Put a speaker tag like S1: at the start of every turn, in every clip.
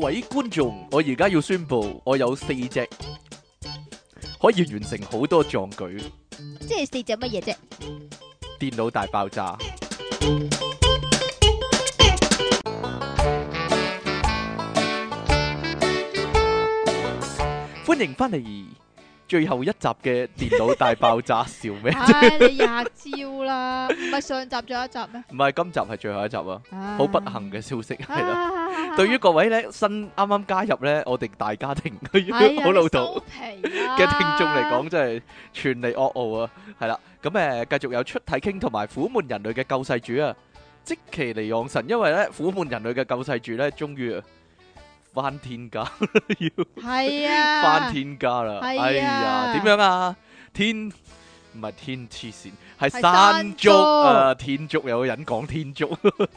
S1: 位觀眾，我而家要宣布，我有四隻可以完成好多壯舉。
S2: 即係四隻乜嘢啫？
S1: 電腦大爆炸。歡迎翻嚟最後一集嘅電腦大爆炸，笑咩？
S2: 唉，你廿招啦，唔係上集仲有一集咩？
S1: 唔係今集係最後一集啊！
S2: 唉
S1: 好不幸嘅消息係啦。
S2: 啊
S1: 對於各位咧新啱啱加入咧，我哋大家庭
S2: 哎呀
S1: 好老
S2: 你收
S1: 土
S2: 皮
S1: 嘅
S2: 啦
S1: 聽眾嚟講，真係全力惡傲啊！係啦，咁誒繼續有出體傾同埋苦悶人類嘅救世主啊，即其尼昂神，因為咧苦悶人類嘅救世主咧，終於啊翻天家要。
S2: 係 啊，
S1: 翻天家啦！
S2: 係啊
S1: 哎呀，點樣啊？天唔係天黐線，係
S2: 係
S1: 山
S2: 山
S1: 竹
S2: 竹
S1: 啊！天竹有個人講天竹，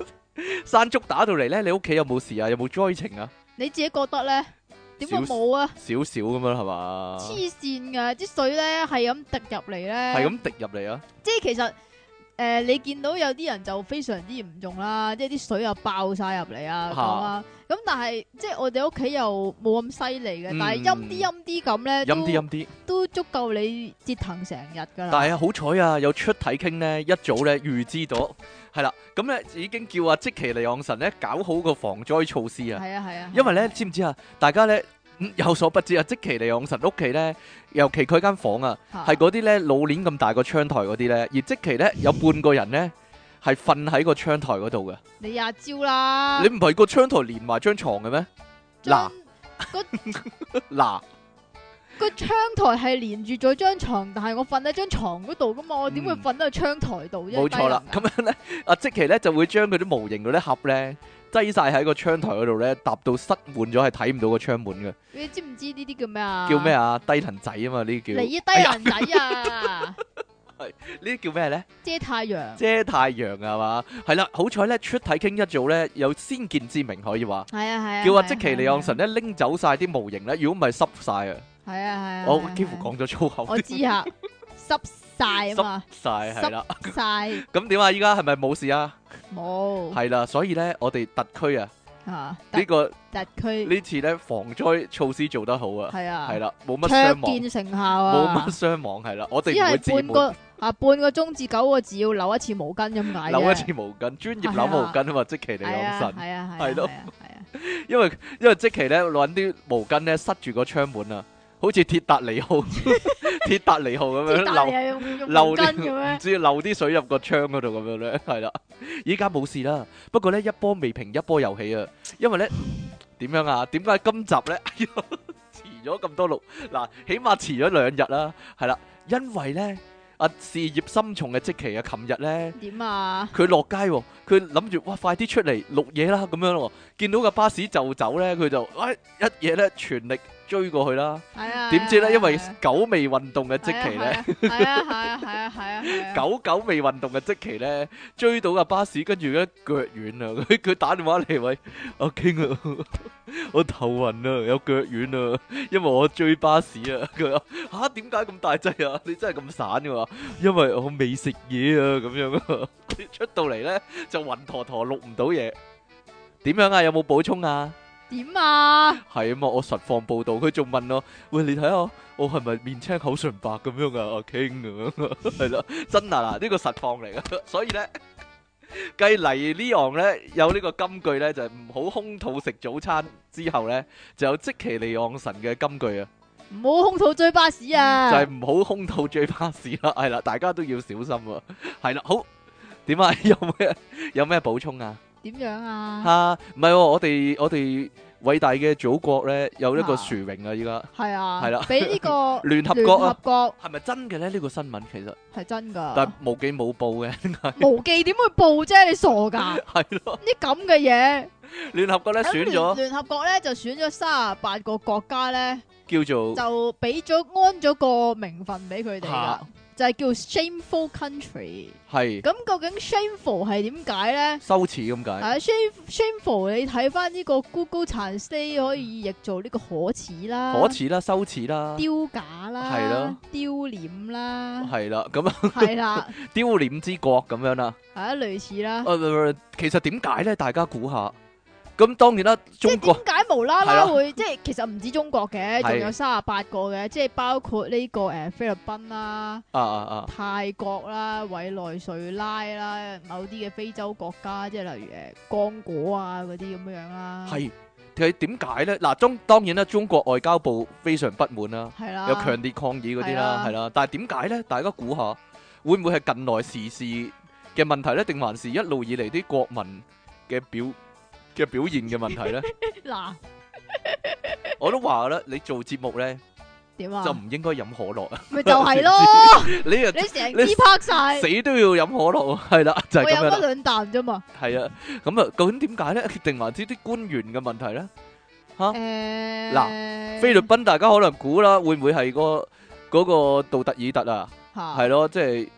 S1: 山竹打到嚟咧，你屋企有冇事啊？有冇災情啊？
S2: 你自己覺得咧？點會
S1: 少
S2: 冇啊？
S1: 少少咁樣係嘛？
S2: 黐線噶，啲水咧係咁滴入嚟咧，
S1: 係咁滴入嚟啊！
S2: 即係其實诶、呃你見到有啲人就非常之嚴重啦，即係啲水又爆晒入嚟啊咁啊。咁但係即係我哋屋企又冇咁犀利嘅，
S1: 嗯
S2: 但係陰啲陰啲咁
S1: 陰
S2: 咧，
S1: 啲
S2: 都
S1: 陰啲，
S2: 都足夠你折騰成日㗎啦。
S1: 但係好彩啊！有出體傾咧，一早咧預知到，係啦，咁咧已經叫阿即其利昂神咧搞好個防災措施啊！
S2: 係啊係啊，
S1: 因為咧，知唔知啊？大家咧嗯 有所不知啊，即其利昂神屋企咧，尤其佢間房啊，
S2: 嚇
S1: 係嗰啲咧老年咁大個窗台嗰啲咧，而即其咧有半個人咧係瞓喺個窗台嗰度嘅。
S2: 你廿招啦，
S1: 你唔係個窗台連埋張床嘅咩？嗱
S2: 啊張
S1: 嗱，
S2: 個窗台係連住咗張床，但係我瞓喺張床嗰度㗎嘛，我點會
S1: 嗯
S2: 瞓喺窗台度啫？
S1: 冇錯啦。
S2: 低
S1: 咁
S2: 能㗎啊
S1: 樣咧，阿即其咧就會將佢啲模型嗰啲盒咧擠晒喺個窗台嗰度咧，搭到塞滿咗，係睇唔到個窗門嘅。
S2: 你知唔知呢啲叫咩啊？
S1: 叫咩？啊？低能仔啊嘛，呢啲叫哎
S2: 你
S1: 呢
S2: 低 能仔啊！
S1: 啲叫咩咧？
S2: 遮太陽
S1: 遮太陽啊嘛，係啦，好彩咧出體傾一早咧有先見之明可以話，
S2: 係啊係啊，
S1: 叫阿
S2: 係啊
S1: 即其利昂神咧拎走晒啲模型咧，如果唔係濕晒啊，
S2: 係啊係啊，
S1: 我
S2: 係啊
S1: 幾乎，講咗粗口
S2: 係啊，我知啊，濕晒啊嘛，
S1: 晒係啦，
S2: 濕晒
S1: 咁點啊？依家係咪冇事啊？
S2: 冇
S1: 係啦，所以咧我哋特區啊，
S2: 啊，特
S1: 呢個
S2: 特區
S1: 呢次咧防災措施做得好啊，
S2: 係啊，
S1: 係啦，冇乜傷
S2: 卓
S1: 亡，
S2: 見成效啊
S1: 冇乜，傷亡係啦，我
S2: 只
S1: 哋唔會自
S2: 係半
S1: 滿。
S2: 個啊半個鐘至九個字要扭一次毛巾咁解啫，
S1: 扭一次毛巾，專業扭毛巾啊嘛！即其利
S2: 係
S1: 昂
S2: 啊
S1: 神，
S2: 係啊
S1: 係
S2: 係
S1: 咯
S2: 咯係啊，
S1: 因為因為即期咧揾啲毛巾咧塞住個窗門啊，好似鐵達尼號 鐵達尼號咁
S2: 即係但
S1: 樣
S2: 係
S1: 流，
S2: 係用用毛
S1: 漏
S2: 巾
S1: 尿
S2: 嘅
S1: 唔
S2: 咩？
S1: 知漏啲水入個窗嗰度咁樣咧，係啦。依家冇事啦，不過咧一波未平一波又起啊，因為咧點樣啊？點解今集咧哎呀遲咗咁多錄？嗱，起碼遲咗兩日啦，係啦，因為咧啊事業深重嘅即期啊，琴日咧。
S2: 點啊？
S1: 佢落街喎，佢諗住哇快啲出嚟錄嘢啦咁樣咯，見到個巴士就走咧，佢就啊一嘢咧全力追過去啦。
S2: 係 啊，
S1: 點知咧，因為
S2: 係啊
S1: 久未運動嘅即期咧，，
S2: 係啊 係啊係啊係啊係啊，
S1: 久久未運動嘅即期咧，追到個巴士，跟住咧腳軟啊， 佢佢打電話嚟喂阿 King 啊， 我頭暈啊，有腳軟啊，因為我追巴士啊。 佢話吓點解咁大劑啊？你 真係咁散嘅喎，因為我未食嘢啊，咁樣 啊，出到嚟咧就暈陀陀錄唔到嘢。點樣啊？有冇補充啊？
S2: 點啊？
S1: 係啊嘛，我實況報導，佢仲問我：喂，你睇下我係咪面青口唇白咁樣啊？阿 King 咁樣啊，係啦，真啊嗱，呢個實況嚟噶， 所以咧，繼黎呢昂咧有呢個金句咧，就係唔好空肚食早餐之後咧，就有即其利昂神嘅金句啊，
S2: 唔好空肚追巴士
S1: 嗯
S2: 啊！
S1: 就係唔好空肚追巴士啦，係啦，大家都要小心啊，係啦，好點啊？ 有咩有咩補充啊？
S2: 點樣啊？
S1: 吓，唔係喎，我哋我哋偉大嘅祖國咧有一個
S2: 啊
S1: 殊榮啊，依家。
S2: 係啊，
S1: 係啦
S2: 俾呢個
S1: 聯 合
S2: 聯
S1: 國啊
S2: 合，國
S1: 係咪真嘅咧？呢個新聞其實，
S2: 係真
S1: 但係
S2: 㗎。
S1: 無記冇報嘅，
S2: 無記點會報啫？你傻㗎？
S1: 係咯。
S2: 啲咁嘅嘢，
S1: 聯合國咧選
S2: 咁聯
S1: 咗
S2: 聯合國咧就選咗三十八個國家咧，
S1: 叫做
S2: 就俾咗安咗個名分俾佢哋㗎
S1: 嚇，
S2: 就係叫 shameful country。
S1: 係
S2: 咁究竟 shameful 係點解咧？
S1: 羞恥咁解，
S2: 係 shame shameful，你睇翻呢個 Google Translate 可以譯做呢個可恥啦，
S1: 可恥啦、羞恥啦，
S2: 丟架啦，
S1: 係咯，
S2: 丟臉啦，
S1: 係啦，咁啊
S2: 係啦，
S1: 丟臉之國咁樣啦。 哦
S2: 係啊，類似啦，
S1: 誒，其實點解咧？大家估下，咁當然啦，
S2: 即
S1: 中
S2: 係
S1: 國
S2: 點解無啦
S1: 係啦
S2: 啦會即係其實唔止中國嘅，仲
S1: 係
S2: 有三十八個嘅，即係包括呢個誒菲律賓啦、
S1: 啊啊啊，
S2: 泰國啦、委內瑞拉啦，某啲嘅非洲國家，即係例如誒剛果啊嗰啲咁樣樣啦，
S1: 係佢點解咧？嗱，中當然啦，中國外交部非常不滿啦，
S2: 係啦，
S1: 有強烈抗議嗰啲啦，係
S2: 係
S1: 啦。但係點解咧？大家估下，會唔會係近來時事嘅問題咧，定還是一路以嚟啲國民嘅表嘅表現嘅問題 咧？
S2: 嗱
S1: 我都話啦，你做節目咧
S2: 點啊
S1: 就？唔應該飲可樂啊！
S2: 咪就係咯，
S1: 你又
S2: 你成
S1: 你
S2: 支拍晒，
S1: 死都要飲可樂， 係啦，就係
S2: 我
S1: 咁樣
S2: 飲
S1: 啦
S2: 咗。兩啖啫嘛。
S1: 系啊，咁啊，究竟點解咧？定還知啲官員嘅問題咧？啊
S2: 誒，
S1: 菲律賓大家可能估啦，會唔會係個嗰個杜特爾特啊？
S2: 嚇
S1: 係咯，即係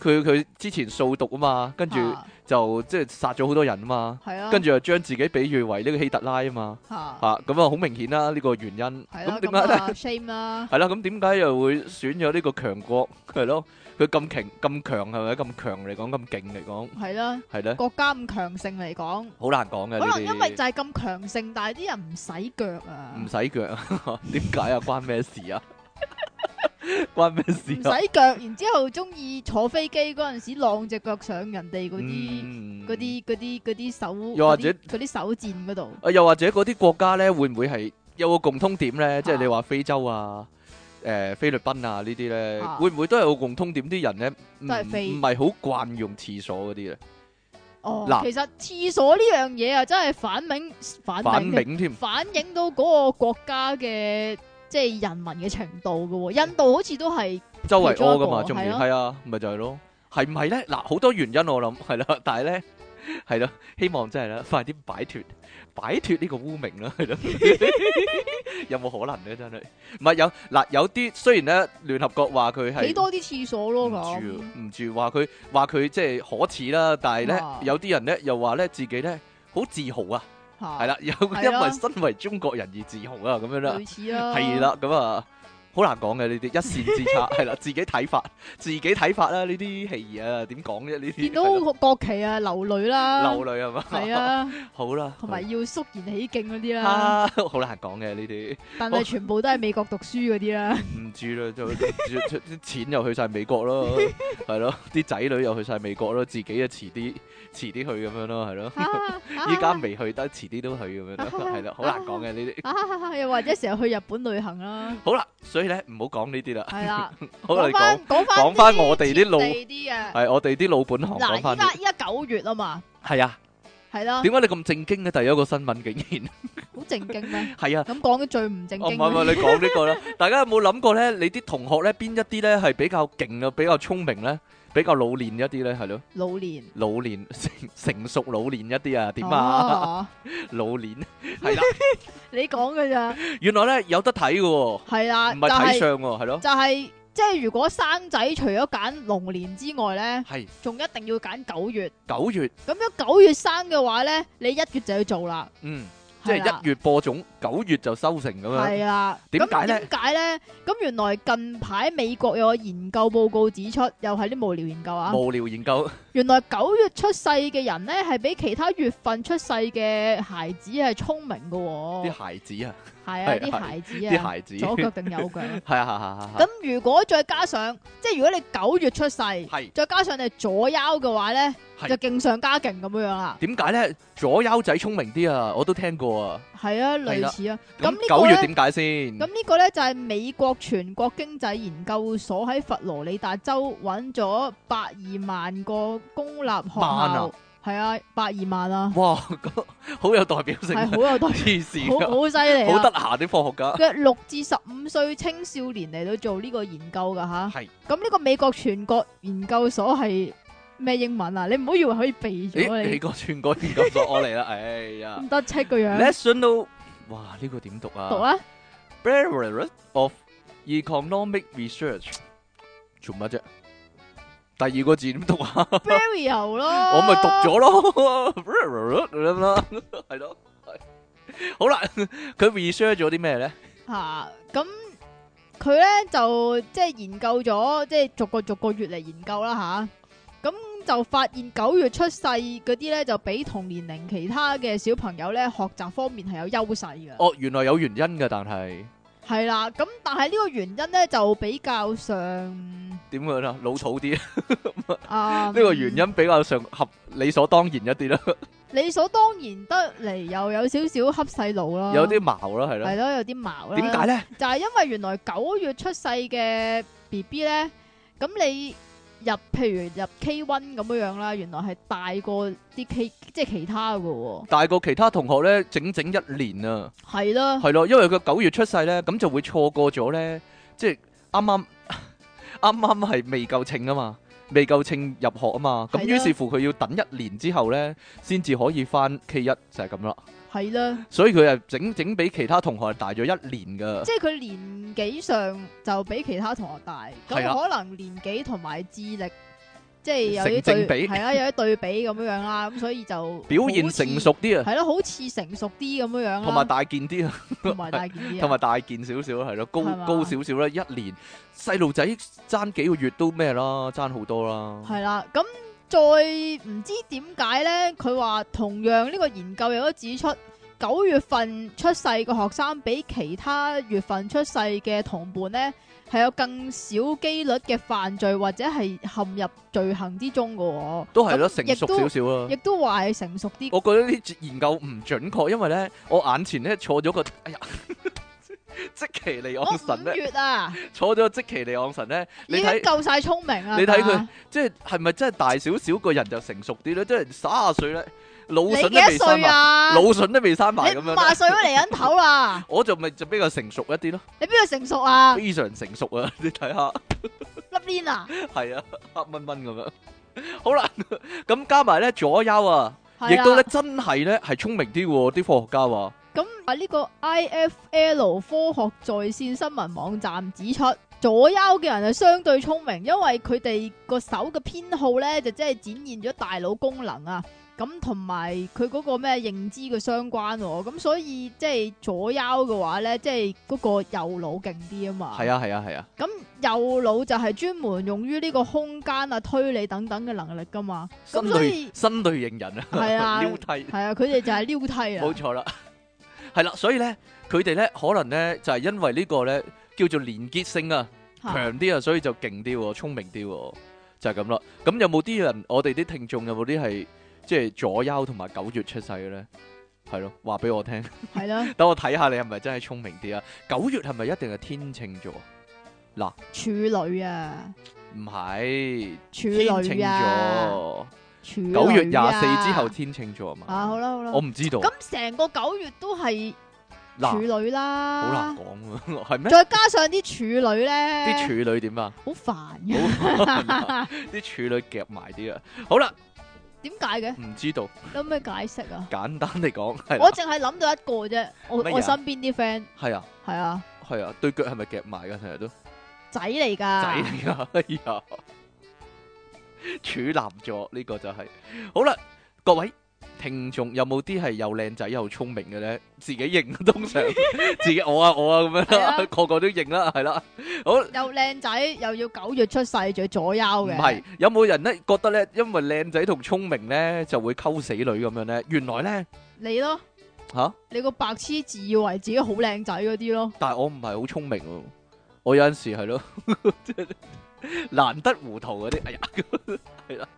S1: 佢佢之前掃毒啊嘛，跟住
S2: 嚇
S1: 就即係殺咗好多人啊嘛，
S2: 係啊，
S1: 跟住又將自己比喻為呢個希特拉啊嘛，
S2: 嚇
S1: 吓咁啊，好明顯啦呢個原因。
S2: 係啦，
S1: 咁點
S2: 咁
S1: 解咧？
S2: 啊 shame 啦，
S1: 係啦，咁點解又會選咗呢個強國？ 係咯，佢咁強咁強係咪？咁強嚟講，咁勁嚟講，
S2: 係啦，
S1: 係咧，
S2: 國家咁強盛嚟講。
S1: 好難講嘅呢
S2: 可能
S1: 啲。
S2: 因為就係咁強盛，但係啲人唔使腳啊，
S1: 唔使腳 啊？點解啊？關咩事啊？ 關咩事
S2: 唔
S1: 啊？
S2: 使腳，然之後中意坐飛機嗰陣時，晾只腳上人哋嗰啲
S1: 嗯
S2: 嗰啲嗰啲嗰啲手，
S1: 又或者
S2: 嗰啲嗰啲手賤嗰度，
S1: 啊，又或者嗰啲國家咧，會唔會係有個共通點咧？即係你話非洲啊、誒菲律賓啊呢啲咧，
S2: 啊
S1: 會唔會都有個共通點？啲人咧唔
S2: 都係肥
S1: 唔係好慣用廁所嗰啲咧，
S2: 哦
S1: 嗱，
S2: 其實廁所呢樣嘢啊，真係反映
S1: 反
S2: 反映
S1: 明添。
S2: 反映到嗰個國家嘅即係人民嘅程度嘅
S1: 嗯
S2: 喎。印度好似都係
S1: 周圍屙噶嘛，
S2: 其中
S1: 仲
S2: 一個
S1: 要係啊，咪就係咯，係唔係咧？嗱，好多原因我諗係啦， 但係咧係咯，希望真係啦，快啲擺脱擺脱呢個污名啦， 係咯，有冇可能咧？真係唔係有嗱，有啲雖然咧聯合國話佢係
S2: 起多啲廁所
S1: 唔
S2: 咯
S1: 住
S2: 咁。
S1: 唔住話佢話佢即係可恥啦，但係咧
S2: 啊
S1: 有啲人咧又話咧自己咧好自豪啊，係
S2: 係，哎
S1: 啦，有
S2: 啊
S1: 因為身為中國人而自豪啊咁樣啦。
S2: 類似啦，
S1: 係啦，咁啊，好難講嘅呢啲一線之 差，係啦，自己睇法，自己睇法啦，呢啲戲啊，點講啫？呢啲
S2: 見到
S1: 係咯
S2: 個國旗啊，流淚啦，
S1: 流淚係嘛？
S2: 係，啊，
S1: 好啦，
S2: 同埋要肅然起敬嗰 啲啦，
S1: 啊，好難講嘅呢啲，
S2: 但
S1: 我
S2: 係全部都係美國讀書嗰啲啦，
S1: 唔知啦， 就就啲錢又去晒美國咯，係咯，啲仔女又去晒美國咯，自己啊遲啲遲啲去咁樣咯，係咯， 依家未去得，遲啲都去咁樣咯，係啦，好難講嘅呢啲，
S2: 啊又或者成日去日本旅行啦，
S1: 好啦，所以咧唔好講呢啲 啦，
S2: 係啦，
S1: 好啦，
S2: 講
S1: 你講
S2: 翻講翻
S1: 講返我哋啲老
S2: 貼地啲嘅，
S1: 係我哋啲老本行講
S2: 嗱，依
S1: 翻
S2: 家
S1: 啲，
S2: 依家九月啊嘛，
S1: 係啊。
S2: 係啦，
S1: 點解你咁正經嘅？第一個新聞 竟
S2: 好正經咩？
S1: 然係啊，
S2: 咁講嘅最唔正
S1: 哦唔係
S2: 經
S1: 唔係，你講呢 個啦。大家有冇諗過咧？你啲同學咧邊一啲咧係比較勁啊，比較聰明咧，比較老練一 啲咧，係咯，
S2: 老年
S1: 老練成成熟老練一啲啊？點 啊？
S2: 哦
S1: 老練係啦，
S2: 你講嘅咋，
S1: 原來咧有得睇嘅喎，唔
S2: 係啦，
S1: 係
S2: 但
S1: 睇
S2: 係
S1: 相喎，係咯，
S2: 就係即係如果生仔除咗揀龍年之外咧，
S1: 係
S2: 仲一定要揀九月。
S1: 九月，
S2: 咁樣九月生嘅話咧，你一月就要做啦，
S1: 嗯，即係一
S2: 月
S1: 月播種，九月就收成咁樣，
S2: 係啦。
S1: 點
S2: 咁
S1: 解呢
S2: 點解咧？咁原來近排美國有個研究報告指出，又係啲無聊研究啊。
S1: 無聊研究
S2: 原來九月出世嘅人咧，係比其他月份出世嘅孩子係聰明嘅
S1: 啲
S2: 喎。
S1: 孩子啊，
S2: 係啊，
S1: 係係
S2: 啲孩子
S1: 啲
S2: 啊，
S1: 孩子，
S2: 哦左
S1: 係
S2: 腳定右腳啊？
S1: 啊 係係係
S2: 咁如果再加上，即係如果你九月出世，
S1: 係
S2: 再加上你係左腰嘅話咧，
S1: 係
S2: 就勁上加勁咁樣樣啦。
S1: 點解咧？左優仔聰明啲啊，我都聽過啊。
S2: 係啊，
S1: 係啦
S2: 類似啊。咁
S1: 咁
S2: 呢個
S1: 九月
S2: 咧
S1: 點解先？
S2: 咁呢個呢，就係美國全國經濟研究所喺佛羅里達州揾咗百二萬個公立學
S1: 萬啊
S2: 校，係啊，百二萬啊，
S1: 哇，咁好有代表性
S2: 係
S1: 啊，
S2: 好有代
S1: 黐線
S2: 好
S1: 啊，
S2: 好犀利
S1: 好
S2: 啊！
S1: 得閒啲科學家。
S2: 嘅六至十五歲青少年嚟到做呢個研究噶吓，
S1: 係
S2: 咁呢個美國全國研究所係咩英文啊？你唔好以為可以避咗
S1: 咦，美
S2: 你，
S1: 國全國研究所我嚟啦，哎 呀
S2: 唔得戚個樣，
S1: ，National，哇，呢個點讀
S2: 讀
S1: 啊
S2: 啊！
S1: ？Bureau of Economic Research，做乜啫？第二個字點讀啊？
S2: Barrio 咯，
S1: 我咪讀咗咯，咁啦，係咯，係好啦，佢 research 咗啲咩咧？
S2: 吓，咁佢咧就即係研究咗，即係逐個逐個月嚟研究啦吓。咁就發現九月出世嗰啲咧，就比同年齡其他嘅小朋友咧學習方面係有優勢嘅。
S1: 哦，原來有原因噶，但係
S2: 係啦，咁但係呢個原因咧就比較上
S1: 點樣啊？老土啲，呢
S2: 啊
S1: 個原因比較上合理所當然一啲啦，
S2: 理所當然得嚟，又有少少恰細路啦，
S1: 有啲矛啦，係啦。
S2: 係咯，有啲矛啦。
S1: 點解咧？
S2: 就係因為原來九月出世嘅 B B 咧，咁你入譬如入 K one 咁樣樣啦，原來係大過啲 K 即係其他嘅喎，
S1: 大過其他同學咧，整整一年啊！
S2: 係啦，
S1: 係咯，因為佢九月出世咧，咁就會錯過咗咧，即係啱啱 啱啱係未夠稱啊嘛，未夠稱入學啊嘛，咁
S2: 係啦
S1: 於是乎佢要等一年之後咧，先至可以翻 K 一就係咁啦，
S2: 係啦，
S1: 所以佢係整整比其他同學係大咗一年噶，
S2: 即係佢年紀上就比其他同學大，
S1: 係啦
S2: 咁可能年紀同埋智力即係有啲
S1: 成正
S2: 對
S1: 比
S2: 係啦，有啲對比咁樣樣啦，咁所以就
S1: 表現成熟啲
S2: 好似
S1: 啊，
S2: 係咯，好似成熟啲咁樣樣啦，
S1: 同埋大件啲啊，
S2: 同埋大件啲啊，
S1: 同埋大件少少係咯，高
S2: 係啊嘛
S1: 高少少啦，一年細路仔爭幾個月都咩啦，爭好多啦，
S2: 系啦，咁再唔知點解咧？佢話同樣呢個研究亦都指出，九月份出世嘅學生比其他月份出世嘅同伴咧，係有更少機率嘅犯罪或者係陷入罪行之中嘅喎。
S1: 都係咯，
S2: 咁
S1: 成
S2: 亦
S1: 熟
S2: 都
S1: 少少啊啦
S2: 亦。都話係成熟 啲，
S1: 我覺得呢研究唔準確，因為咧，我眼前咧坐咗個，哎呀， 即其尼
S2: 我
S1: 昂神
S2: 五
S1: 咧，
S2: 月啊，
S1: 坐咗個即其尼昂神咧，
S2: 已
S1: 你
S2: 經
S1: 睇
S2: 夠晒聰明啦。
S1: 你睇佢
S2: 係嘛
S1: 即係係咪真係大少少個人就成熟啲咧？即係卅歲咧，腦筍
S2: 你幾
S1: 都未
S2: 多
S1: 生
S2: 歲
S1: 埋，
S2: 啊？
S1: 腦筍都未生埋咁啊
S2: 你五
S1: 樣
S2: 廿
S1: 呢。
S2: 歲 都嚟緊頭啦，
S1: 我就咪就比較成熟一啲咯，
S2: 你邊度成熟 啊？
S1: 非常成熟啊！你睇下，
S2: 粒鏈啊，
S1: 係啊，黑蚊蚊咁樣。好啦，咁加埋咧左優啊，亦
S2: 係
S1: 都
S2: 啊
S1: 咧。真係咧係聰明啲喎，啲科學家話。
S2: 咁啊，呢個 IFL 科學在線新聞網站指出，左右嘅人係啊相對聰明，因為佢哋個手嘅偏好咧，就即係展現咗大腦功能啊。咁同埋佢嗰個咩認知嘅相關喎、咁所以即係左右嘅話咧，即係嗰個右腦勁啲啊嘛。
S1: 係啊，係啊，係啊。
S2: 咁右腦就係專門用於呢個空間啊、推理等等嘅能力噶嘛。
S1: 新
S2: 咁所
S1: 類
S2: 以
S1: 新類型人啊，
S2: 係啊
S1: 撩梯，
S2: 係啊，佢哋就係撩梯
S1: 冇
S2: 啊，
S1: 錯啦，係啦，所以咧，佢哋咧可能咧就係因為呢個咧叫做連結性啊
S2: 嚇
S1: 強啲啊，所以就勁啲喎，聰明啲喎，就係咁啦。咁有冇啲人，我哋啲聽眾有冇啲係即係左優同埋九月出世嘅咧？係咯，話俾我聽，
S2: 係啦，
S1: 等我睇下你係咪真係聰明啲啊？九月係咪一定係天秤座？
S2: 處女啊，
S1: 唔係
S2: 處
S1: 天
S2: 女
S1: 秤
S2: 啊。
S1: 座，
S2: 處女啊
S1: 九月廿四之後天秤座啊
S2: 啊，
S1: 嘛，
S2: 好啦好啦，
S1: 我唔知道。
S2: 咁成個九月都係處
S1: 嗱。
S2: 女啦，
S1: 好難講啊， 係咩？
S2: 再加上啲處女咧，
S1: 啲處女點 啊？
S2: 好煩
S1: 好
S2: 嘅，
S1: 煩啊 啲處女夾埋啲啊！好啦，
S2: 點解嘅？
S1: 唔知道，
S2: 有咩解釋啊？
S1: 簡單嚟 講係
S2: 我
S1: 啦，
S2: 淨係諗到一個啫，我
S1: 乜嘢啊
S2: 我身邊啲 friend
S1: 係啊，
S2: 係啊，
S1: 係啊，對腳係咪夾埋噶？成日都仔
S2: 仔嚟㗎，
S1: 嚟噶，哎呀，處男座呢個就係好啦，各位。聽眾有冇啲係又靚仔又聰明嘅咧？自己認通 常，自己我啊我啊咁樣
S2: 係
S1: 啦，
S2: 啊
S1: 個個都認啦，係啦。好，
S2: 又靚仔，又要九月出世，仲要左右
S1: 唔
S2: 嘅，
S1: 係，有冇人咧覺得咧，因為靚仔同聰明咧就會溝死女咁樣咧？原來咧
S2: 你咯，
S1: 吓、
S2: 你個白痴自以為自己好靚仔嗰啲咯，
S1: 但係我唔係好聰明喎，我有陣時係咯， 即係難得糊塗嗰啲，哎呀， 係啦，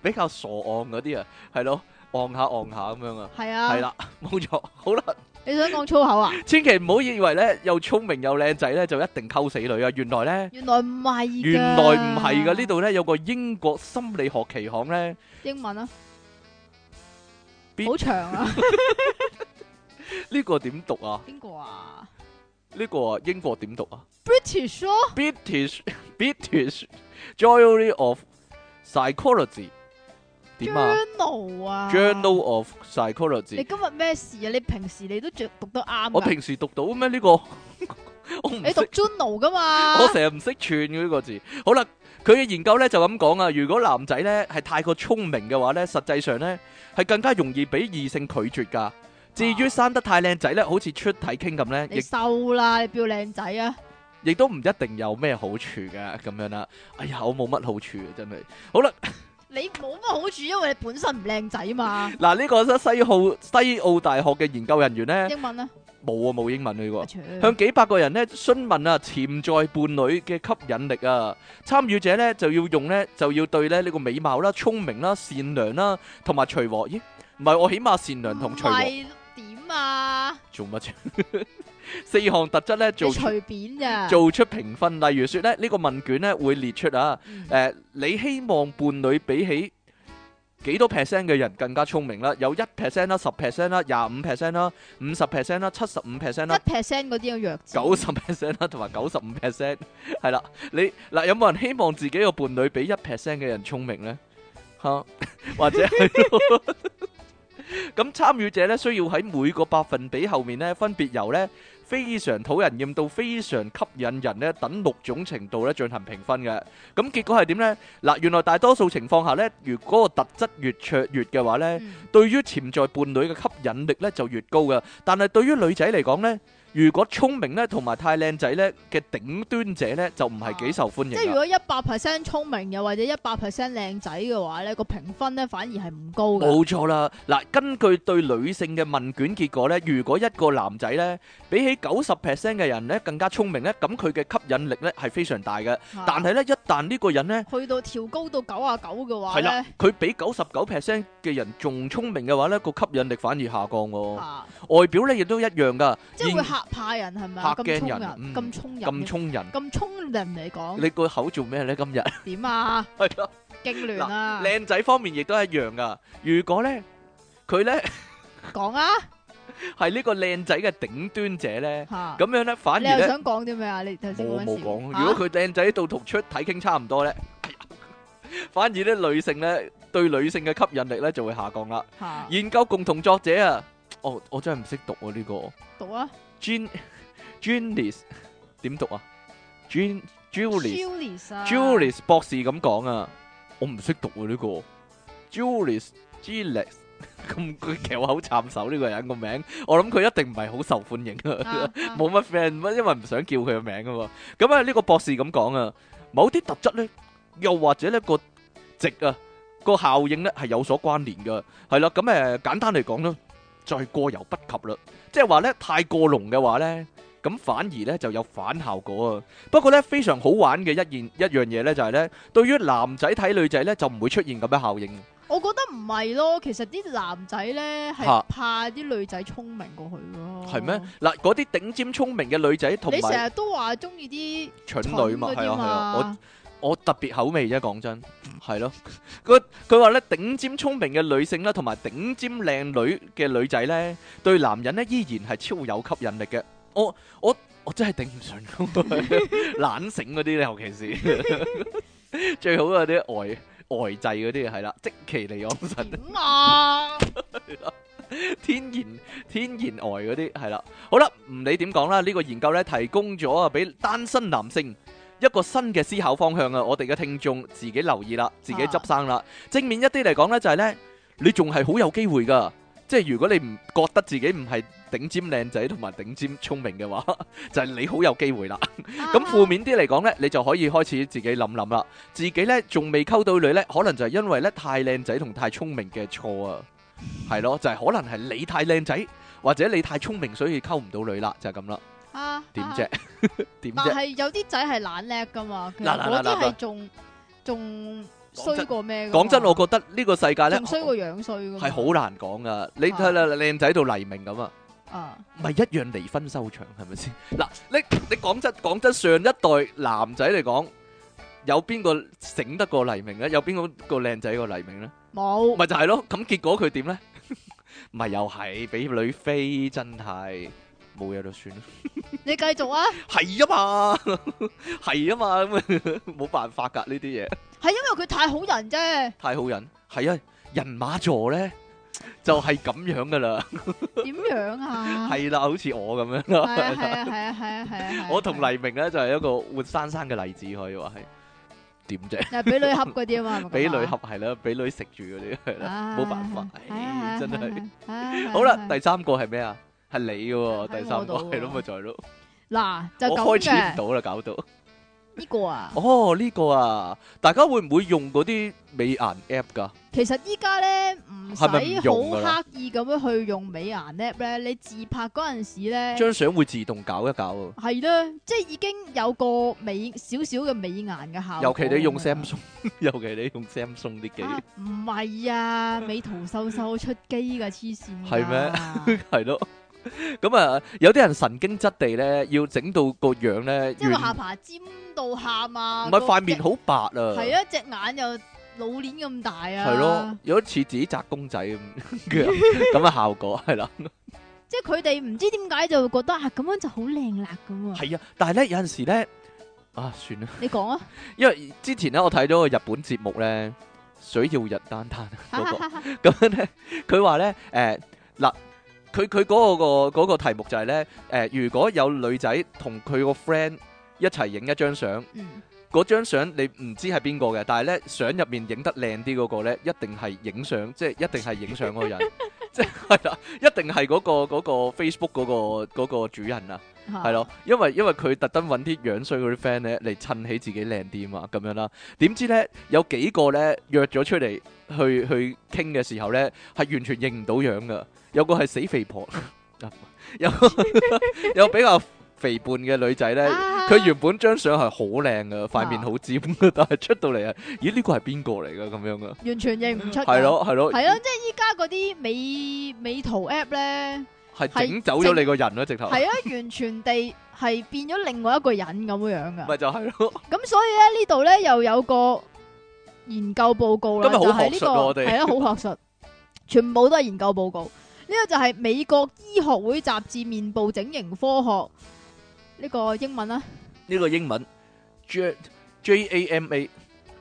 S1: 比較傻戇嗰啲啊，係咯，戇下戇下咁樣啊，
S2: 係
S1: 係
S2: 啊，
S1: 啦， 冇錯，好啦，
S2: 你想講粗口啊？
S1: 千祈唔好以為咧又聰明又靚仔咧就一定溝死女啊，原來咧。
S2: 原來唔係㗎，
S1: 原來唔係噶，呢度咧有個英國心理學期刊咧，
S2: 英文啊
S1: 邊，
S2: 好長啊。
S1: 呢個點讀啊？
S2: 边个啊
S1: 呢個啊英國點讀啊？
S2: ？British 咯，
S1: British British Journal of Psychology 點啊
S2: Journal 啊
S1: ？Journal of
S2: 你
S1: Psychology，
S2: 今日咩事啊？你平時你都著讀得啱㗎
S1: 我平時讀到咩呢個？ 我唔
S2: 你讀
S1: 識，
S2: journal 噶嘛？
S1: 我成日唔識串嘅呢個字。好啦，佢嘅研究咧就咁講啊，如果男仔咧係太過聰明嘅話咧，實際上咧係更加容易俾異性拒絕㗎。至於生得太靚仔咧，好似出體傾咁咧，亦
S2: 你瘦啦，你表靚仔啊？
S1: 亦都唔一定有咩好處嘅咁樣啦。哎呀，我冇乜好處嘅真係。好啦，
S2: 你冇乜好處，因為你本身唔靚仔 嘛。
S1: 嗱，呢個西澳西澳大學嘅研究人員咧，
S2: 英文咧，哎
S1: 冇啊冇英文呢個
S2: 阿。卓
S1: 向幾百個人咧詢問啊潛在伴侶嘅吸引力啊，參與者咧就要用咧就要對咧呢個美貌啦、聰明啦、善良啦同埋隨和。咦，唔係我起碼善良同隨
S2: 唔
S1: 和
S2: 係點啊？
S1: 做乜啫？ 四項特質咧
S2: 你
S1: 做出
S2: 隨便咋？
S1: 做出評分，例如說咧呢個問卷咧會列出啊，
S2: 嗯
S1: 誒、你希望伴侶比起幾多 percent 嘅人更加聰明啦？有一 percent 啦、十 percent 啦、廿五 percent 啦、五十 percent 啦、七十五 percent 啦。
S2: 一 percent 嗰啲嘅 弱智，
S1: 九十 percent 啦，同埋九十五 percent 係啦。你嗱有冇人希望自己個伴侶比一 percent 嘅人聰明呢？吓，或者係咯咁參與者咧需要喺每個百分比後面咧，分別由咧非常討人厭到非常吸引人咧等六種程度咧進行評分嘅。咁結果係點呢？嗱，原來大多數情況下咧，如果個特質越卓越嘅話咧。
S2: 嗯
S1: 對於潛在伴侶嘅吸引力咧就越高嘅，但係對於女仔嚟講呢，如果聰明咧同埋太靚仔咧嘅頂端者呢，就唔係幾受歡
S2: 即係
S1: 迎
S2: 如
S1: 啦。
S2: 果一百 percent 聰明又或者一百 percent 靚仔嘅話咧，個評分咧反而係唔高嘅。
S1: 冇錯啦，嗱，根據對女性嘅問卷結果呢，如果一個男仔呢，比起九十 percent 嘅人呢更加聰明呢，咁佢嘅吸引力呢係非常大嘅。
S2: 啊
S1: 但係呢，一旦呢個人呢，
S2: 去到調高到九啊九嘅話
S1: 係啦
S2: 咧，，
S1: 佢比九十九 percent 嘅人仲聰明嘅話呢，個吸引力反而下降喎。
S2: 啊，
S1: 外表呢亦都一樣噶，
S2: 即係
S1: 現
S2: 會嚇怕人係咪啊？
S1: 嚇
S2: 咁
S1: 驚
S2: 聰
S1: 人
S2: 人，
S1: 嗯
S2: 咁聰
S1: 咁
S2: 人，
S1: 聰人。
S2: 咁聰人嚟講
S1: 你個口做咩呢？今日
S2: 點啊？
S1: 係咯，
S2: 勁亂啊！
S1: 靚仔方面亦都一樣噶。如果呢，佢呢
S2: 講啊
S1: 係呢個靚仔嘅頂端者呢，
S2: 嚇，
S1: 咁樣呢反而
S2: 你又
S1: 呢，
S2: 想講啲咩啊？你頭先
S1: 我
S2: 嗰
S1: 冇
S2: 陣
S1: 講
S2: 時。
S1: 如果佢靚仔到同出體傾差唔多呢， 哎呀反而呢女性呢對女性嘅吸引力呢就會下降啦。
S2: 嚇
S1: 研究共同作者啊，哦，我真係唔識讀喎呢個
S2: 讀啊
S1: Jean Jeanis 點讀啊？Jean Julius。
S2: ，Julius 啊
S1: Julius 博士咁講啊，我唔識讀喎呢個 Julius Julius 咁佢 翹口插手呢個人個名，我諗佢一定唔係好受歡迎啊， 冇乜 friend，乜因為唔想叫佢個名啊嘛。咁啊呢個博士咁講啊，某啲特質咧，又或者呢個值啊個效應咧係有所關聯噶，係啦。咁誒簡單嚟講啦，就係過猶不及啦，即係話咧太過濃嘅話咧。咁反而咧就有反效果啊！不過咧非常好玩嘅一件一樣嘢咧就係咧，對於男仔睇女仔咧就唔會出現咁嘅效應。
S2: 我覺得唔係咯，其實啲男仔咧係
S1: 嚇
S2: 怕啲女仔聰明過佢咯。
S1: 係咩？？嗱，嗰啲頂尖聰明嘅女仔同
S2: 你成
S1: 埋
S2: 日都話中意啲
S1: 蠢
S2: 蠢
S1: 女嘛，係
S2: 嗰啲
S1: 啊係 啊，我
S2: 嘛，
S1: 我特別口味啫，講真係咯。佢佢話咧頂尖聰明嘅女性啦，同埋頂尖靚女嘅女仔咧，對男人咧依然係超有吸引力嘅。我我我真係頂唔順，懶醒嗰啲咧，尤其是最好嗰啲呆呆滯嗰啲係啦，即其尼昂神。
S2: 點啊？
S1: 天然天然呆嗰啲係啦，好啦，唔理點講啦，呢、個研究呢，提供咗啊，俾單身男性一個新嘅思考方向啊，我哋嘅聽眾自己留意啦，自己執生啦。正面一啲嚟講呢，就係呢：你仲係好有機會噶，即係如果你唔覺得自己唔係頂尖靚仔同埋頂尖聰明嘅話， 就係你好有機會啦。 咁負面啲嚟講呢，你就可以開始自己諗諗啦。自己呢，仲未溝到女呢，可能就係因為呢太靚仔同太聰明嘅錯啊，係咯，就係、可能係你太靚仔或者你太聰明，所以溝唔到女啦，就係咁啦。
S2: 啊
S1: 點？
S2: 啊
S1: 啫？ 點
S2: 但
S1: 啫？
S2: 係有啲仔係懶叻噶嘛，其實
S1: 嗱嗱
S2: 嗰
S1: 嗱
S2: 啲
S1: 嗱
S2: 係仲仲
S1: 講真
S2: 衰過咩㗎嘛？
S1: 講真，我覺得呢個世界呢，
S2: 仲衰過樣衰㗎嘛。
S1: 係好難講噶。你
S2: 啊
S1: 睇啦，靚仔到黎明咁啊！
S2: 啊！
S1: 咪一樣離婚收場係咪先？ 嗱，你你講真講真，上一代男仔嚟講，有邊個醒得過黎明呢？有邊個個靚仔過黎明呢？
S2: 冇
S1: 咪就係咯，咁結果佢點呢？ 咪又係俾女飛，真係冇嘢就算啦。
S2: 你繼續啊，
S1: 係啊嘛， 係啊 嘛，咁啊冇辦法㗎呢啲嘢，
S2: 係因為佢太好人啫。
S1: 太好人。係啊，人馬座呢，就係咁樣㗎啦，
S2: 點樣啊？
S1: 係啦，好似我咁樣
S2: 係
S1: 啦。
S2: 啊係啊係啊係啊係啊係啊！
S1: 我同黎明呢，就係一個活生生嘅例子，可以話係點啫？
S2: 又係俾女恰嗰啲啊 嘛，係咪咁啊啊
S1: 俾女恰係啦，俾女食住嗰啲係啦，冇辦法，唉真係。
S2: 係
S1: 好啦，第三個係咩啊？係你嘅喎，
S2: 喺
S1: 第三個
S2: 我度喎
S1: 係咯，咪就係咯，
S2: 嗱就
S1: 我
S2: 咁
S1: 開始唔
S2: 嘅，
S1: 到啦，搞到
S2: 呢個啊，
S1: 哦，呢個啊，大家會唔會用嗰啲美顏 app 㗎？
S2: 其實依家咧唔使
S1: 係咪唔用㗎啦
S2: 好刻意咁樣去用美顏 app 咧，你自拍嗰陣時咧。
S1: 張相會自動搞一搞啊！
S2: 係啦，即係已經有個美少少嘅美顏嘅效果。
S1: 尤其你用
S2: 咁樣啊
S1: Samsung，尤 其你用 Samsung 啲機，
S2: 啊唔係啊，美圖秀秀出機噶黐線㗎。
S1: 係係咯。咁啊，有啲人神經質地咧，要整到個樣咧，
S2: 即係個下
S1: 完
S2: 巴尖到喊啊！
S1: 唔係塊面好白啊，
S2: 系啊，隻眼又老鏈咁大啊。
S1: 係咯，，有啲似自己紮公仔咁 嘅咁嘅效果係啦。
S2: 即係佢哋唔知點解就會覺得啊，咁樣就好靚啦咁啊。
S1: 係啊，但係咧有陣時咧，啊算啦，
S2: 你講啊，
S1: 因為之前咧我睇咗個日本節目咧，水曜日單單嗰個。 咁樣咧，佢話咧，誒、嗱，佢佢嗰個嗰、個題目就係咧，誒、如果有女仔同佢個 friend 一齊影一張相，
S2: 嗯，
S1: 嗰張相你唔知係邊個嘅，但係咧相入面影得靚啲嗰個咧，一定係影相，即係一定係影相嗰個人，即係係啦，一定係嗰、個嗰、個 Facebook 嗰、個嗰、個主人啊。
S2: 係
S1: 係咯，，因為因為佢特登揾啲樣衰嗰啲 friend 咧嚟襯起自己靚啲嘛，咁樣啦。點知咧有幾個咧約咗出嚟去去傾嘅時候咧，係完全認唔到樣噶。有個係死肥婆， 啊有 有比較肥胖嘅女仔咧，佢
S2: 佢
S1: 原本張相係好靚噶，塊面好尖㗎，但係出到嚟啊，咦呢個係邊個嚟噶咁樣噶？
S2: 完全認唔出。
S1: 係，咯係咯，
S2: 係咯，即係依家嗰啲美美圖 app 咧，
S1: 係
S2: 係
S1: 整走咗你個人咯，直頭
S2: 係啊，完全地係變咗另外一個人咁樣噶。
S1: 咪就係咯。
S2: 咁所以咧呢度咧又有個研究報告啦，
S1: 今日
S2: 就
S1: 好
S2: 係呢、
S1: 學術喎我
S2: 個
S1: 哋
S2: 係啊，好學術，全部都係研究報告。呢、個就係美國醫學會雜誌《面部整形科學》呢、個英文啊啦、
S1: 呢個英文 J J A M A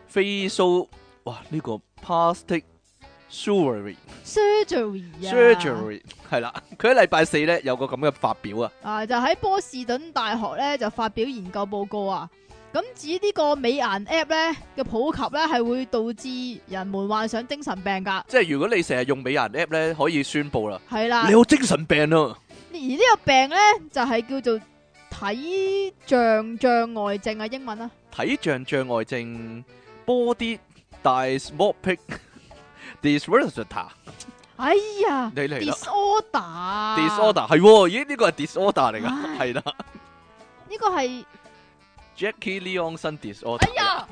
S1: facial 哇呢、個 plastic surgery
S2: surgery 啊
S1: surgery 係啦，佢喺禮拜四咧有個咁嘅發表啊，
S2: 啊，就喺波士頓大學咧就發表研究報告啊。咁指呢個美顏 app 咧嘅普及咧係會導致人們患上精神病㗎，
S1: 即係如果你成日用美顏 app 咧，可以宣佈啦，
S2: 係啦。
S1: 你有精神病啊，
S2: 而呢個病咧就係、叫做睇像障礙症啊，英文啊，
S1: 睇像障礙症 body dysmorphic disorder
S2: 哎呀
S1: 你嚟啦
S2: ，disorder
S1: disorder 係喎，咦呢個係 disorder 嚟㗎，
S2: 唉
S1: 係啦
S2: 呢個係，
S1: Jackie Leonson disorder，
S2: 哎呀，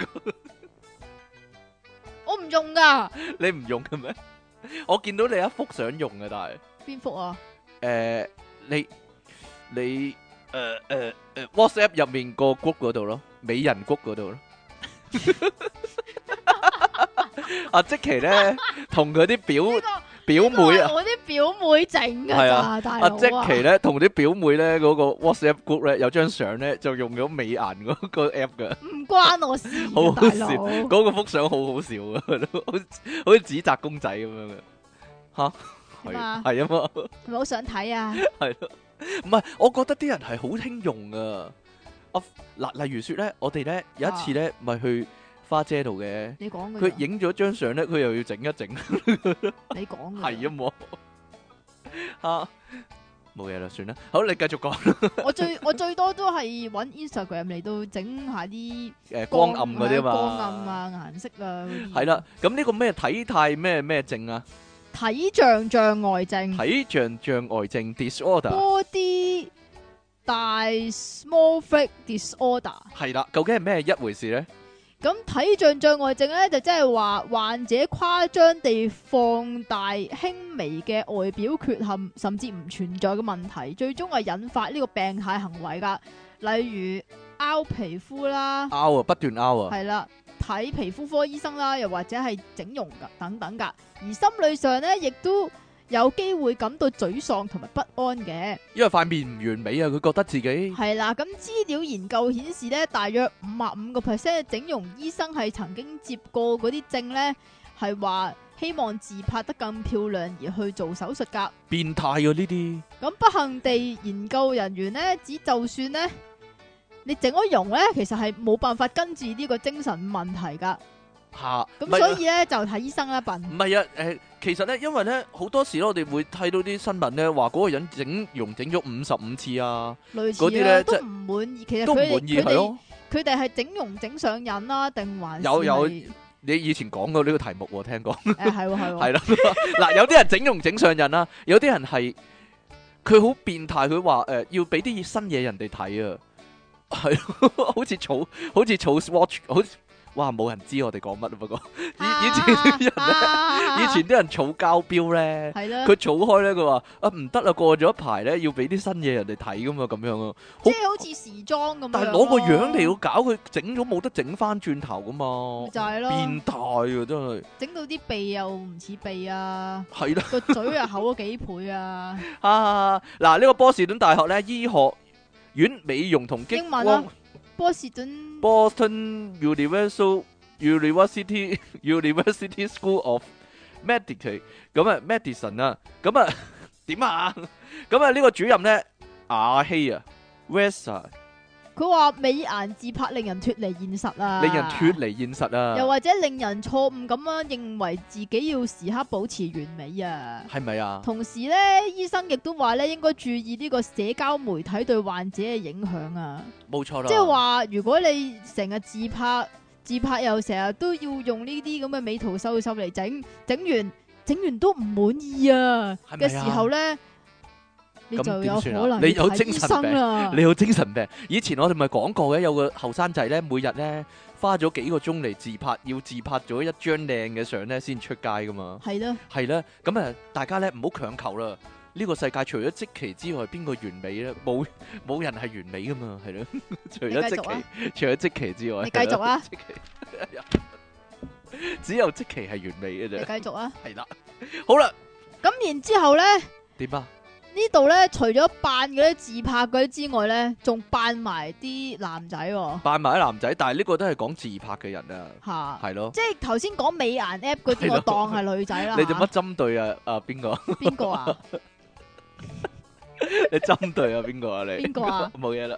S2: 我唔用噶，
S1: 你唔用嘅咩？ 我見到你一幅想用嘅，但係。
S2: 邊幅啊？
S1: 诶、你你诶诶诶 WhatsApp 入面個 group 嗰度咯，美人 group 嗰 度咯。阿即奇咧，同佢啲
S2: 呢
S1: 表
S2: 個
S1: 表妹
S2: 呢個
S1: 啊
S2: 係，我啲表妹整噶
S1: 係
S2: 咋，
S1: 啊
S2: 大
S1: 阿
S2: 佬啊
S1: 即奇咧，同啲表妹咧嗰個 WhatsApp group 咧，有張相咧就用咗美顏嗰 個 app 嘅，
S2: 唔關我事啊，
S1: 好
S2: 大
S1: 好笑
S2: 佬，
S1: 嗰個幅相好好笑啊，好似好似紙紮公仔咁樣嘅，
S2: 係
S1: 係
S2: 嘛
S1: 係啊嘛。
S2: 係咪好想睇啊？
S1: 系咯，唔係，我覺得啲人係好輕用啊。我嗱，例如说咧，我哋咧有一次咧，咪去花姐度嘅，
S2: 你講嘅
S1: 佢
S2: 咋，
S1: 影咗張相咧，佢又要整一整，
S2: 你講嘅咋
S1: 係啊 嘛，啊，冇嘢啦，算啦。好，你繼 續講。
S2: 我最我最多都係揾 Instagram 嚟到整下啲
S1: 诶，光暗嗰啲嘛，
S2: 光暗，啊，顏色啊，嗰啲
S1: 系啦。咁呢個咩體態咩咩症啊？
S2: 睇像障礙症
S1: 體像障礙症 disorder
S2: ，body dysmorphic disorder。
S1: 係啦，究竟係咩一回事咧？
S2: 咁睇像障礙症咧，就即係話患者誇張地放大輕微嘅外表缺陷，甚至唔存在嘅問題，最終係引發呢個病態行為噶，例如拗皮膚啦，
S1: 拗啊，不斷拗啊，
S2: 係啦。睇皮膚科醫生啦，又或者係整容噶等等噶，而心理上咧亦都有機會感到沮喪同埋不安嘅。
S1: 因為塊面唔完美啊，佢覺得自己。
S2: 系啦，咁資料研究顯示咧，大約五啊五個 percent 嘅整容醫生係曾經接過嗰啲證咧，係話希望自拍得更漂亮而去做手術噶。
S1: 變態啊！呢啲
S2: 咁不幸地，研究人員咧指就算咧你整咗容咧，其實係冇辦法根治呢個精神問題噶。
S1: 吓，唔
S2: 咁
S1: 係
S2: 所
S1: 啊
S2: 以咧就睇醫生啦，笨
S1: 唔係啊，誒，其實咧，因為咧，好多時咧，我哋會睇到啲新聞咧，話嗰個人整容整咗五十五次啊，
S2: 類
S1: 嗰
S2: 似
S1: 啲
S2: 啦，
S1: 呢
S2: 都
S1: 即係
S2: 唔滿意。其實
S1: 都唔
S2: 佢
S1: 滿
S2: 哋
S1: 意係
S2: 佢哋
S1: 咯，
S2: 佢哋係整容整上癮啦，定還是
S1: 有有
S2: 係
S1: 你以前講過呢個題目喎，聽講。
S2: 誒係喎 係
S1: 係
S2: 喎，
S1: 啦， 嗱，有啲人整容整上癮啦，有啲人係佢好變態，佢話誒要俾啲新嘢人哋睇啊，係咯， 好似儲好似儲 swatch，好似哇冇人知我哋講乜啊，不過以以前啲人咧，
S2: 人
S1: 以前啲人儲膠標咧。
S2: 啊係啊啦，
S1: 佢儲開咧，佢話啊唔得啦，過咗一排咧，要俾啲新嘢人哋睇噶嘛，咁樣啊。
S2: 即係好似時裝咁樣咯。
S1: 但係攞個樣嚟到搞佢，整咗冇得整翻轉頭噶嘛
S2: 咪，就係咯
S1: 變態啊真係，
S2: 整到啲鼻又唔似鼻啊，
S1: 係啦。
S2: 個嘴又厚咗幾倍啊！
S1: 啊！嗱，呢個波士頓大學咧醫學院美容同激
S2: 英
S1: 光
S2: 文啊波士頓
S1: Boston Universal University University School of Medicine 咁啊 Medicine 啊，咁啊 點啊？咁啊呢個主任咧亞希啊 Wessa
S2: 佢話美顏自拍令人脱離現實啊，
S1: 令人脱離現實
S2: 又
S1: 啊，
S2: 或者令人錯誤咁樣認為自己要時刻保持完美啊。
S1: 係咪啊？
S2: 同時咧，醫生亦都話咧，應該注意呢個社交媒體對患者嘅影響啊。
S1: 冇錯啦，
S2: 即係話，如果你成日自拍，自拍又成日都要用呢啲咁嘅美圖秀秀嚟整，整完整完都唔滿意啊
S1: 係咪
S2: 嘅
S1: 啊
S2: 時候咧，你
S1: 咁
S2: 就
S1: 點
S2: 有可
S1: 算啊
S2: 能
S1: 你
S2: 要
S1: 有
S2: 睇
S1: 精
S2: 醫
S1: 神
S2: 生
S1: 病
S2: 啦。
S1: 你有精神病。以前我哋咪講過嘅，有個後生仔咧，每日咧花咗幾個鐘嚟自拍，要自拍咗一張靚嘅相咧先出街噶嘛。
S2: 係啦，
S1: 係啦，咁啊，大家咧唔好強求啦。呢個世界除咗即期之外，邊個完美咧？冇 冇人係完美噶嘛？係咯， 除
S2: 你
S1: 咗
S2: 繼
S1: 即
S2: 續啊
S1: 期，，除咗即期之外，
S2: 你繼續啊，
S1: 即期只有即期係完美嘅
S2: 你
S1: 啫。
S2: 繼續啊。
S1: 係啦，好啦，
S2: 咁然之後咧，呢
S1: 點啊？
S2: 度咧除咗扮嗰啲自拍嗰啲之外咧，仲扮埋啲男仔喎
S1: 扮埋啲男仔，但係呢個都係講自拍嘅人啊，
S2: 吓。
S1: 係咯。
S2: 即係頭先講美顏 app
S1: 係
S2: 嗰啲，
S1: 咯
S2: 我當係女仔啦。
S1: 你做乜針對啊？啊邊個？
S2: 嚇邊個 啊？
S1: 你針對啊邊個啊你？
S2: 邊個啊？
S1: 冇嘢啦，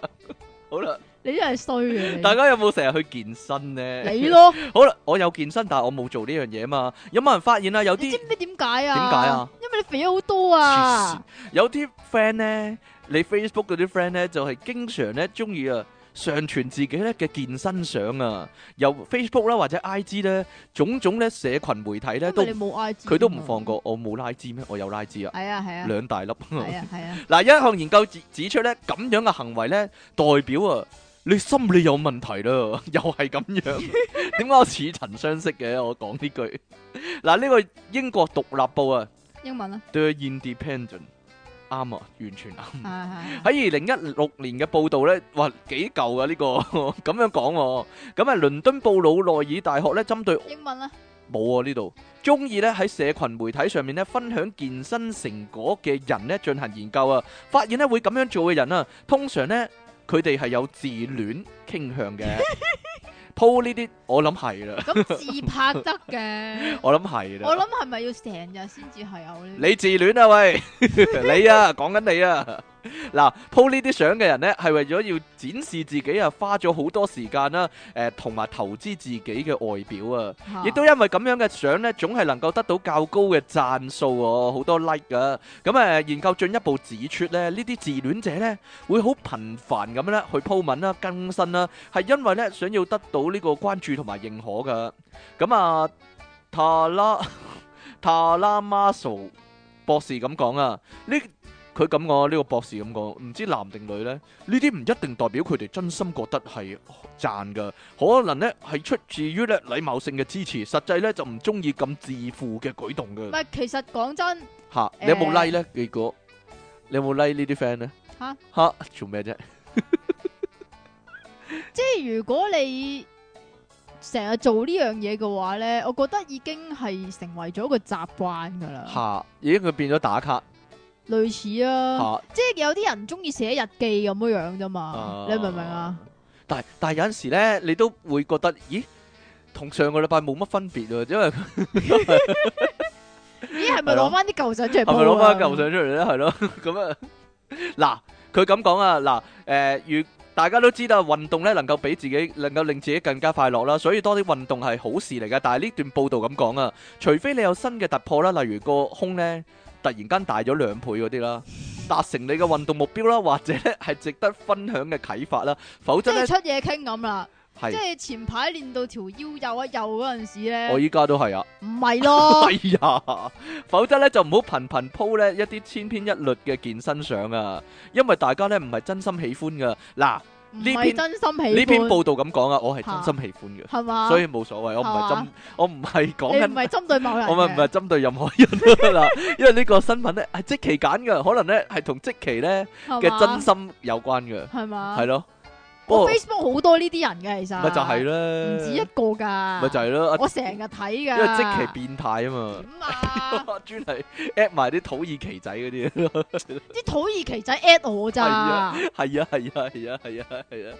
S1: 好啦，
S2: 你真係衰嘅你。
S1: 大家有冇成日去健身咧？
S2: 你咯，
S1: 好啦，我有健身，但係我冇做呢樣嘢嘛。有冇人發現啊？有
S2: 你
S1: 啲
S2: 知唔知點解啊？
S1: 點解啊？
S2: 因為你肥咗好多啊！
S1: 有啲 friend 咧，你 Facebook 嗰啲 friend 咧，就係經常咧中意啊上傳自己咧嘅健身相啊，由 Facebook 啦或者 IG 咧，種種咧社群媒體咧
S2: 因
S1: 都
S2: 為你冇 I G，
S1: 佢都唔放。過。我冇拉枝咩？我有拉枝啊，
S2: 係啊係啊，
S1: 兩大粒。
S2: 係啊係啊，
S1: 嗱，一項研究指指出咧，咁樣嘅行為咧，代表啊，你心理有問題啦， 又係咁樣。點解我似曾相識嘅？我講呢句。嗱，呢個英國獨立報啊
S2: 英文啊，
S1: ，The Independent，啱啊，完全啱。
S2: 係係啊
S1: 喺二零一六年嘅報導咧，哇幾舊啊呢個 咁樣講喎。咁啊，倫敦布魯內爾大學咧，針對
S2: 係英文啦，
S1: 冇啊呢度，中意咧喺社群媒體上面咧分享健身成果嘅人咧進行研究啊，發現咧會咁樣做嘅人啊，通常咧佢哋係有自戀傾向 嘅。po 呢啲我諗係啦， ，
S2: 咁自拍得嘅
S1: 我諗係
S2: 我
S1: 啦。
S2: 諗係咪要成日先至係有呢？
S1: 你自戀啊喂， 你啊講緊你啊。嗱，po 呢啲相嘅人咧係為咗要展示自己啊，花咗好多時間啦，誒同埋投資自己嘅外表啊。
S2: 嚇
S1: 亦都因為咁樣嘅相呢，總係能夠得到較高嘅讚數喎，好多 like 噶。咁誒、呃研究進一步指出咧，呢啲自戀者呢，會好頻繁咁咧去鋪文啦、更新啦，係因為呢，想要得到呢個關注同埋認可噶。咁啊，塔拉塔拉馬蘇博士咁講啊，呢佢咁講，呢、個博士咁講，唔知男定女呢？呢啲唔一定代表佢哋真心覺得係讚噶。可能咧係出自於咧禮貌性嘅支持，實際咧就唔中意咁自負嘅舉動
S2: 唔
S1: 嘅。
S2: 係，其實講真，
S1: 吓，你有冇
S2: 誒
S1: like 咧？結果你有冇 like 呢啲 friend 咧？
S2: 吓
S1: 吓做咩啫？
S2: 即係如果你成日做呢樣嘢嘅話咧，我覺得已經係成為咗一個習慣㗎啦，
S1: 吓已經佢變咗打卡
S2: 類似啊，
S1: 吓，
S2: 即係有啲人中意寫日記咁樣樣啫嘛
S1: 啊，
S2: 你明唔明啊？？
S1: 但係但係有陣時咧，你都會覺得，咦，同上個禮拜冇乜分別啊，因為係
S2: 咦，係咪啊攞翻啲舊相出嚟？
S1: 啊咪攞翻舊？相出嚟咧？係咯， 咁啊，嗱，佢咁講啊，嗱，誒，如大家都知道運動咧能夠俾自己能夠令自己更加快樂啦，所以多啲運動係好事嚟嘅。但係呢段報道咁講啊，除非你有新嘅突破啦，例如個胸咧突然間大咗兩倍嗰啲啦，達成你嘅運動目標啦，或者咧係值得分享嘅啟發啦，否
S2: 即
S1: 則咧
S2: 係出嘢傾咁啦。即
S1: 係
S2: 係前排練到條腰幼一幼嗰陣時
S1: 我
S2: 咧，
S1: 依家都係啊。
S2: 唔 係 咯
S1: 哎，呀，否則咧就唔好頻頻 po 咧一啲千篇一律嘅健身相啊，因為大家咧唔係真心喜歡噶。嗱，呢
S2: 唔
S1: 呢
S2: 係
S1: 篇
S2: 真心喜
S1: 篇
S2: 歡，
S1: 報道咁講啊，我係真心喜歡嘅，
S2: 係嘛？
S1: 所以冇所謂，我唔係
S2: 係
S1: 針
S2: 嘛，
S1: 我唔係講
S2: 你唔
S1: 緊。
S2: 係針對某人嘅，
S1: 我咪唔係針對任何人啦， 因為呢個新聞咧係即期揀嘅，可能咧係同即期咧
S2: 係
S1: 嘅
S2: 嘛
S1: 真心有關嘅，
S2: 係嘛？
S1: 係咯。不過
S2: 我 Facebook 好多呢啲人嘅，其實
S1: 咪就係
S2: 唔止一
S1: 啦，
S2: 個㗎，
S1: 咪就係啦，
S2: 我成日睇㗎，
S1: 因為即期變態啊嘛，
S2: 點啊？
S1: 專係 at 埋啲土耳其仔嗰啲。
S2: 啲土耳其仔 at 我
S1: 係
S2: 咋
S1: 啊？系啊系啊系啊系啊系啊，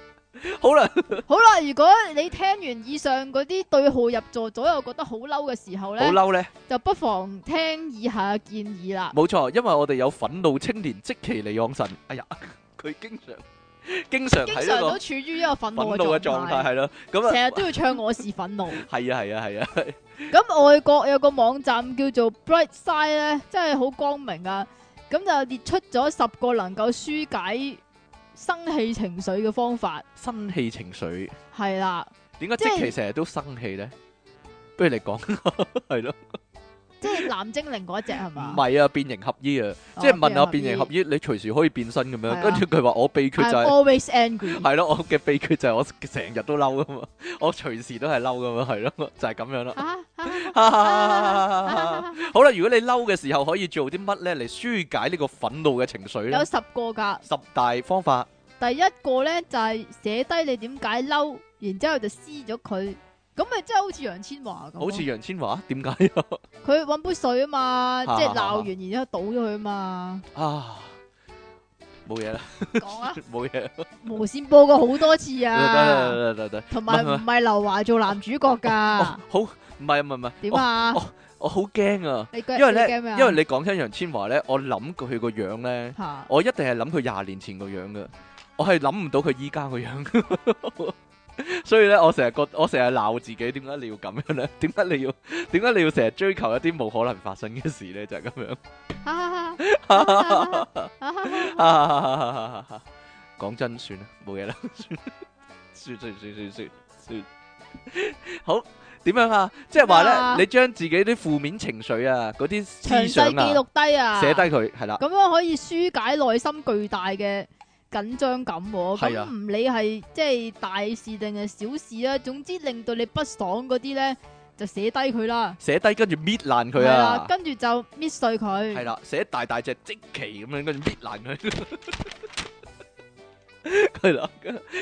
S1: 好啦，
S2: 好啦，如果你聽完以上嗰啲對號入座左右覺得好嬲嘅時候
S1: 好
S2: 咧，
S1: 嬲咧，
S2: 就不妨聽以下建議啦。
S1: 冇錯，因為我哋有憤怒青年即其尼昂神，哎 呀，佢經常經常
S2: 經
S1: 喺
S2: 常都
S1: 呢
S2: 處於一個憤
S1: 個憤怒
S2: 怒
S1: 嘅
S2: 嘅
S1: 狀
S2: 狀
S1: 態，
S2: 態，
S1: 係咯，咁啊
S2: 成日都要唱我是憤怒。
S1: 係啊係啊係啊，
S2: 咁外國有個網站叫做 Brightside 咧，真係好光明啊！咁就列出咗十個能夠疏解生氣情緒嘅方法，
S1: 生氣情緒，
S2: 係啦，
S1: 點解
S2: 即係
S1: 即其成日都生氣咧？不如你 講係咯，
S2: 即係藍精靈嗰一隻係
S1: 唔
S2: 嘛？
S1: 係啊，變形合衣啊，
S2: Ờ,
S1: 即係問下變形合衣，你隨時可以變身咁
S2: 係啊
S1: 樣，跟住佢話我秘訣就
S2: I'm
S1: 係。
S2: always angry。
S1: 系咯，我嘅秘訣就係我成日都嬲噶嘛，我隨時都係嬲噶嘛，係咯，就係咁樣啦。
S2: 啊啊
S1: 好
S2: 啊
S1: 啦，如果你嬲嘅時候可以做啲乜咧嚟舒解呢個憤怒嘅情緒
S2: 有
S1: 咧？
S2: 十個㗎，
S1: 十大方法
S2: 第一個咧就係寫低你點解嬲，然之後就撕咗佢，咁咪真係好似楊千嬅咁咯。
S1: 好似楊千嬅，點解 啊
S2: 佢揾杯水啊嘛，
S1: 啊
S2: 即係鬧完然之後倒咗佢啊嘛。
S1: 啊？冇嘢啦，
S2: 講啊，
S1: 冇嘢啦，
S2: 無線播過好多次 啊，
S1: 得得得得，
S2: 同埋
S1: 唔係
S2: 唔係劉華做男主角
S1: 哦
S2: 㗎，
S1: 好，唔係唔係唔係，
S2: 啊點
S1: 我
S2: 啊
S1: 我？我好驚啊，
S2: 你
S1: 因為
S2: 驚
S1: 咧
S2: 驚咩，啊？
S1: 因為你講親楊千嬅咧，我諗佢個樣咧，
S2: 嚇
S1: 我一定係諗佢廿年前個樣噶，我係諗唔到佢依家個樣。 所以咧，我成日覺，我成日鬧自己，點解你要咁樣咧？點解你要，點解你要成日追求一啲冇可能發生嘅事咧？就係、咁樣。
S2: 啊
S1: 講真，算啦，冇嘢啦， 算算算算算算，好點樣啊？即係話
S2: 點啊
S1: 咧，你將自己啲負面情緒啊，嗰啲思
S2: 詳
S1: 想
S2: 細
S1: 啊，
S2: 記錄低啊，
S1: 寫低佢係啦，
S2: 咁樣可以疏解內心巨大嘅緊張感喎。
S1: 係啊
S2: 咁唔理係即係大事定係小事啦，總之令到你不爽嗰啲咧，就寫低佢啦。
S1: 寫低跟住搣爛
S2: 係
S1: 佢
S2: 啦
S1: 啊，，
S2: 跟住就搣碎佢。
S1: 係啦，寫大大隻即期咁樣，跟住搣爛佢。係啦，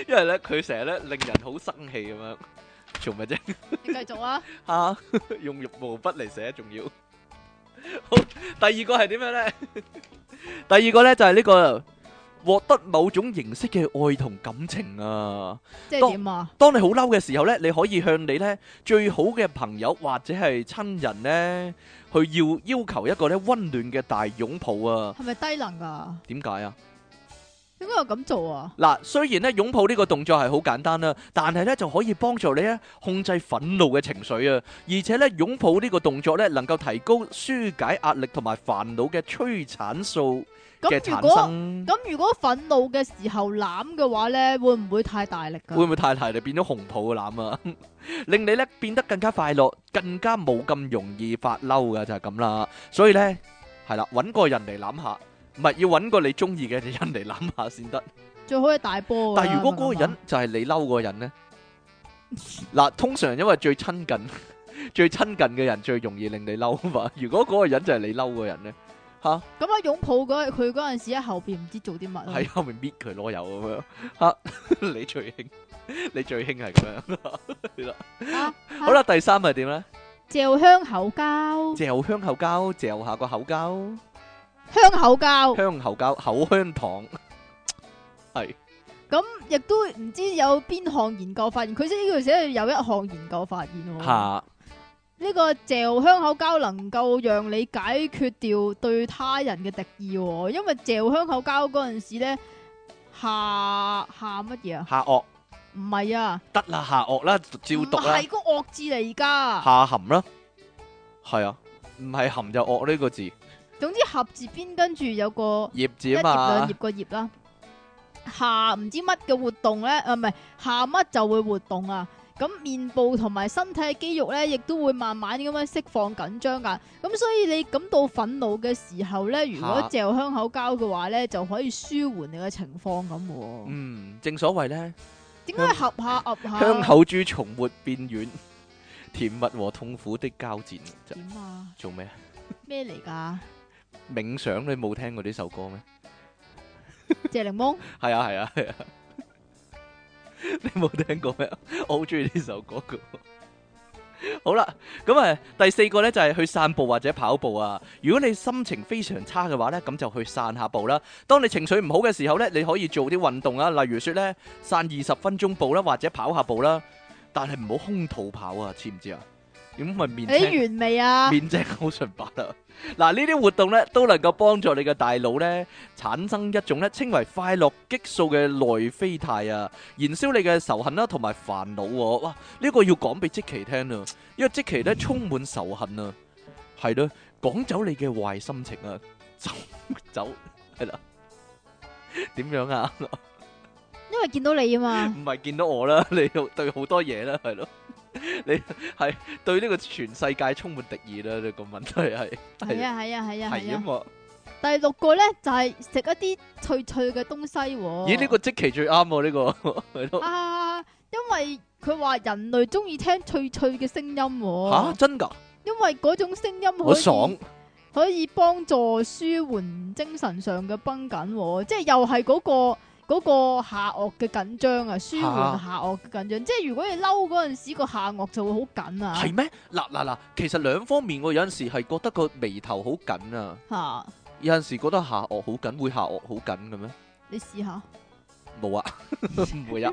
S1: 因為咧佢 成日咧令人好生氣咁樣，做乜啫？
S2: 你繼 續啊，
S1: 啊，用肉毛筆嚟寫仲要。好，第二個係點樣 咧？第二個咧就係、呢、 個獲得某種形式嘅愛同感情啊。
S2: 即係
S1: 當
S2: 點啊？
S1: 當你好嬲嘅時候咧，你可以向你咧最好嘅朋友或者係親人咧，去要要求一個咧温暖嘅大擁抱啊。
S2: 係咪低能㗎？
S1: 點解啊？
S2: 應該係咁做啊？
S1: 嗱，雖然咧擁抱呢個動作係好簡單啦，但係咧就可以幫助你咧控制憤怒嘅情緒啊，而且咧擁抱呢個動作咧能夠提高舒解壓力同埋煩惱嘅催產素嘅
S2: 咁如
S1: 產
S2: 果
S1: 生。
S2: 咁如果憤怒嘅時候攬嘅話咧，會唔會太大力啊
S1: 會
S2: 㗎？
S1: 唔會太大就變咗紅抱嘅攬啊？ 令你咧變得更加快樂，更加冇咁容易發嬲嘅就係咁啦。所以咧係啦，揾個人嚟攬下，唔係要揾個你中意嘅人嚟攬下先得。
S2: 最好係大波㗎啊啦。
S1: 但係如果嗰個人就係你嬲嗰個人咧，嗱，通常因為最親近、 最親近嘅人最容易令你嬲嘛。如果嗰個人就係你嬲嗰個人咧，
S2: 咁啊擁抱嗰佢嗰陣時喺後邊唔知做啲乜啊
S1: 喺？後面搣佢攞油咁樣，吓 你最興，你最興係咁樣。
S2: 啊
S1: 好啦，第三係點咧？
S2: 嚼香口膠，
S1: 嚼香口膠，嚼下個口膠，
S2: 香口膠。
S1: 香口膠，口香糖。
S2: 咁亦都唔知有邊項研究發現，佢呢度寫有一項研究發現喎。
S1: 吓，
S2: 呢個嚼香口膠能夠讓你解決掉對他人嘅敵意喎，因為嚼香口膠嗰陣時咧，下下乜嘢啊？
S1: 下顎
S2: 唔係啊，
S1: 得啦，下顎啦，照讀
S2: 唔
S1: 啦
S2: 係，個惡字嚟㗎。
S1: 下含啦，係啊，唔係含就顎呢個字，
S2: 總之合字邊跟住有個
S1: 葉
S2: 一
S1: 子
S2: 頁
S1: 啊嘛
S2: 兩頁，個頁啦。下唔知乜嘅活動咧，啊唔係下乜就會活動啊。咁面部同埋身體嘅肌肉咧，亦都會慢慢咁樣釋放緊張噶。咁所以你感到憤怒嘅時候咧，如果
S1: 下
S2: 嚼香口膠嘅話咧，就可以舒緩你嘅情況咁喎。
S1: 嗯，正所謂咧，
S2: 點解合下合下？
S1: 香口珠從沒變軟，甜蜜和痛苦的交戰。就
S2: 點啊？
S1: 做咩啊？
S2: 咩嚟㗎？
S1: 冥想你冇聽過呢首歌咩？
S2: 謝檸檬。
S1: 係啊係啊係啊！ 你冇聽過咩？我好中意呢首歌噶。好啦，咁啊，第四個呢就係、去散步或者跑步啊。如果你心情非常差嘅話呢，咁就去散下步啦。當你情緒唔好嘅時候呢，你可以做啲運動啊，例如說呢，散二十分鐘步啦，或者跑下步啦。但係唔好空肚跑啊，知唔知啊？咁咪面青
S2: 你完未啊？
S1: 面正好純白啦。嗱，呢啲活動咧都能夠幫助你嘅大腦咧產生一種咧稱為快樂激素嘅內啡肽啊，燃燒你嘅仇恨啦同埋煩惱喎。哇！呢、個要講俾即奇聽啊，因為即奇咧充滿仇恨啊，係咯，趕走你嘅壞心情啊， 走走係啦。點樣啊？
S2: 因為見到你啊嘛。
S1: 唔係見到我啦， 你又對好多嘢啦，係咯，你係對呢個全世界充滿敵意啦，你個問題係
S2: 係啊係啊係啊
S1: 係啊
S2: 係啊。
S1: 嘛。
S2: 第六個咧就係食一啲脆脆嘅東西喎。
S1: 咦，呢個即期最啱喎，呢 個係咯，
S2: 啊，因為佢話人類中意聽脆脆嘅聲音
S1: 吓
S2: 喎，
S1: 真㗎，
S2: 因為嗰種聲音
S1: 我
S2: 可
S1: 爽
S2: 以可以幫助舒緩精神上嘅繃緊喎，即係又係嗰個。嗰個下顎嘅緊張啊，舒緩
S1: 嚇
S2: 下顎嘅緊張，即係如果你嬲嗰陣時，個下顎就會好緊啊，
S1: 係咩？嗱嗱嗱，其實兩方面我有陣時係覺得個眉頭好緊啊，
S2: 嚇
S1: 有陣時覺得下顎好緊，會下顎好緊嘅咩？
S2: 你試下，
S1: 冇 啊，唔 會啊，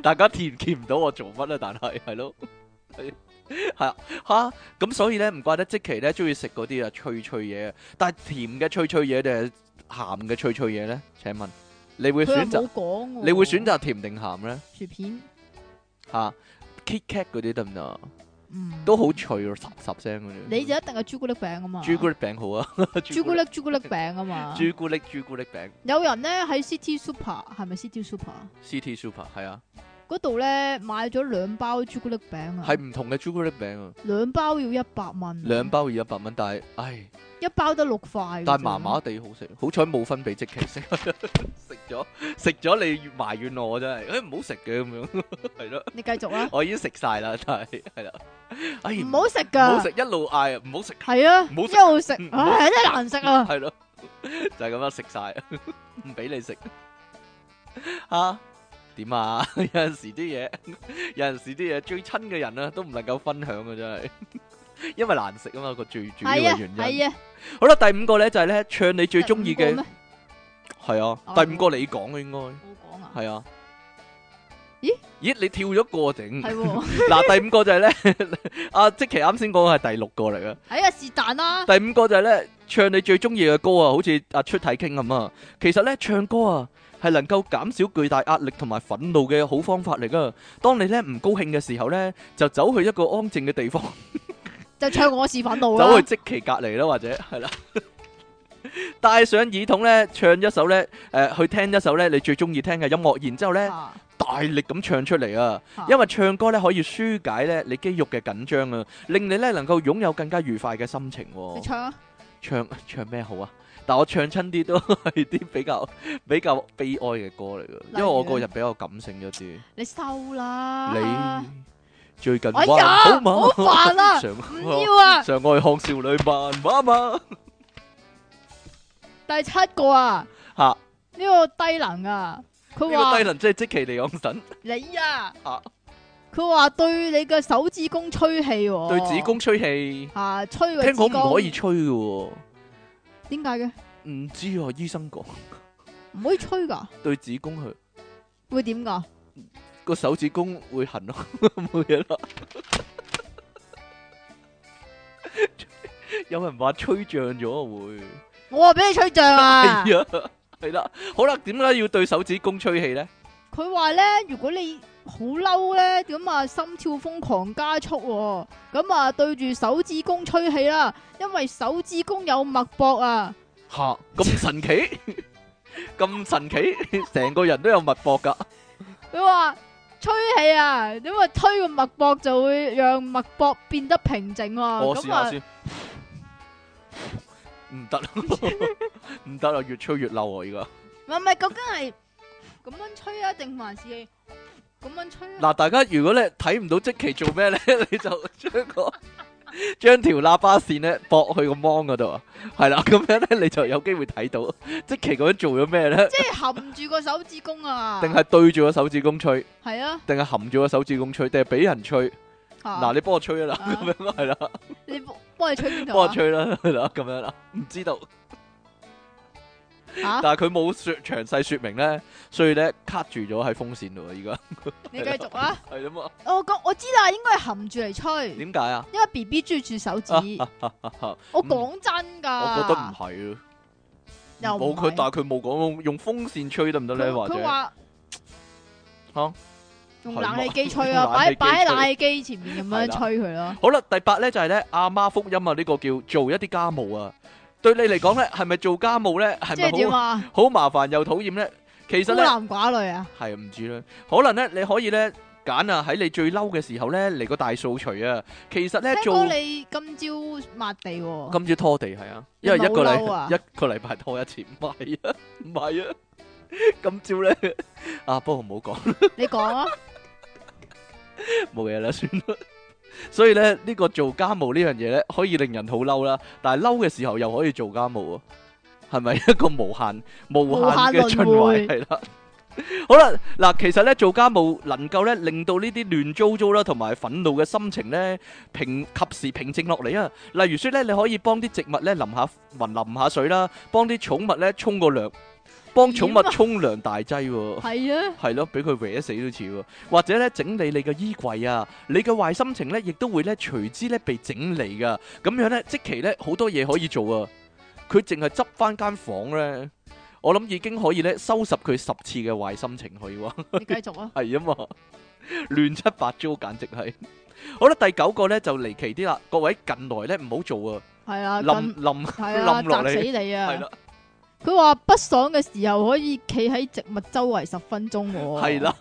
S1: 大家見見唔到我做乜啊？但係 係咯，係係啊，吓咁所以咧，唔怪得即期咧中意食嗰啲啊脆脆嘢啊，但係甜嘅脆脆嘢定係鹹嘅脆脆嘢咧？請問你會
S2: 佢又
S1: 選擇
S2: 冇講喎，
S1: 你會選擇甜定鹹咧？
S2: 薯片，
S1: 吓 Kit Kat 嗰啲得唔得啊？
S2: 嗯，
S1: 都好脆啊，霎霎聲嗰啲。
S2: 你就一定係朱古力餅啊嘛，
S1: 朱古力餅好啊，
S2: 朱古力朱古力餅啊嘛，
S1: 朱古力朱古力餅
S2: 有人咧喺 City Super 係咪 City Super 啊
S1: ，City Super 係啊，
S2: 嗰度咧買咗兩包朱古力餅啊，嗯
S1: 係唔同嘅朱古力餅啊，
S2: 兩包要一百蚊，
S1: 兩包要一百蚊，但係唉，
S2: 一包得六塊，
S1: 但係麻麻，地好食，好彩冇分俾即期食， 食咗食咗你埋怨我真係，誒唔好食嘅咁樣， 係咯，，
S2: 你繼續啦
S1: 我已經食晒啦，但係係啦，唉
S2: 唔好食
S1: 哎唔
S2: 噶
S1: 好，食一路嗌啊，唔好食，
S2: 係啊，
S1: 唔好食
S2: 一路食，
S1: 嗯
S2: 唉真係難食 啊，
S1: 係咯，就係咁樣食晒， 唔俾你食。 啊，點啊？ 有陣時啲嘢，有陣時啲嘢最親嘅人啊，都唔能夠分享嘅真係， 因為難食啊嘛個最主要
S2: 係啊
S1: 嘅原因。
S2: 係啊，
S1: 好啦，第五個咧就係咧唱你最中意
S2: 得
S1: 嘅，
S2: 五個咩
S1: 係啊，
S2: 哦
S1: 第五個你講嘅應該
S2: 冇講啊，
S1: 係啊。
S2: 咦？
S1: 咦？你跳咗個整
S2: 係喎，
S1: 嗱，第五個就係 咧，阿即奇啱先講嘅係第六個嚟嘅。
S2: 係啊是 但啦，
S1: 第五個就係咧，唱你最中意嘅歌啊，好似阿出體傾咁啊。其實咧，唱歌啊係能夠減少巨大壓力同埋憤怒嘅好方法嚟噶。當你咧唔高興嘅時候咧，就走去一個安靜嘅地方，
S2: 就唱我是憤怒啦
S1: 走，去即其隔離啦，或者係啦。戴上耳筒咧，唱一首咧，誒、去聽一首咧你最中意聽嘅音樂，然之後咧
S2: 啊
S1: 大力咁唱出嚟啊！
S2: 啊
S1: 因為唱歌咧可以舒解咧你肌肉嘅緊張啊，令你咧能夠擁有更加愉快嘅心情、喎。
S2: 你唱啊，
S1: 唱 唱咩好啊？但我唱親啲都 係啲比較比較悲哀嘅歌嚟嘅，因為
S2: 如
S1: 我
S2: 呢
S1: 個人比較感性一啲。
S2: 你收啦，
S1: 你最近
S2: 啊哎
S1: 哇
S2: 呀，
S1: 嘛
S2: 好煩 啊
S1: 上
S2: 唔要啊，
S1: 上外看少女漫畫嘛
S2: 第七個 啊。
S1: 吓，呢
S2: 呢個低能啊！佢
S1: 個
S2: 話
S1: 低能即係即其利昂神
S2: 你啊
S1: 啊，
S2: 佢話對你嘅手指公吹氣喎，
S1: 對子宮吹氣，
S2: 啊吹個
S1: 聽
S2: 哦子宮
S1: 講唔可以吹嘅喎，
S2: 點解嘅？
S1: 唔知啊，醫生講
S2: 唔可以吹噶，
S1: 對子宮佢
S2: 會點噶？
S1: 個手指公會痕咯， 冇嘢啦。 有人話吹脹咗啊會。
S2: 我話俾你吹 脹啊！
S1: 係啊，係啦，好啦，點解要對手指公吹氣咧？
S2: 佢話咧，如果你好嬲咧，咁啊心跳瘋狂加速、喎。咁啊對住手指公吹氣啦，因為手指公有脈搏啊，
S1: 吓咁神奇，咁神奇，成個人都有脈搏噶，
S2: 佢話吹氣啊，咁啊吹個脈搏就會讓脈搏變得平靜喎、
S1: 我試
S2: 咁
S1: 下
S2: 啊
S1: 先。唔得， 唔得啦！越吹越嬲我而家。
S2: 唔係唔係，究竟係咁樣吹啊，定還是係咁樣吹啊？
S1: 嗱，大家如果咧睇唔到即期做咩咧，你就將個將條喇叭線咧駁去個芒嗰度啊，係啦，咁樣咧你就有機會睇到即期咁樣做咗咩咧，
S2: 即係含住個手指公啊？
S1: 定係對住個手指公吹，
S2: 係啊？
S1: 定係含住個手指公吹，定係俾人吹？
S2: 嗱
S1: 嗱，你幫我吹啊啦，
S2: 啊
S1: 咁樣係啦，
S2: 你幫幫你吹邊
S1: 幫
S2: 度
S1: 我
S2: 啊？
S1: 吹啦，係啦，咁樣啦，
S2: 嗯
S1: 唔知道，
S2: 嚇！
S1: 但係佢冇説詳細説明咧，所以咧卡住咗喺風扇度啊，而 家
S2: 你繼續啊！
S1: 係啊嘛，
S2: 我講我知啦，應該係含住嚟吹，
S1: 點解啊？
S2: 因為 B B 中意啜手指。我講真㗎，
S1: 我覺得唔係咯。
S2: 啊又
S1: 冇
S2: 唔
S1: 佢，
S2: 係
S1: 但係佢冇講用用風扇吹得唔得咧，或者
S2: 佢佢話
S1: 嚇
S2: 用
S1: 係
S2: 冷
S1: 嘛
S2: 氣機吹
S1: 用
S2: 啊，
S1: 冷氣
S2: 擺
S1: 機
S2: 擺喺
S1: 吹
S2: 冷氣機前面咁
S1: 係
S2: 樣
S1: 啦
S2: 吹佢咯。
S1: 好啦。第八咧就係咧阿媽福音啊，呢個叫做一啲家務啊。對你嚟講咧，係咪做家務咧，
S2: 即係
S1: 係咪
S2: 點
S1: 好
S2: 啊？
S1: 好麻煩又討厭咧？其
S2: 孤
S1: 實咧
S2: 男寡女啊！
S1: 係唔知啦，可能咧你可以咧揀啊喺你最嬲嘅時候咧嚟個大掃除啊。其實咧
S2: 聽
S1: 做
S2: 講你今朝抹地喎，
S1: 今朝拖地係啊，因
S2: 你
S1: 為一
S2: 冇
S1: 個
S2: 嬲啊
S1: 禮一個禮拜拖一次，唔係啊，唔係啊。今朝咧啊，不過唔好講。
S2: 你講啊！
S1: 冇嘢啦，算啦。所以咧，呢、個做家務呢樣嘢咧，可以令人好嬲啦，但係嬲嘅時候又可以做家務喎，係咪 一個無限無限嘅循
S2: 無
S1: 環
S2: 限輪迴
S1: 係啦？好啦，嗱，其實咧做家務能夠咧令到呢啲亂糟糟啦，同埋憤怒嘅心情咧平及時平靜落嚟啊。例如說咧，你可以幫啲植物咧淋下雲淋下水啦，幫啲寵物咧沖個涼，幫寵
S2: 點啊
S1: 物沖涼大劑喎。
S2: 係啊，
S1: 係咯，俾佢搲死都似喎。或者咧整理你嘅衣櫃啊，你嘅壞心情咧亦都會咧隨之咧被整理噶。咁樣咧，即期咧好多嘢可以做啊。佢淨係執翻間房咧，我諗已經可以咧收拾佢十次嘅壞心情去喎。
S2: 你繼續啊！
S1: 係啊嘛，亂七八糟，簡直係。好啦，第九個咧就離奇啲啦，各位近來咧唔好做啊，
S2: 係啊，
S1: 冧
S2: 咁
S1: 冧
S2: 係啊，
S1: 冧落
S2: 砸
S1: 嚟
S2: 死你啊！
S1: 係啦，
S2: 佢話不爽嘅時候可以企喺植物周圍十分鐘喎。
S1: 係，啦。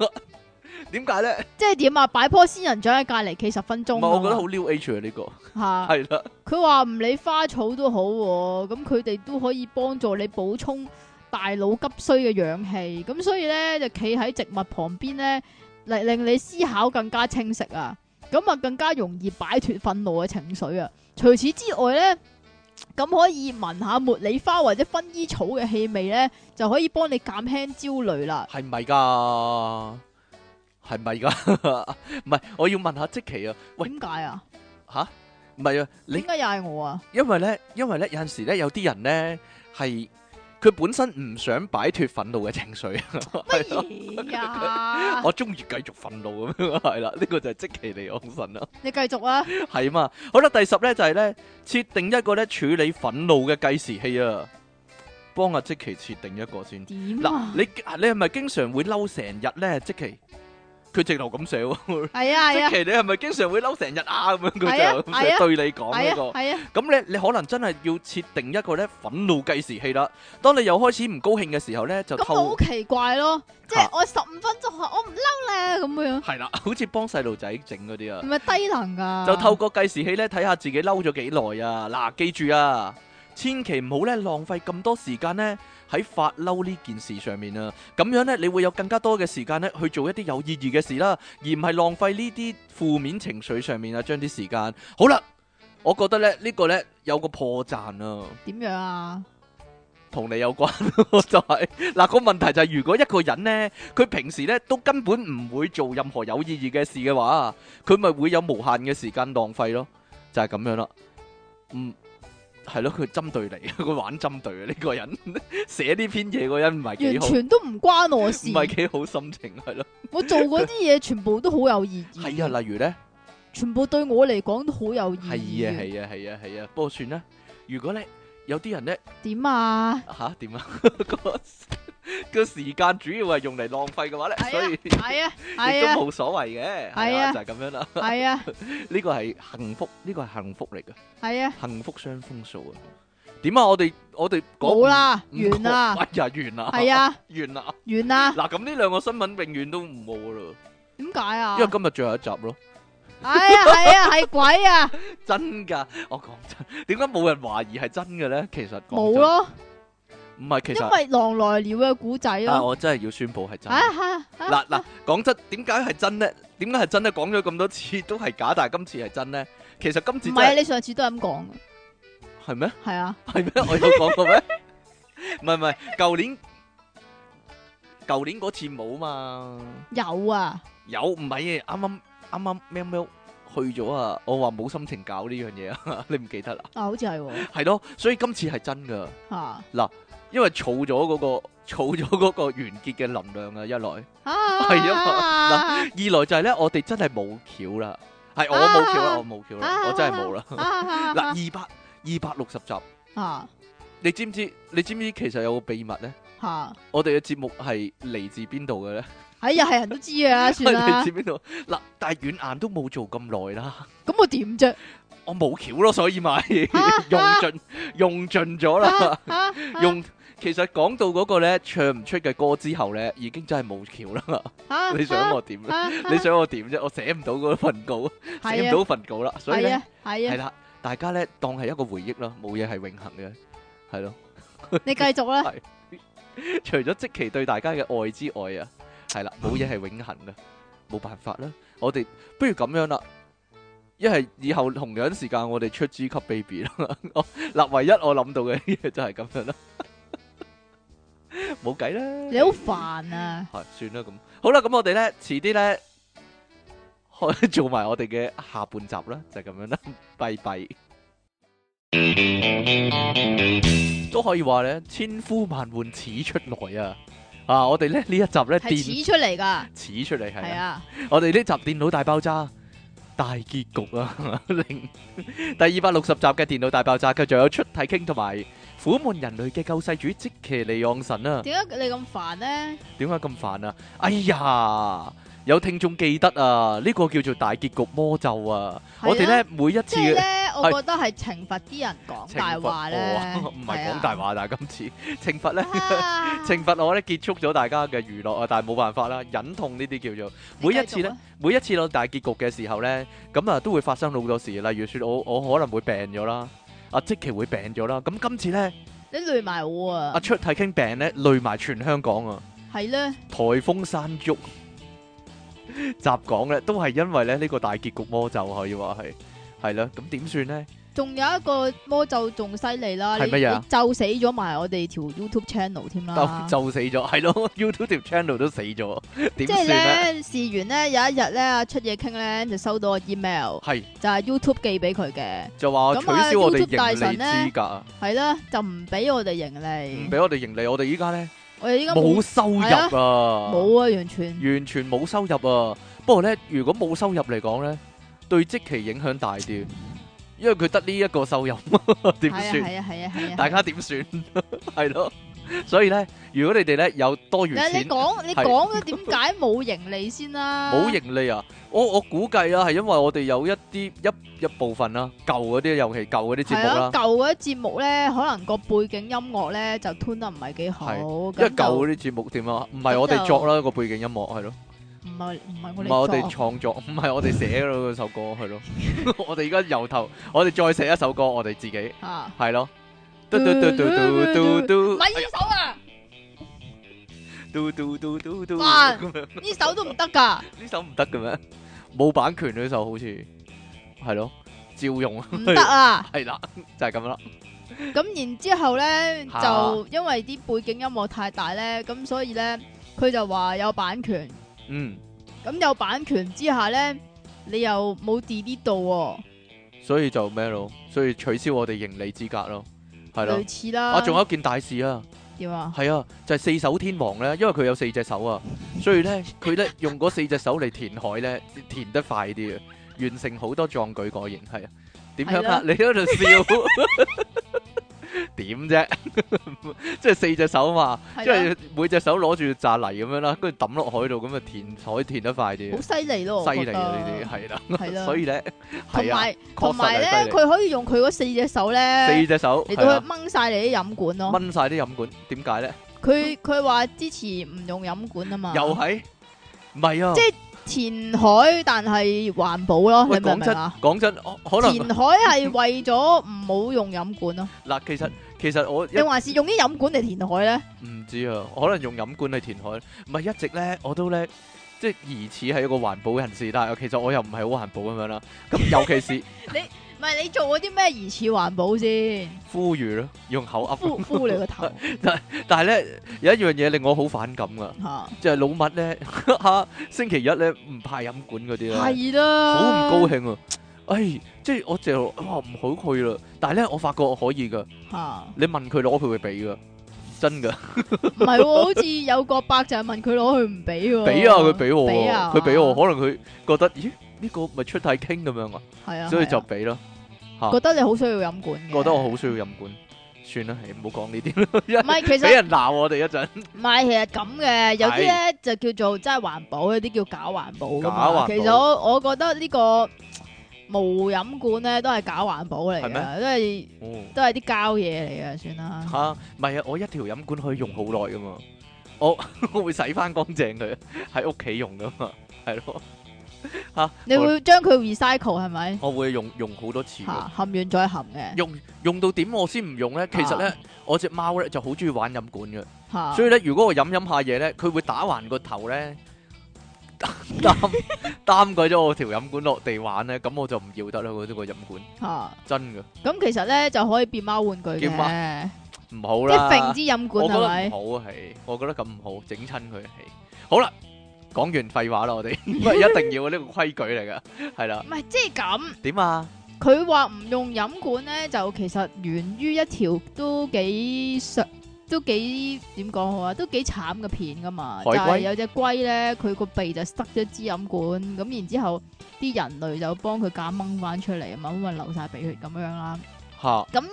S1: 點解咧？
S2: 即係點啊？擺棵仙人掌喺隔離企十分
S1: 唔
S2: 鐘
S1: 係，
S2: 啊。
S1: 我覺得好 New Age 啊呢個，
S2: 嚇！
S1: 係啦。
S2: 佢話唔理花草都好喎，咁佢哋都可以幫助你補充大腦急需嘅氧氣。咁所以咧就企喺植物旁邊咧，嚟令你思考更加清晰啊！咁啊更加容易擺脱憤怒嘅情緒啊！除此之外咧，咁可以聞下茉莉花或者薰衣草嘅氣味咧，就可以幫你減輕焦慮啦。
S1: 系咪噶？系咪噶？唔系，我要問下即奇啊。喂，
S2: 點解啊？
S1: 吓， 唔係啊，
S2: 點
S1: 你
S2: 解又係我啊？
S1: 因為咧，因為咧，有阵时咧，有啲人咧係佢本身唔想擺脱憤怒嘅情緒，
S2: 乜
S1: 係咯
S2: 嘢哎 呀？
S1: 我中意繼續憤怒咁樣，係啦，呢個就係即奇尼昂神啦，
S2: 你繼續啊！
S1: 係嘛？好啦，第十咧就係咧設定一個咧處理憤怒嘅計時器啊，幫阿即奇設定一個先。
S2: 點
S1: 嗱
S2: 啊，？
S1: 你你係咪經常會嬲成日咧？即奇佢直頭咁寫喎。
S2: 係啊係啊
S1: 即。其你係咪經常會嬲成日啊？咁樣
S2: 係啊
S1: 佢就
S2: 係啊
S1: 咁對你講
S2: 係
S1: 呢
S2: 啊
S1: 個。
S2: 係啊，
S1: 咁咧，你可能真係要設定一個咧憤怒計時器啦。當你又開始唔高興嘅時候咧，就
S2: 咁我好
S1: 透
S2: 奇怪咯，即
S1: 嚇啊
S2: 係我十五分鐘後我唔嬲咧咁樣，
S1: 係啦，好似幫細路仔整嗰啲啊
S2: 唔，係低能噶，
S1: 就透過計時器咧睇下自己嬲咗幾耐啊。嗱，記住啊，千祈唔好咧浪費咁多時間咧喺發嬲呢件事上面啊。咁樣咧，你會有更加多嘅時間咧去做一啲有意義嘅事啦，而唔係浪費呢啲負面情緒上面啊，將啲時間。好啦，我覺得咧呢、呢個咧有個破綻啊，
S2: 點樣啊？
S1: 同你有關 就係、嗱、個問題就係、如果一個人呢，佢平時咧都根本唔會做任何有意義嘅事嘅話，佢咪會有無限嘅時間浪費咯，就係、咁樣啦。嗯，係咯，佢針對你， 佢玩針對啊！呢、個人 寫呢篇嘢嗰個人唔係幾
S2: 完
S1: 好，
S2: 全都唔關我
S1: 唔
S2: 事，
S1: 係幾好心情係咯。
S2: 我做嗰啲嘢全部都好有意義，
S1: 係啊，例如呢。
S2: 全部對我嚟講都好有意
S1: 係啊
S2: 義，
S1: 係啊係啊係啊，不過算啦。如果咧有啲人咧
S2: 點啊？
S1: 吓點啊，個 個時間主要係用嚟浪費嘅話咧，所以亦
S2: 係 啊，係啊
S1: 都，冇所謂嘅，係
S2: 係
S1: 啊，
S2: 啊
S1: 就係咁樣 啦。
S2: 係啊，
S1: 呢個係幸福，呢個係幸福嚟嘅，
S2: 係啊，
S1: 幸福雙豐數啊！點啊？我哋我哋講
S2: 冇啦，
S1: 唔
S2: 完啦，
S1: 哎呀，完啦，
S2: 係，啊，
S1: 完啦。
S2: 完啦，
S1: 嗱，咁呢兩個新聞永遠都唔冇噶啦，
S2: 點解啊
S1: 因為？今日最後一集 咯，
S2: 哎呀，係啊，係鬼啊，
S1: 真噶。我講真，點解冇人懷疑係真嘅咧？其實講
S2: 冇
S1: 真，
S2: 咯，
S1: 唔係其
S2: 因
S1: 實，
S2: 為狼來了嘅古仔
S1: 但係
S2: 咯，
S1: 我真係要宣布係真嘅。
S2: 啊吓，啊
S1: 嗱嗱，講真，點解係真呢？點解係真呢？講咗咁多次都係假，但係今次係真呢？其實今次真
S2: 唔係啊
S1: 係
S2: 你上次都係咁講嘅，
S1: 係咩？
S2: 係啊，
S1: 係咩？我有講過咩？唔係唔係，舊年舊年嗰次冇嘛？
S2: 有啊，
S1: 有唔係？啱啱啱啱喵喵去咗啊！我話冇心情搞呢 樣嘢啊，你唔記得啦？
S2: 啊好似係喎，
S1: 係咯，所以今次係真噶，
S2: 啊
S1: 因為儲咗嗰個儲咗嗰個完結嘅能量啊，一來。
S2: 啊，
S1: 係啊二來就係咧，我哋真係冇橋啦，係我冇橋啦，
S2: 啊
S1: 我冇橋啦，
S2: 啊
S1: 我真係冇啦。
S2: À. 啊
S1: 嗱，二百二百六十集，
S2: 啊
S1: 你知唔知？你知唔知其實有個秘密咧？
S2: 吓，
S1: 我哋嘅節目係嚟自邊度嘅咧？
S2: 啊哎呀，係人都知 嘅啦，
S1: 係
S2: 算
S1: 嚟
S2: 啦
S1: 自，邊度？嗱，但係軟硬都冇做咁耐 啦，
S2: 咁我點啫？
S1: 我冇橋咯，所以咪用盡用盡 咗啦。
S2: 啊
S1: 用其實講到嗰個咧唱唔出嘅歌之後咧，已經真係冇橋 啦。
S2: 啊啊
S1: 你想我點咧？ 你想我點啫？我寫唔到嗰份 稿，寫唔到份稿啦，所以
S2: 係
S1: 咧。
S2: 啊係
S1: 係
S2: 啊，
S1: 啦，大家咧當係一個回憶啦，冇嘢係永恆嘅，係咯。
S2: 你繼續 啦，
S1: 除咗即期對大家嘅愛之外啊，係啦，冇嘢係永恆嘅，冇辦法啦。我哋不如咁樣啦，一係以後同樣時間我哋出 G 級 baby 啦。 我嗱，唯一我諗到嘅嘢就係咁樣啦， 冇計啦。
S2: 你好煩 啊！
S1: 係算啦咁，好啦，咁我哋咧遲啲咧開做埋我哋嘅下半集啦，就係咁樣啦， 拜拜。都可以話咧，千呼萬喚始出來啊！啊，我哋咧呢一集咧
S2: 係
S1: 電
S2: 似出嚟噶，
S1: 始出嚟係
S2: 係
S1: 啊，
S2: 啊，
S1: 我哋呢集電腦大爆炸大結局啊， 零第二百六十集嘅電腦大爆炸，繼續有出體傾同埋苦悶人類嘅救世主即其利昂神啊！
S2: 點解你咁煩咧？
S1: 點解咁煩啊？哎呀，有聽眾記得啊，呢、個叫做大結局魔咒啊！
S2: 係啊
S1: 我哋咧每一次
S2: 即係
S1: 嘅
S2: 咧，我覺得係懲罰啲人講
S1: 懲
S2: 大
S1: 罰
S2: 話咧
S1: 我啊， 唔係
S2: 係啊
S1: 講大話，但係今次 懲罰咧，
S2: 啊
S1: 懲罰我咧結束咗大家嘅娛樂啊，但係冇辦法啦，忍痛呢啲叫做
S2: 你
S1: 每一
S2: 繼
S1: 次
S2: 續
S1: 咧
S2: 啊，
S1: 每一次攞大結局嘅時候咧，咁啊都會發生好多事，例如說我我可能會病咗啦，阿即奇會病咗啦，咁今次咧
S2: 你累埋我
S1: 阿
S2: 啊，
S1: 出體傾病咧累埋全香港啊！
S2: 係咧，
S1: 颱風山竹雜講咧，都係因為咧呢個大結局魔咒可以話係係啦，咁點算咧？
S2: 仲有一個魔咒仲犀利啦，你
S1: 係乜嘢啊
S2: 你咒死咗埋我哋條 YouTube channel 添啦
S1: 就。就死咗，係咯，YouTube 條 channel 都死咗，點
S2: 即係
S1: 算咧？
S2: 咧，事完咧有一日咧，阿出嘢傾咧就收到個 email，
S1: 係
S2: 就係 YouTube 寄俾佢嘅，
S1: 就話取消我哋
S2: 咁啊，YouTube 大
S1: 盈利
S2: 神
S1: 資
S2: 呢
S1: 格啊，
S2: 係啦，就唔俾我哋盈利，
S1: 唔俾我哋盈利，我哋依家咧
S2: 我哋依家
S1: 冇收入啊，
S2: 冇啊，完全
S1: 完全冇收入啊！不過咧，如果冇收入嚟講咧，對即期影響大啲，因為佢得呢一個收入， 點
S2: 係啊
S1: 算？
S2: 係啊係啊 係啊，
S1: 大家點算？係咯，所以咧，如果你哋咧有多餘
S2: 你
S1: 錢
S2: 你講你
S1: 係
S2: 講咗點解冇盈利先啦？
S1: 冇盈利啊，我我估計啊啦，係因為我哋有一啲一一部分啦，舊嗰啲尤其舊嗰啲節
S2: 係
S1: 目
S2: 啊，
S1: 啦，
S2: 舊嗰啲節目咧，可能個背景音樂咧就 tune 得唔係幾好，
S1: 係啊
S2: 咁
S1: 因為舊
S2: 就
S1: 嗰啲節目點啊，唔係我哋作啦個背景音樂係咯，
S2: 唔係唔係
S1: 唔
S2: 我
S1: 係我
S2: 哋
S1: 哋
S2: 作
S1: 創作， 唔係我哋寫咯嗰首歌係咯， 我哋而家由頭，我哋再寫一首歌，我哋自己
S2: 啊，
S1: 係咯，嘟嘟嘟嘟嘟嘟
S2: 唔
S1: 嘟
S2: 係呢首 啊，
S1: 嘟嘟嘟嘟嘟
S2: 哇
S1: 咁樣。
S2: 呢首都唔 得㗎，
S1: 呢首唔得嘅咩？冇版權呢首好似係咯，照用
S2: 唔得啊！
S1: 係啦， 就係咁啦。
S2: 咁然之 後咧，
S1: 嚇
S2: 就因為啲背景音樂太大咧，咁所以咧佢就話有版權。
S1: 嗯，
S2: 咁有版權之下咧，你又冇 delete 到喎，
S1: 所以就咩咯？所以取消我哋盈利資格咯，係咯
S2: 類。似啦。
S1: 啊，仲有一件大事啊，
S2: 點啊？
S1: 係啊，就係四手天王咧，因為佢有四隻手啊，所以咧佢咧用嗰四隻手嚟填海咧，填得快啲啊，完成好多壯舉，果然係啊。點樣啊？你喺度笑？點啫？ 即係四隻手嘛，
S2: 係啊
S1: 即
S2: 咯
S1: 係每隻手攞住扎泥咁樣啦，跟住抌落海度，咁啊填海填得快
S2: 好
S1: 啲，啊
S2: 犀利咯，
S1: 犀利啊！呢啲係啦，
S2: 啲係 啦，
S1: 所以咧
S2: 同
S1: 係啊，
S2: 埋
S1: 確
S2: 同埋
S1: 實係
S2: 咧，
S1: 犀利。
S2: 佢呃可以用佢嗰四隻手
S1: 四
S2: 咧
S1: 隻手
S2: 嚟
S1: 係
S2: 到
S1: 啊
S2: 去掹晒你啲飲管咯。
S1: 掹晒啲飲管，點解咧？
S2: 佢佢話之前唔用飲管啊嘛，
S1: 又係唔係啊？
S2: 即係填海，但係環保咯，
S1: 喂，
S2: 你明唔
S1: 講
S2: 明
S1: 真
S2: 啊？
S1: 講真，我可能
S2: 填海係為咗唔好用飲管咯，
S1: 嗱，其實其實我一
S2: 定還是用啲飲管嚟填海咧？
S1: 唔知啊，可能用飲管去填海，唔係一直咧，我都咧即係疑似係一個環保人士，但係其實我又唔係好環保咁樣啦。咁尤其是
S2: 唔係你做嗰啲咩疑似環保先？
S1: 呼籲咯，用口噏
S2: 敷
S1: 咯。
S2: 敷你 個頭
S1: 但係咧有一樣嘢令我好反感噶，
S2: 嚇，
S1: 就係啊老麥 咧嚇星期一咧唔派飲管嗰啲咧，
S2: 係啊啦，
S1: 好唔高興啊！唉，即係我就哇唔好去啦。但係咧，我發覺我可以噶，
S2: 嚇。
S1: 你問佢攞，佢會俾噶，真
S2: 哦
S1: 噶。
S2: 唔係喎，好似有個伯就係問佢攞，佢唔俾喎。
S1: 俾啊，佢俾我
S2: 俾
S1: 喎，
S2: 啊，
S1: 佢俾我，可能佢覺得咦呢個咪出體傾咁樣啊，
S2: 係啊，
S1: 所以就
S2: 係啊
S1: 俾咯。
S2: 覺得你好需要飲管嘅。
S1: 覺得我好需要飲管，算啦，唉唔好講呢啲啦，因
S2: 唔係其
S1: 為俾啊
S2: 實
S1: 人鬧我哋一陣。
S2: 唔係其實咁嘅，有啲咧就叫做真係環保，有啲叫假環保㗎嘛
S1: 假環保
S2: 其實我我覺得呢個無飲管咧都係假環保嚟
S1: 係
S2: 嘅，都係
S1: 哦
S2: 都係啲膠嘢嚟嘅，算啦。
S1: 吓，唔係啊，我一條飲管可以用好耐噶嘛，我 我會洗翻乾淨佢喺屋企用噶嘛，係咯吓，
S2: 你
S1: 我
S2: 會將佢 recycle 係咪？
S1: 我會用用好多次㗎，
S2: 嚇，含完再含嘅。
S1: 嗯用用到點我先唔用咧？其實咧
S2: 啊，
S1: 我只貓咧就好中意玩飲管嘅。
S2: 嚇，
S1: 所以咧，如果我飲飲下嘢咧，佢會打橫個頭咧， 擔擔鬼咗我條飲管落地玩咧，咁我就唔要得啦，嗰啲個飲管
S2: 嚇，
S1: 真嘅
S2: 咁其實咧就可以變貓玩具
S1: 叫貓
S2: 嘅，
S1: 唔好
S2: 即係揈
S1: 啦
S2: 支。飲管
S1: 我覺
S2: 係
S1: 得
S2: 咪？
S1: 唔好啊，係，我覺得咁唔好，整親佢係。好啦，講完廢話啦，我哋 唔係一定要啊呢個規矩嚟噶，係啦。
S2: 唔係，即係咁，
S1: 點啊？
S2: 佢話唔用飲管咧，就其實源於一條都幾上都幾點講好啊，都幾慘嘅片噶嘛。
S1: 海龜
S2: 就係有隻龜咧，佢個鼻就塞咗支飲管，咁然之後啲人類就幫佢夾掹翻出嚟啊嘛，咁咪流晒鼻血咁樣啦。
S1: 嚇！
S2: 咁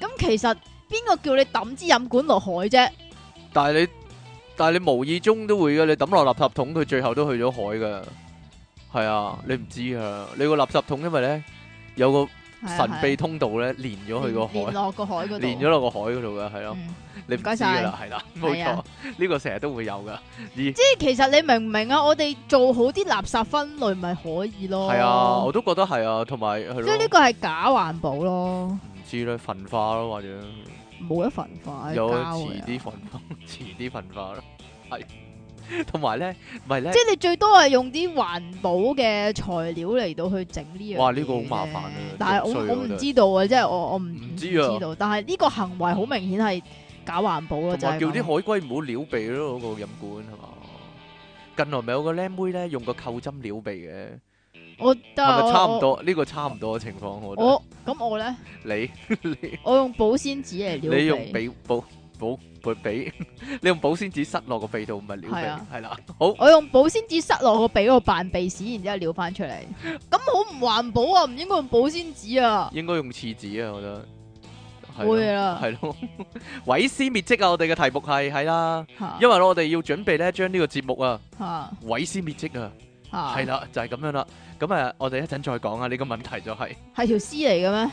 S2: 咁其實邊個叫你抌支飲管落海啫？
S1: 但係你但係你無意中都會嘅，你抌落垃圾桶，佢最後都去咗海噶。係啊，你唔知啊，你個垃圾桶因為咧有個。
S2: 係啊
S1: 神秘通道咧，連咗去個
S2: 連連
S1: 海，
S2: 落個海嗰度。
S1: 連咗落個海嗰度嘅，係咯，
S2: 嗯
S1: 你唔
S2: 唔該
S1: 知噶
S2: 晒
S1: 啦，係啦，冇
S2: 係
S1: 錯
S2: 啊，
S1: 呢個成日都會有噶，
S2: 即係其實你明唔明啊？我哋做好啲垃圾分類咪可以咯。
S1: 係啊，我都覺得係啊，同埋係
S2: 所以呢
S1: 咯，
S2: 個哦係假環保咯，
S1: 唔知咧，焚化咯，或者
S2: 冇得焚化，
S1: 有
S2: 膠
S1: 遲
S2: 嚟啊
S1: 啲焚化， 遲啲焚化咯，係，同埋咧，唔係咧
S2: 即，係你最多係用啲環保嘅材料嚟到去整呢樣嘢啫。
S1: 哇呢個好麻煩啊
S2: 但係
S1: 仲衰
S2: 我
S1: 我
S2: 我
S1: 覺
S2: 唔
S1: 得
S2: 知道啊，即係我我唔
S1: 唔
S2: 唔
S1: 知啊
S2: 道。但係呢個行為好明顯係假環保咯，
S1: 同
S2: 就係
S1: 埋叫啲
S2: 咁
S1: 海龜唔好撩鼻咯，個飲管係嘛？近來咪有個靚妹咧，用個扣針撩鼻嘅，
S2: 我但
S1: 係
S2: 係
S1: 咪
S2: 我
S1: 差唔？多？呢個差唔多嘅情況，我覺
S2: 我我咁我咧，
S1: 得你。
S2: 我用保鮮紙嚟撩
S1: 你用
S2: 鼻
S1: 鼻保保保鼻， 你用保鮮紙塞落個鼻度，唔係撩
S2: 係啊
S1: 鼻，係啦。好，
S2: 我用保鮮紙塞落個鼻嗰度扮鼻屎，然之後撩翻出嚟，咁好唔環保啊！唔應該用保鮮紙啊，
S1: 應該用廁紙啊，我覺得。係咯
S2: 會 啊，
S1: 係咯，毀屍滅跡啊！我哋嘅題目係係啦，
S2: 嚇
S1: 因為我哋要準備咧，將呢個節目啊
S2: 嚇
S1: 毀屍滅跡啊，
S2: 嚇
S1: 係啦，就係咁樣啦。咁啊，我哋一陣再講啊。呢個問題就係
S2: 係條絲嚟嘅咩？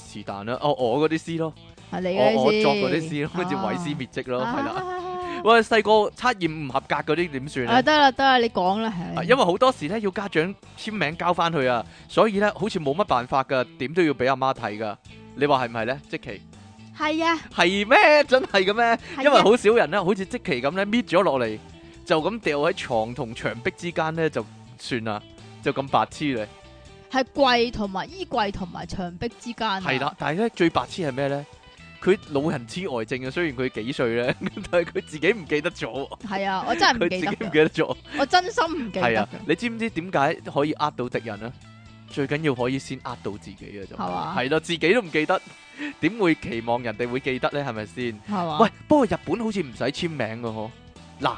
S1: 是但啦，哦，我嗰啲詩咯，
S2: 係你嘅
S1: 我我作嗰
S2: 嗰啊
S1: 啲啊詩咯，跟住毀屍滅跡咯，係啦。
S2: 啦。
S1: 喂，細個測驗唔合格嗰啲點算咧
S2: 啊，？得啦得啦，你講啦，
S1: 啊
S2: 係。
S1: 因為好多時咧要家長簽名交翻去啊，所以咧好似冇乜辦法噶，點都要俾阿媽睇噶。你話係唔係咧？即期
S2: 係啊，
S1: 係咩？真係嘅咩？
S2: 係啊
S1: 因為好少人咧，好似即期咁咧搣咗落嚟，就咁掉喺床同牆壁之間咧就算啦，就咁白痴咧。
S2: 係櫃同埋衣櫃同埋牆壁之間啊。
S1: 係啦，但係咧最白痴係咩咧？佢老人痴呆症啊，雖然佢幾歲咧， 但係佢自己唔記得咗，
S2: 係啊，我真係
S1: 佢
S2: 唔
S1: 自
S2: 記
S1: 己
S2: 得
S1: 唔
S2: 㗎，
S1: 記得咗。
S2: 我真心唔記得
S1: 係啊
S2: 㗎，，
S1: 你知唔知點解可以呃到敵人啊？最緊要可以先呃到自己嘅就
S2: 係嘛
S1: 係啦，自己都唔記得，點會期望人哋會記得呢？係咪先？
S2: 係嘛？
S1: 喂，不過日本好似唔使簽名嘅嗬。嗱，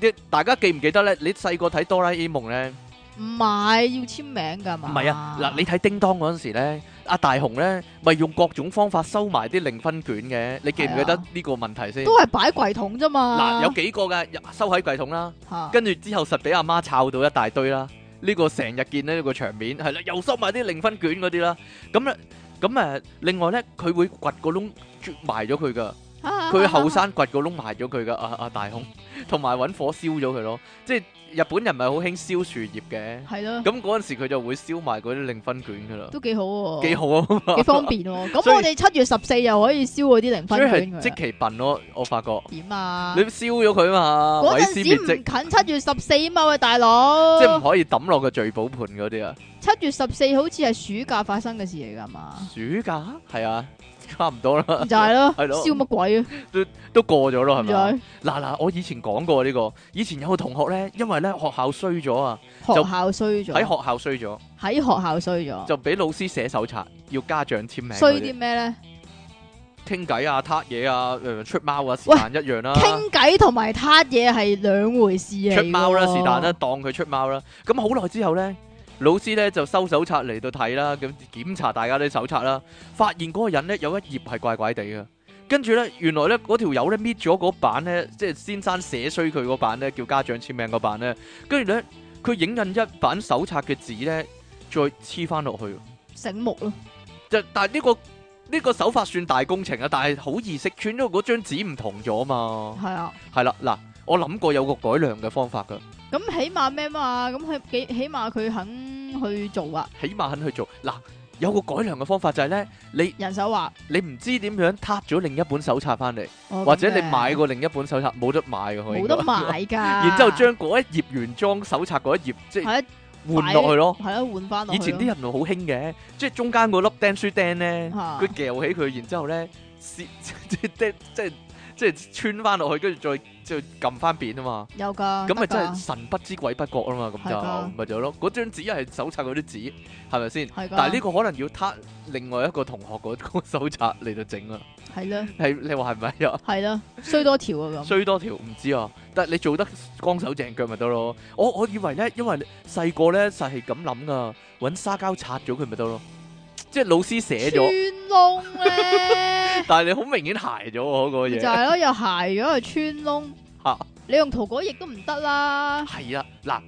S1: 你大家記唔記得呢？你細個睇哆啦 A 夢呢？
S2: 唔係要簽名㗎嘛？
S1: 唔係啊，嗱，你睇叮當嗰陣時咧，阿大雄咧，咪用各種方法收埋啲零分卷嘅，你記唔記
S2: 係
S1: 得
S2: 啊
S1: 呢個問題先？
S2: 都係擺櫃桶啫嘛。
S1: 嗱，有幾個嘅入收喺櫃桶啦，
S2: 嚇
S1: 跟住之後實俾阿媽抄到一大堆啦。呢個成日見呢呢個場面係啦，又收埋啲零分卷嗰啲啦。咁咧，咁誒，另外咧，佢會掘個窿啜埋咗佢噶。佢後生掘個窿埋咗佢噶，啊啊大雄，同埋揾火燒咗佢咯。即係日本人咪好興燒樹葉嘅，
S2: 係咯，
S1: 咁嗰陣時佢就會燒埋嗰啲零分卷噶啦，
S2: 都幾好喎，
S1: 幾好啊嘛
S2: 幾方便喎。咁
S1: 所以
S2: 我哋七月十四又可以燒嗰啲零
S1: 所
S2: 分
S1: 以
S2: 卷
S1: 係
S2: 㗎
S1: 即
S2: 啦。
S1: 其笨咯，我發覺
S2: 點啊
S1: 你？燒咗佢啊嘛，
S2: 嗰
S1: 毀屍
S2: 陣時
S1: 滅
S2: 唔
S1: 跡，
S2: 近七月十四啊嘛，喂大佬。
S1: 即係唔可以抌落個聚寶盤嗰啲啊。，
S2: 七月十四好似係暑假發生嘅事嚟㗎嘛
S1: 暑假係啊，差唔多啦，
S2: 就係咯，
S1: 係咯
S2: 燒乜鬼啊？
S1: 都過咗咯，係
S2: 咁
S1: 咪啊？嗱嗱，我以前講過呢個，以前有個同學咧，因為咧學校衰咗啊，就
S2: 學校衰咗，啊
S1: 喺學校衰咗，
S2: 喺學校衰咗，
S1: 就俾老師寫手冊，要家長簽名嗰啲。
S2: 衰啲咩咧？
S1: 傾偈啊、挞嘢啊、誒出貓啊，是
S2: 喂
S1: 但一樣啦。
S2: 傾偈同埋挞嘢係兩回事嚟㗎喎。
S1: 出貓啦，是但啦，當佢出貓啦。咁好耐之後呢，老師呢就收手冊嚟到睇啦，咁檢查大家啲手冊啦，發現嗰個人呢有一頁係怪怪地嘅。跟住呢，原來呢嗰條友呢搣咗嗰版呢，即係先生寫衰佢嗰版呢，叫家長簽名嗰版呢。跟住呢，佢影印一版手冊嘅紙呢，再黐翻落去。
S2: 醒目咯，
S1: 就但係呢、個呢、個手法算大工程啊，但係好易識穿，因為嗰張紙唔同咗嘛。
S2: 係啊。
S1: 係啦，嗱，我諗過有個改良嘅方法噶，
S2: 咁起碼咩嘛？咁佢幾起碼佢肯去做啊？
S1: 起碼肯去做。嗱，有個改良嘅方法就係咧，你
S2: 人手話，
S1: 你唔知點樣撻咗另一本手冊翻嚟，
S2: 哦
S1: 或者你
S2: 咁嘅
S1: 買過另一本手冊，冇得買嘅，可以
S2: 冇得，賣㗎。
S1: 然之後將嗰一頁原裝手冊嗰一頁即係
S2: 係啊
S1: 換落去咯。
S2: 係啊，換翻落
S1: 以
S2: 去咯
S1: 前啲人咪好興嘅，即係中間嗰粒釘書釘咧，
S2: 嚇
S1: 佢撬起佢，然之後咧，撕 即係釘即係即係穿翻落去，跟住再再撳翻扁啊嘛。
S2: 有㗎，
S1: 咁咪
S2: 得
S1: 真
S2: 㗎
S1: 係神不知鬼不覺啊嘛，咁
S2: 係㗎
S1: 就咪就係咯。嗰張紙係手冊嗰啲紙，係咪先？
S2: 係㗎。
S1: 但係呢個可能要撻另外一個同學嗰嗰個 手冊嚟到整啊。
S2: 係咯
S1: 你你話係咪啊？
S2: 係咯，衰多條啊咁。
S1: 衰多條唔知啊，但係你做得光手正腳咪得咯。我我以為咧，因為你細個咧實係咁諗噶，揾沙膠擦咗佢咪得咯。即係老師寫
S2: 穿
S1: 咗，，
S2: 窿咧
S1: 但係你好明顯鞋咗喎嗰個
S2: 咪就
S1: 嘢。
S2: 係咯，又鞋咗又穿窿。
S1: 嚇
S2: 你用塗改液都唔得啦，
S1: 係啦，嗱，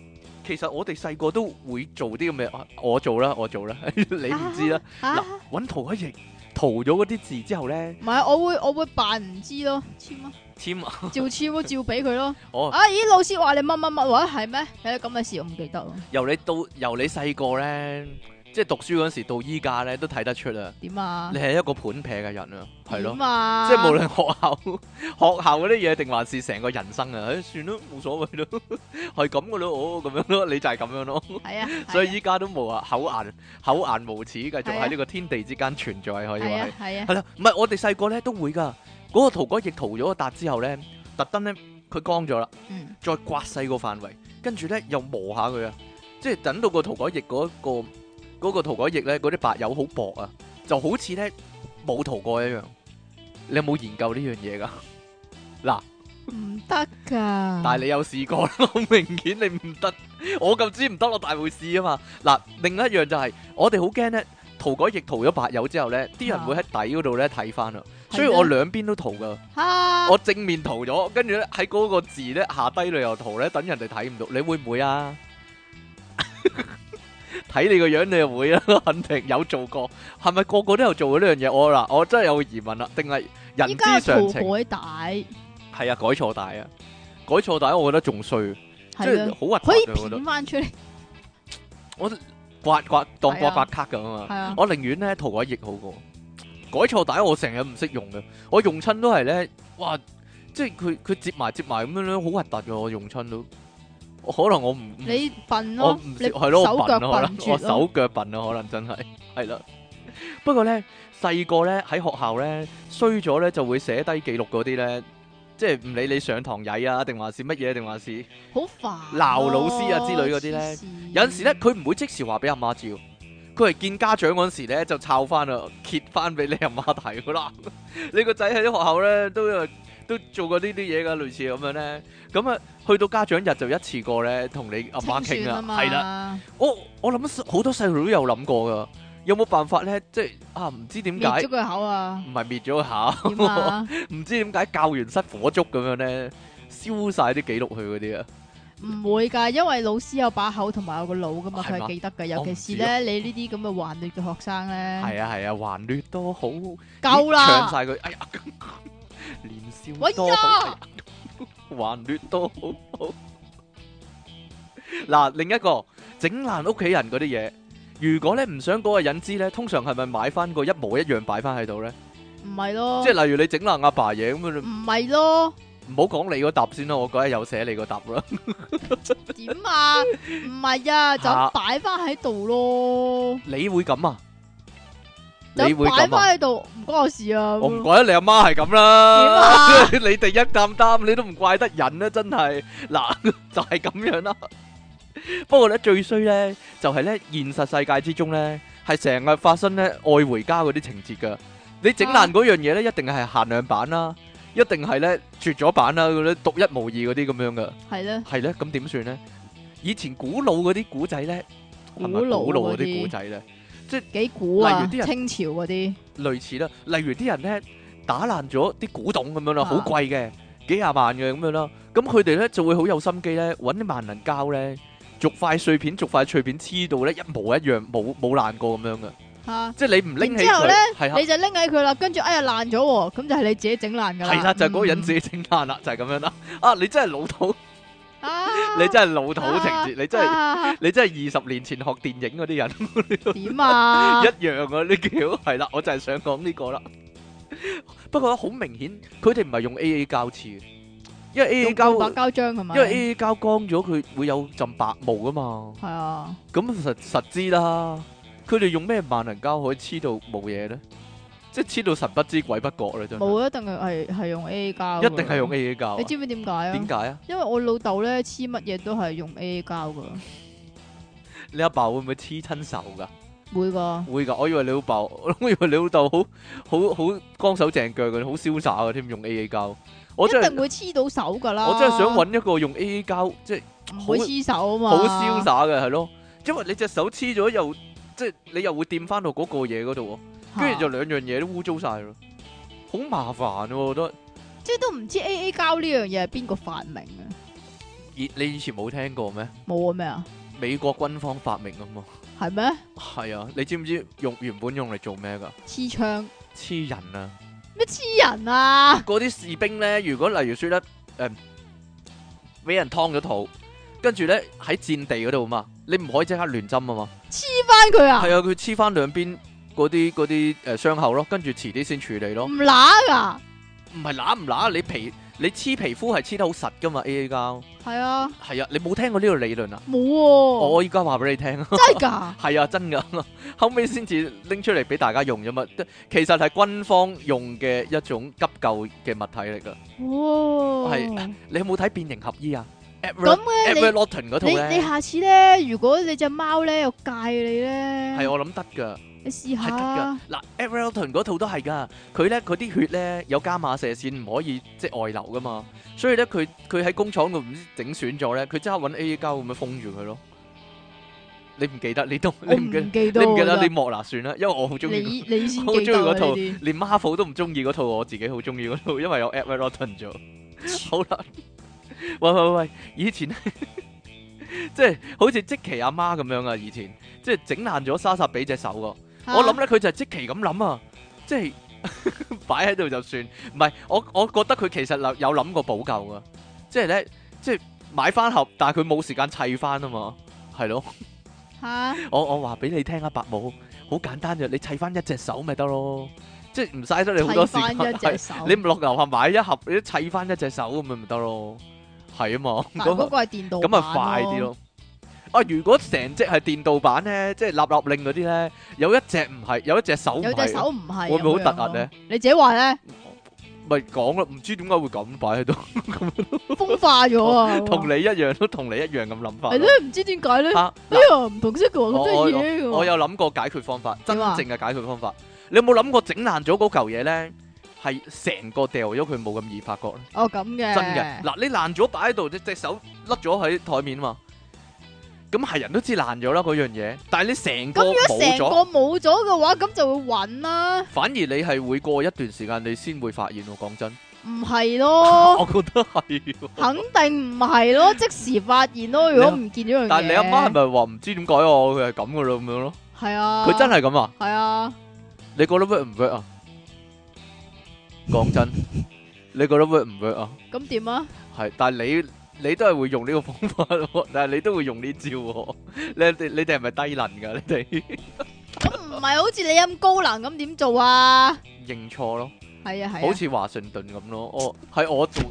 S1: 其實我哋細個都會做啲咁嘅，啊我做啦，我做啦， 你唔知啦。
S2: 嚇
S1: 嗱揾圖一型，塗咗嗰啲字之後咧，
S2: 啊唔係我會我會扮唔知咯，簽啊，
S1: 簽啊
S2: 照簽咯，照俾佢咯。
S1: 哦，
S2: 啊咦，老師話你乜乜乜話係咩？誒咁嘅事我唔記得咯，
S1: 由你到由你細個咧，即係讀書嗰時到依家咧，都睇得出啊，
S2: 點啊
S1: 你？係一個盤劈嘅人啊，係咯
S2: 點。啊？
S1: 即係無論學校 學校嗰啲嘢，定還是成個人生啊，唉，算啦，冇所謂咯， 係咁噶咯，我咁樣咯，你就係咁樣咯，
S2: 係啊，係 啊
S1: 所以依家都冇啊，厚顏厚顏無恥，繼續
S2: 係啊
S1: 喺呢個天地之間存在，可以話
S2: 係啊
S1: 係。
S2: 係啊
S1: 係啦，唔係我哋細個咧都會噶，嗰、個塗改液塗咗個笪之後咧，特登咧佢乾咗啦，
S2: 嗯
S1: 再刮細個範圍，跟住咧又磨下佢啊，即係等到個塗改液嗰、個嗰、個塗改液咧嗰啲白油好薄啊，就好似咧冇塗過一樣。你有冇研究呢樣嘢噶？
S2: 唔得噶。
S1: 但係你有試過啦， 好明顯你唔得，我咁知唔得，我大會試啊嘛。嗱，另一樣就係、我哋好驚咧，塗改液塗咗白油之後咧，啲人會喺底嗰度咧睇翻啊，所以
S2: 係啊
S1: 我兩邊都塗噶。
S2: 吓
S1: 我正面塗咗，跟住咧喺嗰個字咧下低旅遊圖咧，等人哋睇唔到，你會唔會啊？ 睇你個樣，你就會啦，肯定有做過。係咪個個都有做過呢樣嘢？我嗱，我真係有個疑問啦，定係人
S2: 依
S1: 之
S2: 家
S1: 常
S2: 塗
S1: 情？
S2: 改帶
S1: 係啊，改錯帶啊，改錯帶，我覺得仲衰，即
S2: 係
S1: 係
S2: 啊，
S1: 好核突
S2: 可以
S1: 嘅。我覺得
S2: 片翻出嚟
S1: 刮刮當
S2: 係
S1: 刮
S2: 啊
S1: 白卡咁啊
S2: 係啊
S1: 嘛，我寧願咧塗改液好過。改錯帶我成日唔識用嘅，我用親都係咧，哇！即係佢佢接埋接埋咁樣咧，好核突嘅。我用親都，我可能我唔唔
S2: 你笨
S1: 我
S2: 咯，
S1: 唔
S2: 你
S1: 知係咯，我
S2: 手
S1: 笨
S2: 腳
S1: 咯，可
S2: 笨
S1: 能
S2: 拙
S1: 我
S2: 咯，
S1: 手腳笨啊，可能真係係啦。不過咧，細個咧喺學校咧衰咗咧就會寫低記錄嗰啲咧，即 係唔理你上堂曳啊，定還是乜嘢，定還是
S2: 好煩咯。
S1: 鬧老師啊之類嗰啲咧
S2: 黐線
S1: 有陣時咧，佢唔會即時話俾阿媽知喎，佢係見家長嗰陣時咧就抄翻啦，揭翻俾你阿媽睇噶啦。 你個仔喺啲學校咧都有都做過呢啲嘢噶，類似咁樣咧。咁啊，去到家長日就一次過咧同你阿媽
S2: 清
S1: 傾啦
S2: 算啊，嘛
S1: 係啦。，我我諗好多細路都有諗過噶，有冇辦法咧？即係啊，唔知點
S2: 灭
S1: 解
S2: 咗佢口啊？
S1: 唔係滅咗下，
S2: 点啊？
S1: 唔知點解教完失火燭咁樣咧，燒晒啲記錄去嗰啲啊。
S2: 唔會㗎，因為老師有把口同埋有個腦㗎嘛，
S1: 係
S2: 佢
S1: 嘛
S2: 係記得㗎。
S1: 我
S2: 尤
S1: 唔
S2: 其是
S1: 知啊
S2: 咧，你呢啲咁嘅頑劣嘅學生咧，
S1: 係啊係啊，還劣多好，
S2: 夠
S1: 唱
S2: 啦！
S1: 晒佢，哎呀， 年
S2: 哎
S1: 少多好。
S2: 呀，
S1: 還劣都好好。嗱，另一個整爛屋企人嗰啲嘢，如果咧唔想嗰個人知咧，通常係咪買翻個一模一樣擺翻喺度咧？
S2: 唔係咯
S1: 即，係例如你整爛阿爸嘢咁，
S2: 唔係咯，
S1: 唔好講你嗰沓先啦，我嗰日有寫你嗰沓啦。
S2: 點啊？唔係啊，就
S1: 嚇
S2: 咁擺翻喺度咯，
S1: 你會咁啊？
S2: 就
S1: 你會
S2: 咁擺
S1: 咁啊？
S2: 翻喺度，唔關我事啊。
S1: 我唔怪得你阿媽係咁啦， 你哋一擔擔，你都唔怪得人啦，真係嗱 就係咁樣啦。不過咧最衰咧就係咧現實世界之中咧係成日發生咧愛回家嗰啲情節噶。你整
S2: 啊
S1: 爛嗰樣嘢咧，一定係限量版啦，一定係咧絕咗版啦，嗰啲獨一無二嗰啲咁樣噶。
S2: 係咧，
S1: 係咧，咁點算咧？以前古老嗰啲古仔咧，係咪
S2: 古老
S1: 古老嗰
S2: 嗰啲
S1: 啲古仔咧？
S2: 幾古啊？
S1: 例如啲人
S2: 清朝嗰啲
S1: 類似啦，例如啲人咧打爛咗啲古董咁樣啦，
S2: 啊
S1: 好貴嘅，幾廿萬嘅咁樣啦，咁佢哋咧就會好有心機咧，揾啲萬能膠咧，逐塊碎片逐塊碎片黐到咧一模一樣，冇冇爛過咁樣嘅，
S2: 吓，
S1: 即係你唔拎起
S2: 然之後
S1: 佢
S2: 咧，
S1: 係啊
S2: 你就拎起佢啦，跟住哎呀爛咗喎，咁就係你自己整爛㗎啦。
S1: 係啦，就係嗰個人
S2: 嗯
S1: 自己整爛啦，就係咁樣啦。啊，你真係老土，
S2: 啊，
S1: 你真係老土
S2: 啊
S1: 情節，你真係
S2: 啊
S1: 你真係二十年前學電影嗰啲人。
S2: 點啊？
S1: 一樣啊！呢條 係啦，我就係想講呢個啦。不過好明顯，佢哋唔係用 A A 膠黐嘅，因為 A A
S2: 用用白
S1: 膠，
S2: 膠漿係咪？
S1: 因為 A A 膠乾咗佢會有陣白霧噶嘛。
S2: 係啊，
S1: 咁實實知啦，佢哋用咩萬能膠可以黐到冇嘢咧？即係黐到神不知鬼不覺啦，真係
S2: 冇一定係係係用 A 膠，
S1: 一定係用。A A 膠
S2: 你
S1: 啊。
S2: 知唔知點解啊？
S1: 點解啊？
S2: 因為我老豆咧黐乜嘢都係用 A 膠噶，
S1: 你阿爸會唔會黐親手㗎？
S2: 會噶。
S1: 會㗎，我以為你老爸， 我以為你老豆好好好光手淨腳嘅，好瀟灑嘅添，用 A A 膠。我真
S2: 一
S1: 係
S2: 定。會黐到手噶啦。
S1: 我真係想揾一個用 A 膠，即係
S2: 唔會黐手啊嘛。
S1: 好瀟灑嘅，係咯，因為你隻手黐咗又即係你又會掂翻到嗰個嘢嗰度喎，跟住就
S2: 嚇
S1: 兩樣嘢都污糟晒咯，好麻煩喎，我覺得。
S2: 即係都唔知 A A 膠呢樣嘢係邊個發明啊？
S1: 以你以前冇聽過咩？
S2: 冇啊咩啊？
S1: 美國軍方發明啊嘛，
S2: 係咩？
S1: 係啊，你知唔知用原本用嚟做咩㗎？
S2: 黐槍
S1: 黐人啊！
S2: 咩黐人啊？
S1: 嗰啲士兵咧，如果例如説咧，誒、俾人劏咗肚，跟住咧喺戰地嗰度嘛，你唔可以即刻亂針啊嘛。
S2: 翻佢啊？
S1: 係啊，佢黐翻兩邊嗰啲嗰啲誒傷口咯，跟住遲啲先處理咯
S2: 唔。乸噶？
S1: 唔係揦唔揦，你皮你黐皮膚係黐得好實噶嘛 A A 膠。
S2: 係啊，
S1: 係啊，你冇聽過呢個理論啊？
S2: 冇喎。
S1: 我依家話俾你聽啊，
S2: 真係㗎？
S1: 係啊，真噶， 後尾先至拎出嚟俾大家用啫嘛。其實係軍方用嘅一種急救嘅物體嚟噶。
S2: 哦。
S1: 係你有冇睇變形合衣啊
S2: 咁
S1: ？Edward
S2: 嘅你
S1: Edward Norton 嗰套
S2: 你你
S1: 咧，
S2: 下次咧，如果你只貓咧又戒你咧，
S1: 係我諗得㗎。
S2: 你試
S1: 係
S2: 下
S1: 得噶
S2: 啊，。
S1: 嗱 e v e r t o n 嗰套都係噶，佢咧佢啲血咧有伽馬射線，唔可以即係外流噶嘛，所以咧佢佢喺工廠度唔知整損咗咧，佢即刻揾 A E 膠咁樣封住佢咯。你唔記得？你都你
S2: 我
S1: 唔記得？
S2: 唔記得
S1: 你唔記得？
S2: 喎
S1: 你莫嗱算啦，因為 我好中
S2: 你
S1: 意，
S2: 你先
S1: 好
S2: 記
S1: 中意
S2: 得啊
S1: 嗰
S2: 呢
S1: 套
S2: 啲，
S1: 連 Marvel 都唔中意嗰套，我自己好中意嗰套，因為有 e v e r t o n 做。 好啦，喂喂喂，以前咧 即係好似即奇阿媽咁樣啊，以前即係整爛咗莎莎俾隻手喎。
S2: 啊
S1: 我諗咧，佢就係即期咁諗啊，即係 擺喺度就算。唔係，我我覺得佢其實有有諗過補救噶，即係咧，即係買翻盒，但係佢冇時間砌翻啊嘛，係咯。
S2: 吓
S1: 我我話俾你聽啊，白母，好簡單啫，你砌翻一隻手咪得咯，即係唔嘥得你好多
S2: 砌
S1: 時間
S2: 翻。一隻
S1: 係
S2: 手，
S1: 你唔落樓下買一盒，你都砌翻一隻手咁咪咪得咯，係啊嘛。
S2: 但
S1: 咁
S2: 嗰個係電動
S1: 咁啊快啲咯。啊，如果成隻係電導版咧，即係立立令嗰啲咧，有一隻唔係，有一隻手唔
S2: 版咯，有隻
S1: 係，
S2: 手唔係，
S1: 會唔會好突兀咧？
S2: 你自 己話咧，
S1: 咪講咯，唔知點解會咁擺喺度，
S2: 風化咗啊，
S1: 同你一樣都同你一樣咁諗法咯
S2: 係咧。，唔知點解咧？
S1: 啊，
S2: 哎
S1: 嗱
S2: 呀，唔同色嘅喎，咁多嘢嘅
S1: 我
S2: 喎，
S1: 有諗過解決方法，真
S2: 點啊
S1: 正嘅解決方法。你有冇諗過整爛咗嗰嚿嘢咧？係成個掉咗佢，冇咁易發覺咧。
S2: 哦咁嘅，
S1: 真嘅。嗱，你爛咗擺喺度，隻隻手甩咗喺台面嘛。咁係人都知爛咗啦嗰樣嘢，但係你成個
S2: 咁如果
S1: 冇
S2: 成
S1: 咗。
S2: 個冇咗嘅話，咁就會揾啦，
S1: 反而你係會過一段時間你先會發現喎，講真，
S2: 唔係咯，
S1: 我覺得係喎。
S2: 肯定唔係咯，即時發現咯。如果唔見咗樣嘢，
S1: 但係你阿媽係咪話唔知點解我佢係咁噶啦咁樣咯？
S2: 係啊，
S1: 佢真係咁啊？
S2: 係啊，
S1: 你覺得 work 唔 work 啊？講真，你覺得 work 唔 work 啊？
S2: 咁點啊？
S1: 係，但係你你都係會用呢個方法喎，但係你都會用呢招喎。你哋你哋係咪低能㗎？你哋
S2: 咁唔係啊好似你咁高能咁點做啊？
S1: 認錯咯。
S2: 係啊係啊，
S1: 好似華盛頓咁咯，我係我做，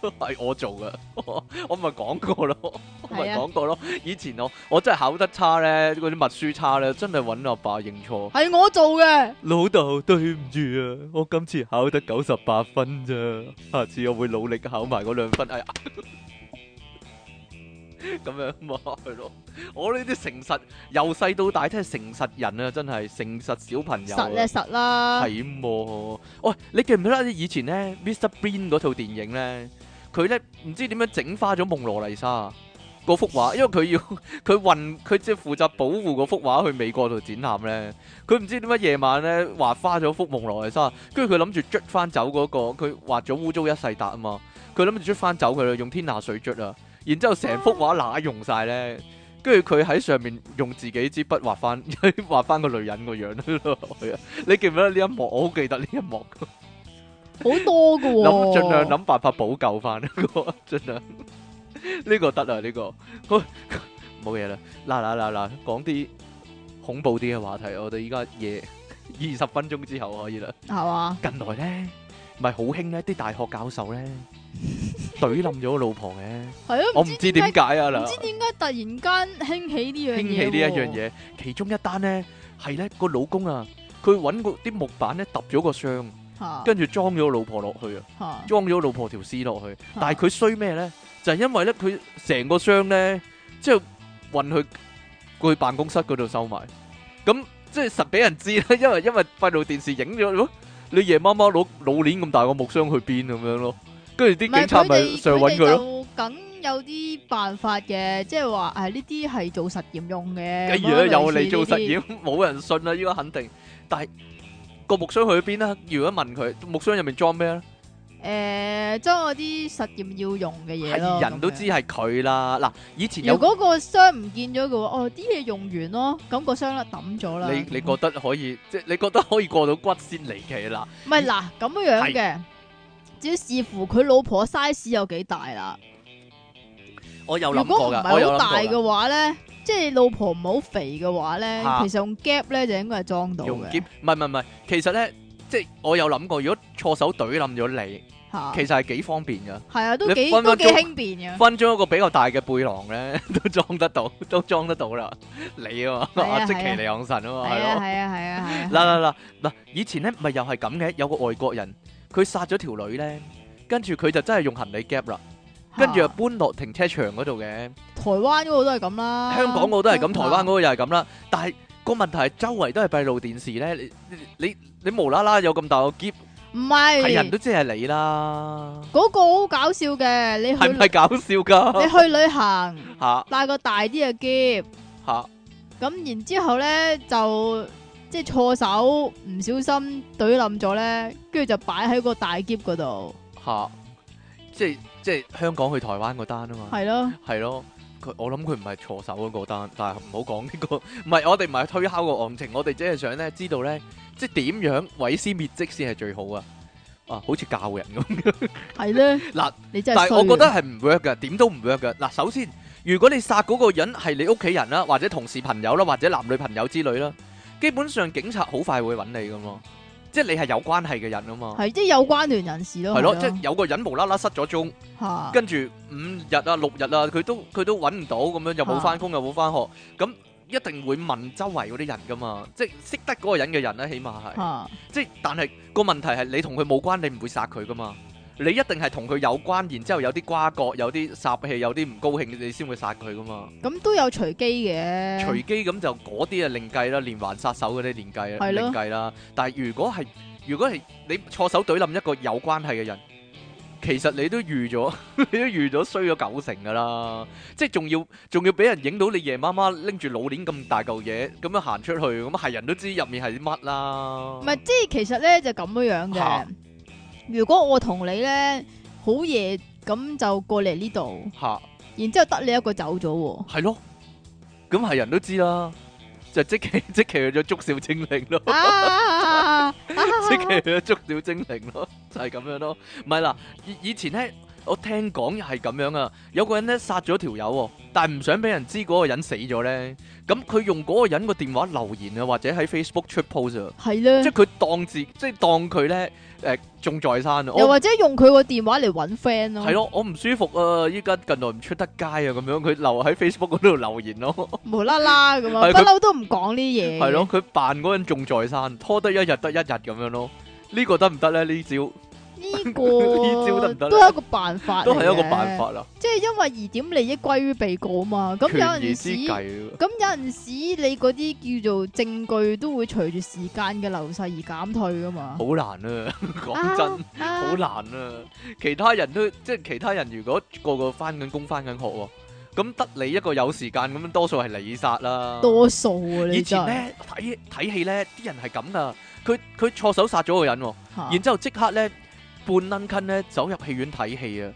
S1: 係我做噶，我 我咪講過咯，
S2: 啊
S1: 我咪講過咯。以前我我真係考得差咧，嗰啲默書差咧，真係揾阿爸認錯。
S2: 係我做嘅，
S1: 老豆對唔住啊，我今次考得九十八分咋，下次我會努力考埋嗰兩分。哎呀， 咁樣嘛係咯，我呢啲誠實，由細到大都係誠實人啊，真係誠實小朋友啊。
S2: 實咧實啦，
S1: 係喎，喂，你記唔記得以前咧 Mr Bean 嗰套電影咧，佢咧唔知點樣整花咗蒙羅麗莎嗰幅畫，因為佢要佢運佢即係負責保護嗰幅畫去美國度展覽咧，佢唔知點解夜晚咧畫花咗幅蒙羅麗莎，跟住佢諗住捽翻走嗰、個，佢畫咗污糟一世笪啊嘛，佢諗住捽翻走佢啦，用天拿水捽啊，然之後成幅畫乸用晒咧。跟住佢喺上面用自己支筆畫翻， 畫翻個女人個樣咯，係啊！你記唔記得呢一幕？我好記得呢一幕，
S2: 好多嘅
S1: 諗
S2: 喎，
S1: 盡量諗辦法補救翻 呢個，盡量呢個得啊！呢個 好冇嘢啦。嗱嗱嗱嗱，講啲恐怖啲嘅話題，我哋依家 夜二十分鐘之後可以啦。
S2: 係嘛？
S1: 近來咧，咪好興咧，啲大學教授咧懟冧咗個老婆嘅，
S2: 係咯，
S1: 我唔知點
S2: 解，
S1: 解啊
S2: 唔
S1: 嗱。
S2: 知點解突然間興起呢樣嘢，
S1: 興起呢一樣，嘢，其中一單呢，係呢個老公啊，佢揾個啲木板呢揼咗個箱，
S2: 嚇
S1: 跟住裝咗老婆落去啊，
S2: 嚇
S1: 裝咗老婆條屍落去。
S2: 嚇
S1: 但係佢衰咩呢？就係因為呢，佢成個箱呢，即係運去佢辦公室嗰度收埋，咁即係實俾人知啦。因為 因為閉路電視影咗咯，你夜媽媽攞老鏈咁大個木箱去邊咁樣咯，跟住
S2: 唔
S1: 啲
S2: 係
S1: 警察咪
S2: 哋
S1: 上揾佢咯。
S2: 就梗有啲辦法嘅，即係話誒呢啲係做實驗用嘅。
S1: 哎
S2: 咁
S1: 呀，
S2: 樣
S1: 有你做實
S2: 類似呢
S1: 驗，冇人信啦，依家肯定。但係個木箱去咗邊啦？如果問佢木箱入面裝咩咧，
S2: 啲，誒呃將嗰啲實驗要用嘅嘢咯。
S1: 係人都
S2: 咁樣
S1: 知。係佢啦。嗱，以前有
S2: 如果個箱唔見咗嘅話，哦啲嘢用完咯，咁個箱咧抌咗啦。
S1: 你你覺得可以，即係你覺得可以過到骨先離奇啦。
S2: 唔係嗱咁樣樣嘅，只要視乎佢老婆 size 有幾大啦。
S1: 我有
S2: 如
S1: 諗
S2: 果唔
S1: 過
S2: 係
S1: 㗎，我有
S2: 好大
S1: 諗過㗎。
S2: 嘅話咧，即係老婆唔係好肥嘅話咧，
S1: 嚇
S2: 其實用 gap 咧就應該係裝到
S1: 用
S2: 嘅
S1: 夾，唔係唔係唔係，其實咧，即係我有諗過，如果錯手懟冧咗你，
S2: 嚇。
S1: 其實係幾方便㗎。
S2: 係啊，都
S1: 你
S2: 幾
S1: 分
S2: 都
S1: 分
S2: 幾
S1: 鐘
S2: 輕便 嘅。
S1: 分咗一個比較大嘅背囊咧， 都裝得到，都裝得到啦。你啊嘛，
S2: 係啊
S1: 阿即
S2: 係
S1: 其
S2: 啊
S1: 利昂神啊嘛，係
S2: 係
S1: 咯
S2: 啊，。係啊，係啊，係啊。
S1: 嗱嗱嗱嗱，以前咧咪又係咁嘅，有個外國人佢殺咗條女咧，跟住佢就真係用行李夾啦，跟住又
S2: 嚇
S1: 搬落停車場嗰度嘅。
S2: 台灣嗰個都係咁啦，
S1: 香港我都係咁，
S2: 啊
S1: 台灣嗰個又係咁啦。但係個問題係周圍都係閉路電視咧，你你你你無啦啦有咁大個箧，
S2: 唔
S1: 係人
S2: 係
S1: 都知係你 啦，
S2: 嗰個好搞笑嘅，你去
S1: 係咪搞笑
S2: 你
S1: 㗎？
S2: 去旅行
S1: 嚇
S2: 帶個大啲嘅箧，
S1: 嚇
S2: 咁然之後咧就即係錯手唔小心懟冧咗咧，跟住就擺喺個大箧嗰度，
S1: 嚇，即係即係香港去台灣嗰單啊嘛。
S2: 係咯，
S1: 係咯，佢我諗佢唔係錯手嗰個單，但係唔好講呢個， 唔係我哋唔係推敲個案情，我哋只係想咧知道咧，即係點樣毀屍滅跡先係最好啊！啊，好似教人咁，
S2: 係咧，
S1: 嗱，
S2: 你真
S1: 但係
S2: 係衰啊，
S1: 我覺得係唔 work 噶，點都唔 work 噶。嗱，首先，如果你殺嗰個人係你屋企人啦，或者同事朋友啦，或者男女朋友之類啦，基本上警察好快會揾你噶嘛，即係你係有關係嘅人啊嘛，
S2: 係即係有關聯人士咯，
S1: 係咯，啊即係有個人無啦啦失咗蹤。
S2: 嚇
S1: 跟住五日啊、六日啊，佢都佢都揾唔到咁樣，又冇翻工，又冇翻學，咁一定會問周圍嗰啲人噶嘛，即係識得嗰個人嘅人咧，起碼係，
S2: 嚇
S1: 即係但係個問題係你同佢冇關，你唔會殺佢噶嘛，你一定係同佢有關，然之後有啲瓜葛，有啲煞氣，有啲唔高興，你先會殺佢噶嘛。
S2: 咁都有隨機嘅，
S1: 隨機咁就嗰啲啊另計啦，連環殺手嗰啲另計啦，
S2: 係咯
S1: 另計啦。但係如果係如果係你錯手懟冧一個有關係嘅人，其實你都預咗， 你都預咗衰咗九成噶啦，即係仲要仲要俾人影到你夜媽媽拎住老鏈咁大嚿嘢咁樣行出去，咁啊係人都知入面係啲乜啦。
S2: 唔係，即係其實咧就咁樣樣嘅
S1: 嚇。
S2: 如果我同你咧好夜咁就過嚟呢度，
S1: 嚇，
S2: 然之後得你一個走咗喎，
S1: 係咯，咁係人都知啦，就即期 即期去咗捉小精靈咯。
S2: 啊，
S1: 即係去咗捉小精靈咯，就係、咁樣咯。唔係啦，以以前咧，我聽講係咁樣啊，有個人咧殺咗條友喎，但係唔想俾人知嗰個人死咗咧，咁佢用嗰個人個電話留言啊，或者喺 Facebook 出 post 啊，
S2: 係咧
S1: 即係，佢當自即係當佢咧誒仲在生啊。
S2: 又
S1: 我
S2: 或者用佢個電話嚟揾 friend 咯，
S1: 係，咯，我唔舒服啊！依家近來唔出得街啊，咁樣佢留喺 Facebook 嗰度留言咯，
S2: 無啦啦咁啊，
S1: 係佢
S2: 不嬲都唔講呢嘢，
S1: 係咯，，佢扮嗰個人仲在生，拖得一日得一日咁樣咯，呢個得唔得咧？呢招
S2: 呢
S1: 呢招得唔
S2: 個
S1: 得咧
S2: 都係一個辦法，
S1: 都係一個辦，法啦，
S2: 即係因為疑點利益歸於被告啊嘛，咁有
S1: 權宜
S2: 陣
S1: 之
S2: 時。
S1: 計啊。
S2: 咁有陣時你嗰啲叫做證據都會隨住時間嘅流逝而減退噶嘛。
S1: 好難啊！ 講真，
S2: 啊，啊
S1: 好難啊！其他人都即係其他人，如果個個翻緊工、翻緊學喎，咁得你一個有時間咁，多數係你殺啦。
S2: 多數啊，
S1: 以
S2: 你真
S1: 前
S2: 係。
S1: 咧睇睇戲咧，啲人係咁噶，佢佢錯手殺咗個人喎，
S2: 嚇
S1: 然之後即刻咧半撚坑咧走入戲院睇戲啊，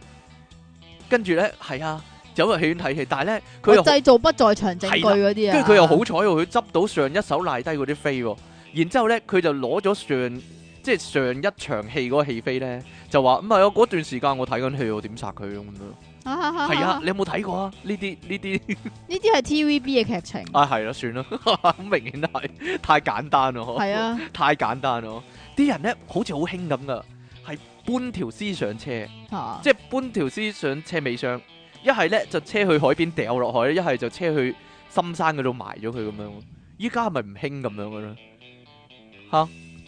S1: 跟住咧係啊走入戲院睇戲，但係咧佢
S2: 我
S1: 又好
S2: 製造不在場證據嗰啲啊。
S1: 跟住佢又好彩喎，佢執到上一手賴低嗰啲飛喎，然之後咧佢就攞咗上即係上一場戲嗰個戲飛咧，就話唔係啊，嗰段時間我睇緊戲，我點殺佢咁樣？
S2: 啊。
S1: 係
S2: 係
S1: 啊
S2: 啊，，
S1: 你有冇睇過啊？呢啲呢啲
S2: 呢啲係 TVB 嘅劇情。
S1: 啊係啦，算啦， 好明顯係太簡單咯，
S2: 係，啊，
S1: 太簡單咯，啲人咧好似好興咁噶，係搬條屍上車。
S2: 嚇
S1: 即係搬條屍上車尾箱，一係咧就車去海邊掉落海，一係就車去深山嗰度埋咗佢咁樣。依家係咪唔興咁樣嘅咧？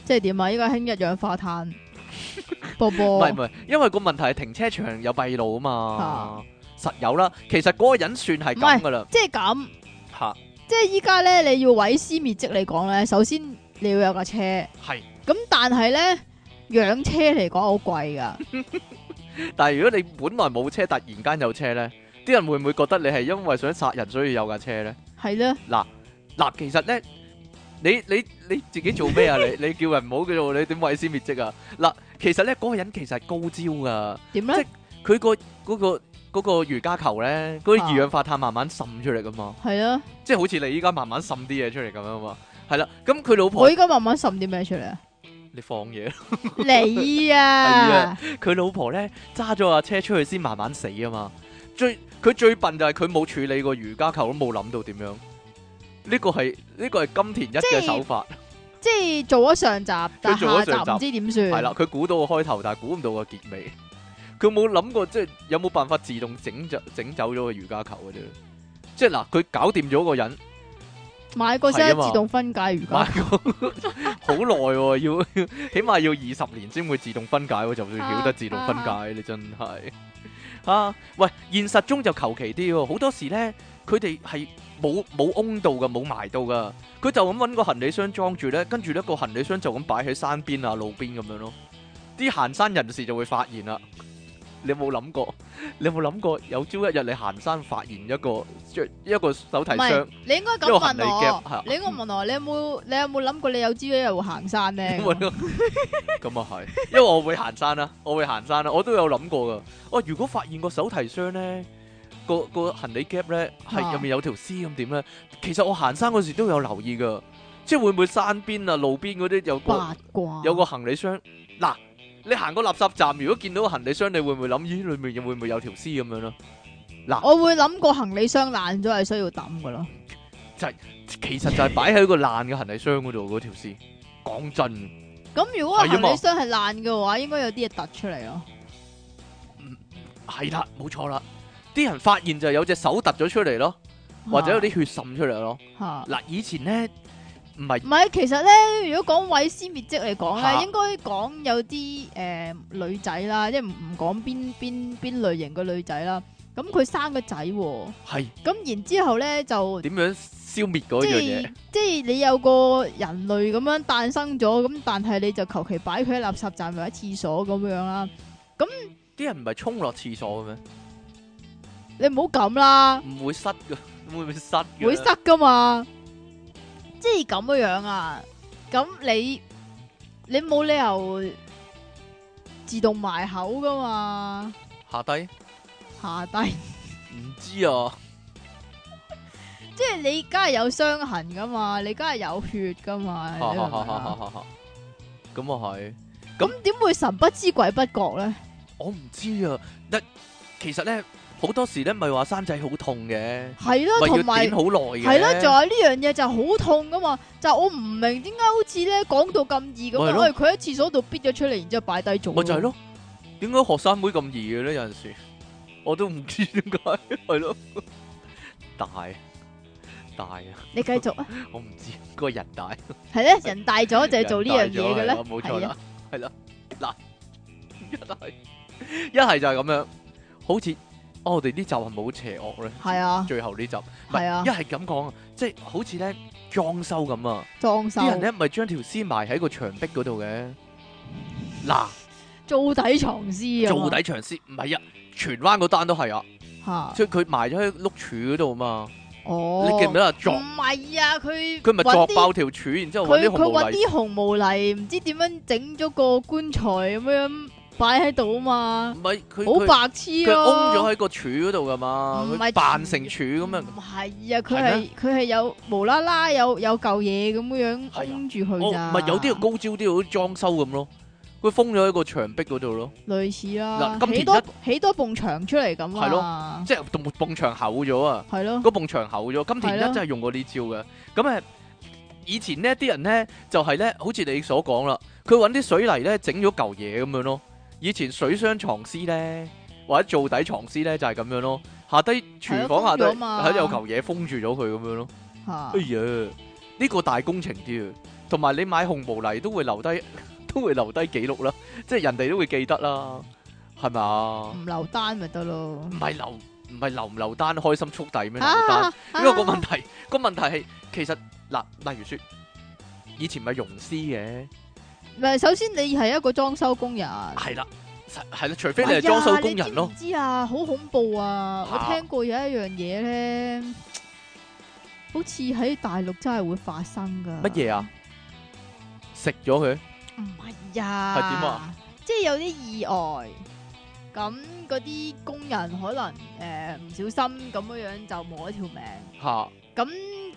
S2: 即係點啊？依家興一氧 化碳，波
S1: 唔
S2: 波
S1: 係唔係，因為個問題係停車場有閉路啊嘛
S2: 啊，
S1: 實有啦。其實嗰個人算係咁噶啦，
S2: 即係咁，
S1: 吓
S2: 即係依家咧，你要毀屍滅跡嚟講咧，首先你要有架車。
S1: 係。
S2: 咁但係咧，養車嚟講好 貴㗎。
S1: 但係如果你本來冇車，突然間有車咧，啲人會唔會覺得你係因為想殺人所以有架車咧？
S2: 係咧，
S1: 嗱，其實咧，你你你自己做咩啊？你你叫人唔好叫做你點毀屍滅跡啊？嗱，其實咧嗰個人其實係高招噶。
S2: 點咧
S1: 即係？佢個嗰個嗰個瑜伽球咧，嗰啲
S2: 啊
S1: 二氧化碳慢慢滲出嚟噶嘛，
S2: 係啊。
S1: 即係好似你依家慢慢滲啲嘢出嚟咁樣嘛，係啦，咁佢老
S2: 我
S1: 婆
S2: 依家慢慢滲啲咩出嚟 啊？
S1: 你放嘢，
S2: 你
S1: 係
S2: 啊
S1: 啊，佢老婆咧揸咗架車出去先慢慢死啊嘛，最佢最笨就係佢冇處理過瑜伽球，都冇諗到點樣，呢個係呢個係金田一嘅
S2: 即係
S1: 手法，
S2: 即係做咗上集，但
S1: 做咗
S2: 下
S1: 上集
S2: 集唔知點算。
S1: 係啦，，佢估到個開頭，但係估唔到個結尾，佢冇諗過即係有冇辦法自動整走整走咗個瑜伽球嘅啫，即係嗱，佢搞掂咗個人。
S2: 買個
S1: 係啊
S2: 先
S1: 嘛
S2: 自動分解魚
S1: 買
S2: 膠，
S1: 個 好耐喎，要 起碼要二十年先會自動分解喎，就算曉得自動分解，
S2: 啊
S1: 你真係啊！喂，現實中就求其啲喎，好多時咧，佢哋係冇冇翁到噶，冇埋到噶，佢就咁揾個行李箱裝住咧，跟住呢個行李箱就咁擺喺山邊啊、路邊咁樣咯，啲行山人士就會發現啦。你有冇諗過？你有冇諗過有朝一日你行山發現一個一個手提
S2: 唔
S1: 箱
S2: 係，你應該
S1: 一個
S2: 咁
S1: 行李
S2: 問
S1: 夾
S2: 我，
S1: 係啊
S2: 你應該問我，你有冇你有冇諗過你有朝一日會行 山咧？
S1: 咁啊咁啊係，因為我會行山啦，我會行山啦，我都有諗過噶。我如果發現個手提箱咧，個個行李夾咧係
S2: 啊
S1: 入面有條絲咁點咧？其實我行山嗰時都有留意噶，即係會唔會山邊啊、路邊嗰啲有個
S2: 八卦
S1: 有個行李箱？嗱，你行過垃圾站，如果見到個行李箱，你會唔會諗咦？裏面會唔會有條絲咁樣咯？
S2: 我會諗過行李箱爛咗係需要抌噶咯。
S1: 其實就係擺喺個爛嘅行李箱嗰度嗰條絲。講真，唔
S2: 咁如果
S1: 係啊嘛
S2: 行李箱係爛嘅話，應該有啲嘢突出嚟咯。
S1: 係啦，冇錯啦，啲人發現就有隻手突咗出嚟咯。或者有啲血滲出嚟咯。
S2: 嚇
S1: 嗱，以前咧唔係
S2: 唔係，其實咧，如果講毀屍滅跡嚟講
S1: 嚇
S2: 咧，應該講有啲誒、呃女仔啦，即係唔唔講邊邊邊類型嘅女仔啦。咁佢生個仔喎，
S1: 係
S2: 咁然之後咧就即
S1: 點樣消滅嗰樣嘢
S2: 係，即係你有個人類咁樣誕生咗，咁但係你就求其擺佢喺垃圾站或者廁所咁樣啦。咁
S1: 啲人唔係沖落廁所嘅 咩？
S2: 你唔好咁啦，
S1: 唔會塞噶，會唔會塞嘅？
S2: 會塞噶嘛，即係咁樣樣啊。咁你你冇理由自動埋口噶嘛，
S1: 下低
S2: 下低，
S1: 唔知啊，
S2: 即係你梗係有傷痕噶嘛，你梗係有血噶嘛，你明唔明啊
S1: 咁啊係。
S2: 咁點會神不知鬼不覺咧？
S1: 我唔知啊，但其實咧好多時咧，咪話生仔好痛嘅，
S2: 係咯，
S1: 咪要
S2: 同埋
S1: 點。好耐嘅。
S2: 係啦，仲有呢樣嘢就好痛噶嘛，就我唔明點解好似咧講到咁易咁
S1: 咪係，
S2: 啊
S1: 咯
S2: 喂佢喺廁所度逼咗出嚟，然之後擺低咗，
S1: 咪就係，咯，點解學生妹咁易嘅咧？有陣時我都唔知點解，係咯，大大啊，
S2: 你繼續啊，
S1: 我唔知個人大，
S2: 係咧，人大咗就係做呢樣
S1: 人大咗
S2: 嘢嘅
S1: 係啦
S2: 咧，
S1: 冇錯
S2: 係
S1: 啦
S2: 啊，，
S1: 係啦，嗱，一係一係就係咁樣，好似哦，我哋呢集係冇邪惡咧，
S2: 係啊，
S1: 最後呢集，唔
S2: 係啊
S1: 一係咁講啊，即係好似咧裝修咁啊，
S2: 裝修
S1: 啲人咧咪將條屍埋喺個牆壁嗰度嘅，嗱，
S2: 做底藏屍啊嘛，
S1: 做底牆屍唔係啊，荃灣嗰單都係啊。
S2: 吓，
S1: 所以佢埋咗喺碌柱嗰度嘛，
S2: 哦，
S1: 你記唔記得啊？
S2: 唔
S1: 鑿
S2: 係啊，佢
S1: 佢咪
S2: 搵
S1: 鑿
S2: 啲
S1: 爆條柱，然之後揾
S2: 佢
S1: 啲紅
S2: 佢
S1: 毛
S2: 搵
S1: 泥，
S2: 啲紅毛泥，唔知點樣整咗個棺材咁樣擺喺度啊嘛，
S1: 唔係佢
S2: 好
S1: 佢
S2: 白痴
S1: 佢
S2: 啊咯，
S1: 擁咗喺個柱嗰度噶嘛，
S2: 唔
S1: 佢
S2: 係
S1: 扮成柱咁啊，
S2: 唔係啊，佢
S1: 係
S2: 係佢係有無啦啦有有嚿嘢咁樣
S1: 係啊
S2: 擁住佢
S1: 哦，
S2: 咋，
S1: 唔係有啲高招啲好似裝修咁咯，佢封咗喺個牆壁嗰度咯，
S2: 類似啦，
S1: 嗱金
S2: 起
S1: 田
S2: 多
S1: 一
S2: 起多埲牆出嚟咁
S1: 係
S2: 啊，
S1: 即係埲埲牆厚咗啊，
S2: 係咯，
S1: 個埲牆厚咗，金田
S2: 係
S1: 一
S2: 咯
S1: 真係用過呢招嘅，咁誒。以前呢啲人呢，就係、呢，好似你所講啦，佢揾啲水泥呢整咗嚿嘢咁樣咯。以前水箱藏屍呢，或者做底藏屍呢，就係、咁樣咯。下低廚房下低
S2: 封咗嘛
S1: 喺有嚿嘢封住咗佢咁樣咯。
S2: 嚇
S1: 哎呀，呢、個大工程啲啊，同埋你買紅毛泥都會留低， 都會留低記錄啦，即係人哋都會記得啦，係咪啊？
S2: 唔留單咪得咯
S1: 唔，係留唔係留唔留單開心速遞咩？留單。
S2: 啊，
S1: 因為個問題個問題係其實嗱，例如說以前咪溶屍嘅，
S2: 唔係首先你係一個裝修工人。
S1: 係啦，實係啦，除非你
S2: 哎呀
S1: 係裝修工人咯
S2: 你，知唔知啊，好恐怖啊！
S1: 嚇
S2: 我聽過有一樣嘢咧，好似喺大陸真係會發生噶。
S1: 乜嘢啊？食咗佢，
S2: 唔係啊，
S1: 係點啊？
S2: 即係有啲意外，咁嗰啲工人可能诶唔、小心咁樣樣就冇咗條命，
S1: 吓咁
S2: 咁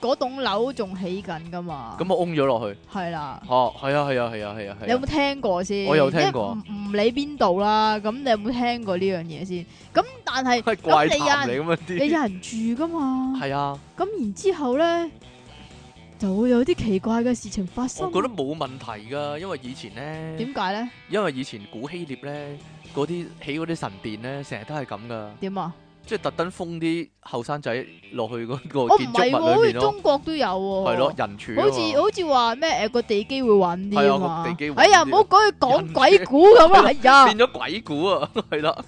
S2: 嗰棟樓仲起緊噶嘛？
S1: 我翁咗落去，
S2: 係啦，
S1: 哦，係啊，係啊，係啊，係啊，
S2: 你有
S1: 係啊，
S2: 冇聽過先？
S1: 我有聽過
S2: 即係唔唔理邊度啦，咁你有冇聽過呢樣嘢先？咁但係
S1: 係怪
S2: 咁你有
S1: 談嚟
S2: 人
S1: 咁樣
S2: 你
S1: 啲，
S2: 有人住噶嘛？
S1: 係啊，
S2: 咁然之後咧，就會有啲奇怪嘅事情發生
S1: 我。覺得冇問題噶，因為以前咧，
S2: 點解咧？
S1: 因為以前古希臘咧嗰啲起嗰啲神殿咧，成日都係咁噶，
S2: 點啊？
S1: 即係特登封啲後生仔落去嗰
S2: 我
S1: 個
S2: 唔
S1: 建築
S2: 係喎，
S1: 物
S2: 好
S1: 裏
S2: 似
S1: 面咯，
S2: 中國都有喎。
S1: 係咯，人柱啊
S2: 好
S1: 嘛
S2: 似好似話咩誒個地基會穩啲啊
S1: 係啊
S2: 嘛
S1: 個地基穩啲啊
S2: 哎呀，唔好講佢講鬼故 咁啦，係啊
S1: 變，咗鬼故啊， 係啦。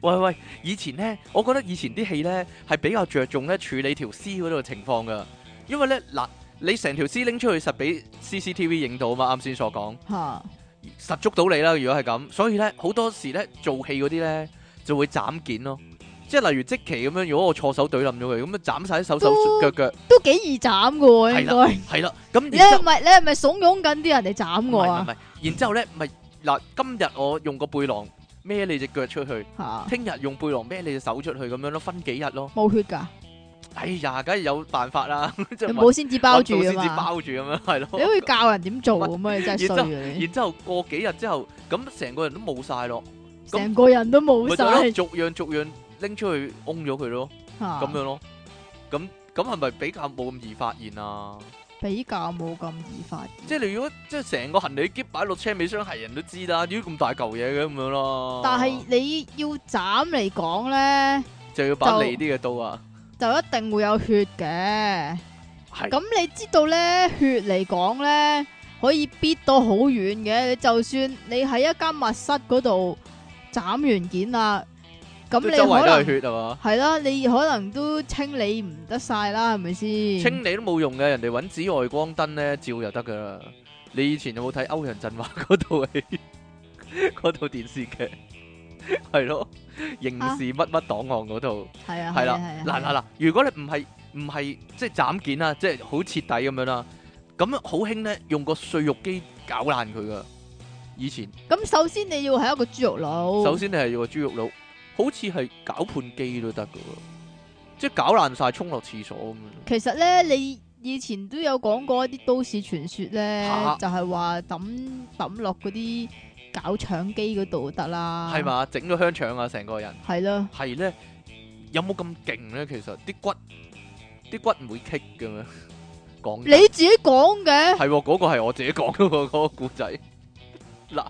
S1: 喂喂，以前呢，我覺得以前啲戲呢係比較着重咧處理條屍嗰度嘅情況噶，因為呢，嗱，你成條屍拎出去實俾 CCTV 影到啊嘛，啱先所講，
S2: 嚇
S1: 實捉到你啦。如果係咁，所以呢，好多時呢，做戲嗰啲呢就會斬件咯，即係例如即期咁樣，如果我錯手懟冧咗佢，咁啊斬晒啲手手腳腳，
S2: 都幾易斬嘅喎，
S1: 係
S2: 應
S1: 啦
S2: 該。
S1: 係啦，咁
S2: 你
S1: 然之
S2: 係
S1: 後
S2: 咪你係咪慫恿緊啲人嚟斬我
S1: 唔係唔係唔
S2: 啊？
S1: 係，然之後咧咪嗱，今日我用個背囊孭你只腳出去。
S2: 嚇，
S1: 聽日用背囊孭你隻手出去咁樣咯，分幾日咯。
S2: 冇血㗎，
S1: 哎呀，梗係有辦法啦， 即係
S2: 你冇先至包住
S1: 搵
S2: 啊
S1: 到先至
S2: 嘛。
S1: 包住咁樣，係
S2: 你好
S1: 咯。
S2: 似教人點 做咁啊！你真係衰啊！你
S1: 然之後過幾日之後，咁成個人都冇晒咯，咁
S2: 成個人都冇
S1: 咪就係咯
S2: 晒
S1: 逐樣逐樣拎出去翁咗佢咯，
S2: 嚇
S1: 咁樣咯。咁咁係咪比較冇咁易發現
S2: 嗯
S1: 啊？
S2: 比較冇咁易發現。
S1: 即係你如果即係成個行李篋擺落車尾箱，係人都知啦，咦咁大嚿嘢嘅咁樣咯。
S2: 但係你要斬嚟講咧，
S1: 就要把
S2: 就
S1: 利啲嘅刀啊，
S2: 就一定會有血嘅。
S1: 係
S2: 咁你知道咧，血嚟講咧，可以逼到好遠嘅。你就算你喺一間密室嗰度斬完件啦，咁
S1: 即
S2: 你
S1: 係周圍
S2: 可
S1: 都係
S2: 能
S1: 血係嘛？
S2: 係啦，你可能都清理唔得晒啦，係咪先？
S1: 清理都冇用嘅，人哋揾紫外光燈咧照就得噶啦。 你以前有冇睇《歐陽震華》嗰套戲？嗰套電視劇系咯，刑事乜乜檔案嗰度
S2: 系啊，
S1: 係啦
S2: 係啊，
S1: 嗱嗱嗱，如果你唔係唔係即係斬件啊，即係好徹底咁樣啦，咁好興咧用個碎肉機搞爛佢噶。以前
S2: 咁首先你要系一个猪肉佬，
S1: 首先你係用個豬肉佬，好似係攪拌機都得噶，即係搞爛晒沖落廁所咁樣。
S2: 其實咧，你以前都有講過一啲都市傳說咧
S1: 嚇，
S2: 就係話抌抌落嗰啲搞腸機嗰度得啦，
S1: 係？嘛？整咗香腸啊，成個人
S2: 係咯，
S1: 係咧，有冇咁勁咧？其實啲骨啲骨唔會棘嘅咩？講
S2: 你自己講嘅，
S1: 係喎，嗰、個係我自己講嘅喎，嗰、個 故仔。嗱，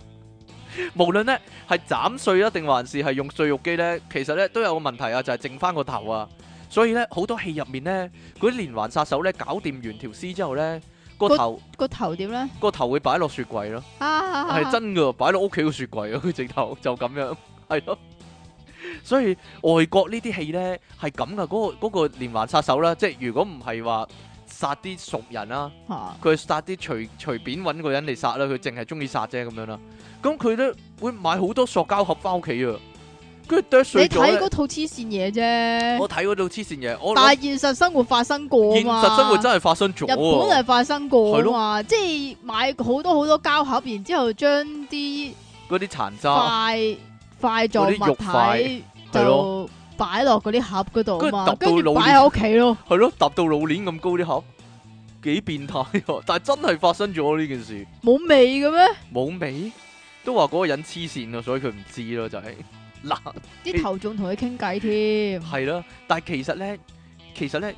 S1: 無論咧係斬碎啊，定還是係用碎肉機咧，其實咧都有個問題啊，就係、剩翻個頭啊。所以咧，好多戲入面咧，嗰啲連環殺手咧，搞掂完條屍之後咧，個
S2: 個
S1: 頭
S2: 個頭點咧？
S1: 個頭會擺落雪櫃咯。
S2: 啊，
S1: 係真噶，擺落屋企個雪櫃啊，佢直頭就咁樣，係咯。所以外國呢啲戲咧係咁噶，嗰、個嗰、個連環殺手啦，即係如果唔係話殺啲熟人啦、
S2: 嚇
S1: 佢殺啲隨隨便揾個人嚟殺啦，佢淨係中意殺啫咁樣啦。咁佢咧會買好多塑膠盒翻屋企啊，跟住剁
S2: 你
S1: 碎咗
S2: 睇
S1: 咧
S2: 嗰套黐線嘢啫，
S1: 我睇嗰套黐線嘢，我
S2: 但
S1: 諗
S2: 係現實生活發生過啊
S1: 現
S2: 嘛，
S1: 實生活真係發生咗啊
S2: 日本
S1: 喎。
S2: 係發生過
S1: 係
S2: 啊
S1: 咯
S2: 嘛，即係買好多好多膠盒，然之後將啲
S1: 嗰啲殘渣，
S2: 塊塊狀
S1: 啊嗰啲肉
S2: 物
S1: 塊
S2: 體
S1: 係咯
S2: 就擺落嗰啲盒嗰度啊嘛，
S1: 跟
S2: 跟
S1: 住揼到
S2: 住
S1: 老
S2: 擺喺屋企咯。
S1: 係咯，搭到老鏈咁高啲盒，幾變態啊！ 但係真係發生咗呢件事。
S2: 冇味嘅咩？
S1: 冇尾，都話嗰個人黐線啊咯，所以佢唔知咯，就係、 嗱，
S2: 啲頭仲同佢傾偈添，
S1: 係啦，但係其實咧，其實咧，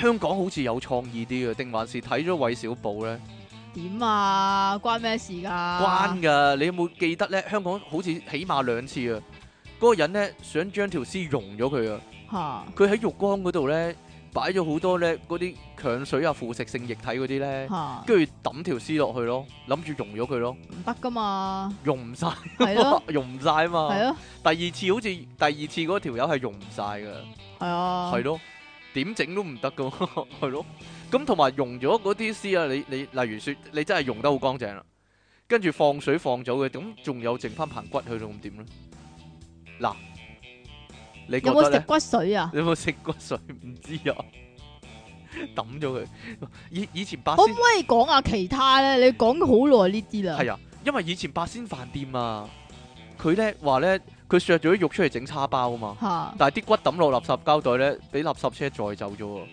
S1: 香港好似有創意啲嘅，定還是睇咗韋小寶咧？
S2: 點啊？關咩事噶？
S1: 關㗎，你有冇記得咧？香港好似起碼兩次啊，嗰、個人咧想將條屍溶咗佢啊，
S2: 吓
S1: 佢喺浴缸嗰度咧擺咗好多咧嗰啲強水啊、腐蝕性液體嗰啲咧，
S2: 吓
S1: 跟住抌條屍落去咯，諗住溶咗佢咯，
S2: 唔得噶嘛？
S1: 溶唔晒，
S2: 係咯
S1: 溶唔晒啊嘛。
S2: 係咯
S1: 第二次好似第二次嗰條友係用唔晒噶，
S2: 係啊
S1: 係，咯、點整都唔得噶， 係咯。咁同埋用咗嗰啲絲啊，你你例如説你真係用得好乾淨啦，跟住放水放咗嘅，咁仲有剩翻棚骨去到咁點咧？嗱，你覺
S2: 有冇
S1: 得
S2: 食
S1: 咧？
S2: 骨水啊？
S1: 你有冇食骨水？唔知啊， 抌咗佢。以以前八
S2: 可
S1: 仙
S2: 唔可以講下其他咧？你講咗好耐呢啲啦，
S1: 係啊，因為以前八仙飯店啊，佢咧話咧，佢削咗啲肉出嚟整叉包啊嘛。
S2: 吓
S1: 但係啲骨抌落垃圾膠袋咧，俾垃圾車載走咗喎，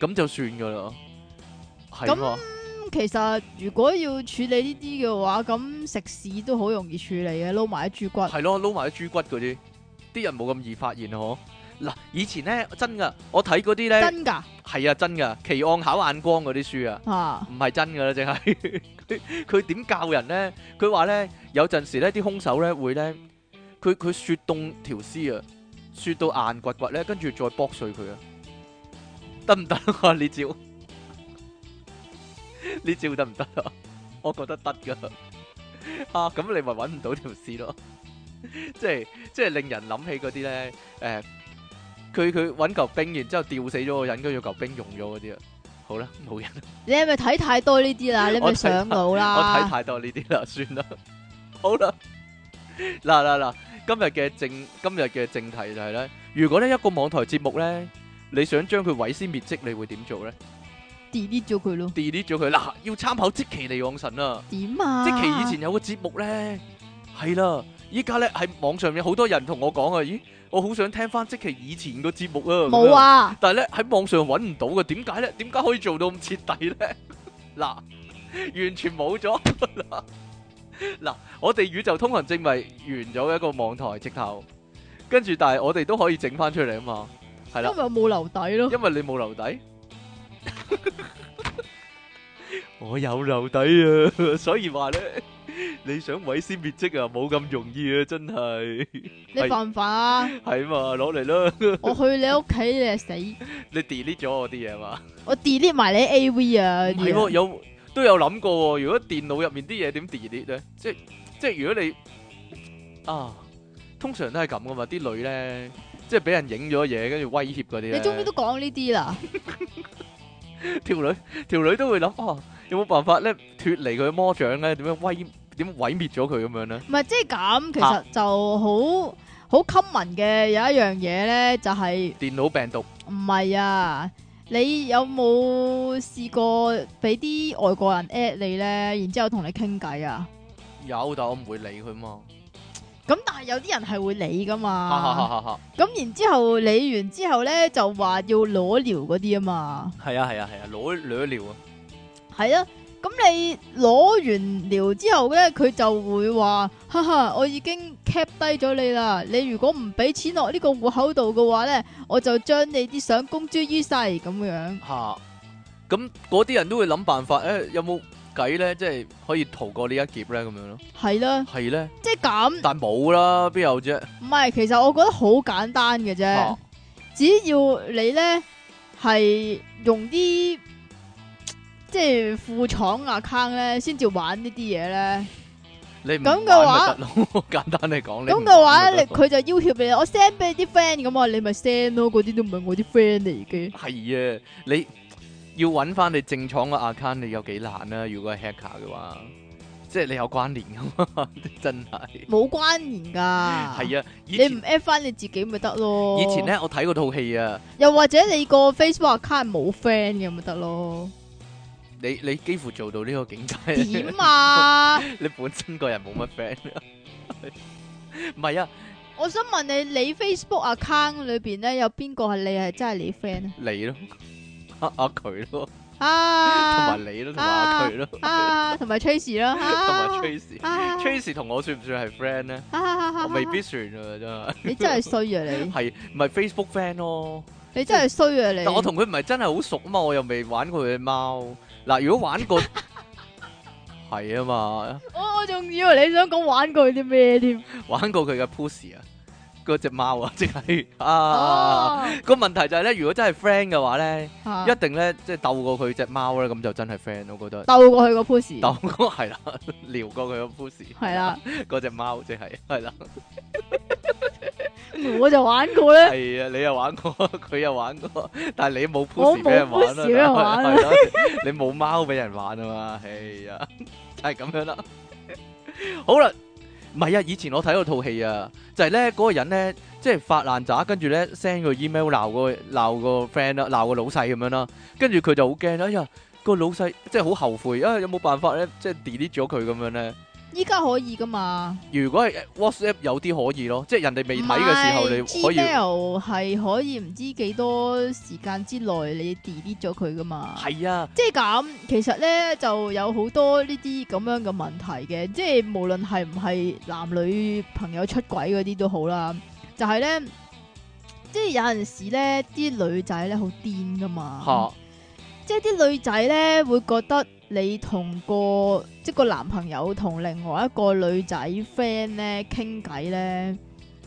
S1: 咁就算噶啦，係嘛？
S2: 咁其實如果要處理呢啲嘅話，咁食屎都好容易處理嘅，撈埋啲豬骨
S1: 係咯，撈埋啲豬骨嗰啲，啲人冇咁易發現啊嗬。嗱，以前咧真噶，我睇嗰啲咧
S2: 真㗎
S1: 係啊真噶，奇案考眼光嗰啲書啊，
S2: 吓
S1: 唔係 真噶啦，淨係佢佢點教人咧？佢話咧有陣時咧啲兇手咧會咧，佢佢雪凍條屍啊，雪到硬掘掘咧，跟住再剝碎佢啊，得唔得啊？呢招呢招得唔得啊？我覺得得 噶， 啊咁你咪揾唔到條屍咯， 即係即係令人諗起嗰啲咧，誒、佢佢揾嚿冰，然之後吊死咗個人，跟住嚿冰溶咗嗰啲啊，好啦，冇嘢。
S2: 你係咪睇太多呢啲啦？你
S1: 我
S2: 咪
S1: 睇
S2: 上腦啦？
S1: 我睇太多呢啲啦，算啦，好啦， 嗱嗱嗱，今日嘅正今日嘅正題就係咧，如果呢一個網台節目咧，你想將佢毀屍滅跡，你會點做咧
S2: delete 咗佢咯？
S1: ？delete 咗佢嗱，要參考即其利往神啊！
S2: 點啊？
S1: 即其以前有個節目咧，係啦，依家咧喺網上面好多人同我講啊，咦，我好想聽翻即其以前個節目啊，咁樣
S2: 冇啊？
S1: 但係咧喺網上揾唔到嘅，點解咧？點解可以做到咁徹底咧？ 嗱，完全冇咗 嗱嗱，我哋宇宙通行證咪完咗一個網台直頭，跟住但係我哋都可以整翻出嚟啊嘛，係
S2: 因
S1: 啦
S2: 為，我冇留底咯。
S1: 因為你冇留底，我有留底啊， 所以話咧，你想毀屍滅跡啊，冇咁容易啊，真係
S2: 你犯唔犯啊？
S1: 係嘛，攞嚟啦，
S2: 我去你屋企你就死，
S1: 你 delete 咗我啲嘢嘛。
S2: 我 delete 埋你 A V 啊嗰
S1: 係喎，
S2: 啲啊。
S1: 有都有諗過喎。如果電腦入面啲嘢點 delete 咧？即係即係如果你啊，通常都係咁噶嘛。啲女咧，即係俾人影咗嘢，跟住威脅嗰啲
S2: 你
S1: 咧，
S2: 終於都講呢啲啦，
S1: 條女條女都會諗啊，有冇辦法咧脱離佢嘅魔掌咧？點樣威點毀滅咗佢咁樣咧？
S2: 唔係即係咁，其實就好好 common 嘅有一樣嘢咧，就係
S1: 電腦病毒
S2: 唔係啊？你有冇試過俾啲外國人 at 你咧，然之後同你傾偈啊？
S1: 有，但我唔會理佢嘛。
S2: 咁但係有啲人係會理噶
S1: 哈
S2: 嘛
S1: 哈？哈哈哈！
S2: 咁然之後理完之後咧，就話要裸聊嗰啲啊嘛，
S1: 係啊係啊係啊，攞攞尿啊！
S2: 係啊。咁你攞完聊之後咧，佢就會話：哈哈，我已經 cap 低咗你啦。你如果唔俾錢落呢個户口度嘅話咧，我就將你啲相公諸於世咁樣。
S1: 吓，咁嗰啲人都會諗辦法，诶、有冇計咧？即係可以逃過呢一劫咧，咁樣咯。
S2: 係啦，
S1: 係咧，
S2: 即係咁。
S1: 但冇啦，邊有啫？
S2: 唔係，其實我覺得好簡單嘅啫。
S1: 嚇
S2: 只要你咧係用啲即係副廠 account 咧，先至玩呢啲嘢咧。
S1: 你唔
S2: 咁嘅話
S1: 玩咪得咯 簡單嚟講，你
S2: 咁
S1: 唔
S2: 嘅話，
S1: 玩
S2: 你
S1: 咪得咯
S2: 佢就要挟你，我 send 俾你啲 friend 咁啊，你咪 send 咯，嗰啲都唔係我啲 friend 嚟嘅。
S1: 係啊，你要揾翻你正廠嘅 account，你有幾難啊？如果係 hacker 嘅話，即係你有關聯噶嘛， 真係
S2: 冇關聯噶。
S1: 係啊。以
S2: 你
S1: 前
S2: 唔 at 翻你自己咪得咯。
S1: 以前，咧，我睇過套戲啊，
S2: 又或者你個 Facebook account 冇 friend 嘅咪得咯？
S1: 你你幾乎做到呢個境界。
S2: 點啊？
S1: 你本身個人冇乜 friend 啊，唔係啊，
S2: 我想問你，你 Facebook account 裏邊咧有邊個係你係真係你 friend 啊？
S1: 你咯， 啊啊佢咯，同
S2: 啊
S1: 埋你咯，同埋啊佢咯，同
S2: 啊，同埋 Tracy 啦，
S1: 埋
S2: 啊
S1: Tracy。
S2: 啊
S1: Tracy 同我算唔算係 friend 咧？
S2: 啊啊啊啊
S1: 我未必算啊，真 係
S2: 你真係衰啊你，
S1: 係唔係 ờ, Facebook friend 咯？
S2: 你真係衰啊你。
S1: 但我同佢唔係真係好熟啊嘛，我又未玩過佢嘅貓。嗱，如果玩過係啊嘛，
S2: 我我仲以為你想講玩過啲咩添。
S1: 玩過佢嘅 Pussy à? 啊，嗰只貓 啊，即係啊。
S2: 哦，
S1: 個問題就係咧，如果真係 friend 嘅話咧。
S2: 啊
S1: 一定咧，即係鬥過佢只貓咧，咁就真係 friend，我覺得。
S2: 鬥過去個 push，
S1: 鬥過 係啦，撩過佢個 pussy，
S2: 係啦，
S1: 嗰只貓即係係啦，
S2: 我就玩過咧。
S1: 係啊，你又玩 過，佢又玩過，但係你冇
S2: 我
S1: pussy
S2: 冇
S1: 俾人玩
S2: pussy 俾人
S1: 啦，
S2: 玩啊
S1: 係咯，你冇貓俾人玩啊嘛，係 啊，就係咁樣 啦。好啦，唔係啊，以前我睇過套戲啊，就係咧嗰個人咧，即係發爛渣，跟住咧 send 個 email 鬧個鬧個 friend 啦，鬧個老細咁樣啦，跟住佢就好驚，哎呀個老細即係好後悔啊，有冇辦法咧，即係 delete 咗佢咁樣咧？
S2: 依家可以噶嘛？
S1: 如果係 WhatsApp 有啲可以咯，即係人哋未睇
S2: 唔
S1: 嘅時
S2: 係
S1: 候，你可以
S2: Gmail 係可以唔知幾多時間之內你 delete 咗佢噶嘛？
S1: 係啊，
S2: 即係咁，其實咧就有好多呢啲咁樣嘅問題嘅，即係無論係唔係男女朋友出軌嗰啲都好啦，就係咧，即係有陣時咧啲女仔咧好癲噶嘛，
S1: 嚇
S2: 即係啲女仔咧會覺得你同個即係個男朋友同另外一個女仔 friend 咧傾偈咧，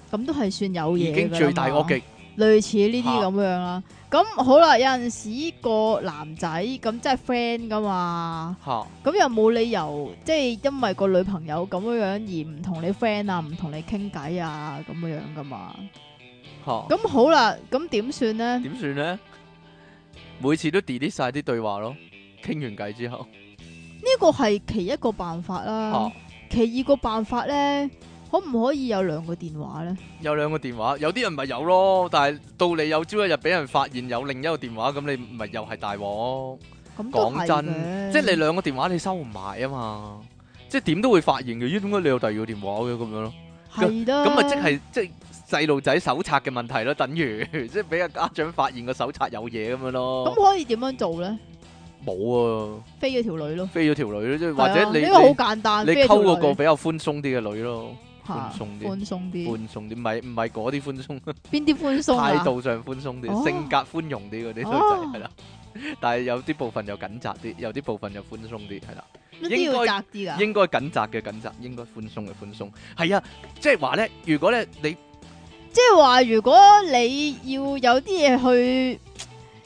S2: 咁都係算有嘢
S1: 已經
S2: 㗎啦
S1: 最大
S2: 嘛
S1: 惡極，
S2: 類似呢啲
S1: 嚇
S2: 咁樣啦。咁好啦，有陣時個男仔咁即係 friend 噶嘛，
S1: 嚇
S2: 咁又冇理由即係因為個女朋友咁樣樣而唔同你 friend 啊，唔同你傾偈啊咁樣樣噶嘛。
S1: 嚇，
S2: 咁好啦，咁點算呢？
S1: 點算咧？每次都 delete 晒啲對話咯，傾完偈之後
S2: 呢個係其一個辦法啦
S1: 嚇。
S2: 其二個辦法呢，可唔可以有兩個電話呢？
S1: 有兩個電話，有啲人咪有咯，但係到你有朝一日俾人發現有另一個電話，咁你咪又係大鑊。
S2: 咁都
S1: 講
S2: 係
S1: 真，
S2: 嘅
S1: 即係你兩個電話你收唔埋啊嘛，即係點都會發現嘅。咦？點解你有第二個電話嘅咁樣咯？
S2: 係啦，
S1: 咁咪即係即係細路仔手冊嘅問題咯，等於 即係俾個家長發現個手冊有嘢咁樣
S2: 咁
S1: 咯。
S2: 可以點樣做呢？
S1: 冇啊，
S2: 飛咗條女咯，
S1: 飛咗條女咯，即係或
S2: 係
S1: 者
S2: 啊
S1: 你
S2: 呢個好
S1: 你
S2: 簡單，
S1: 你
S2: 飛咗條
S1: 溝嗰
S2: 女
S1: 個比較寬鬆啲嘅女咯，
S2: 嚇
S1: 寬鬆啲
S2: 寬鬆啲，
S1: 寬鬆啲，唔係唔係嗰啲寬鬆，
S2: 邊啲寬鬆啊
S1: 態？度上寬鬆啲，
S2: 哦
S1: 性格寬容啲嗰啲女
S2: 哦
S1: 仔係啦。但係有啲部分又緊窄啲，有啲部分又寬鬆啲，係啦。
S2: 呢啲要窄啲㗎。
S1: 應該緊窄嘅緊窄，應該寬鬆嘅寬鬆。係啊，即係話咧，如果咧你
S2: 即係話，如果你要有啲嘢去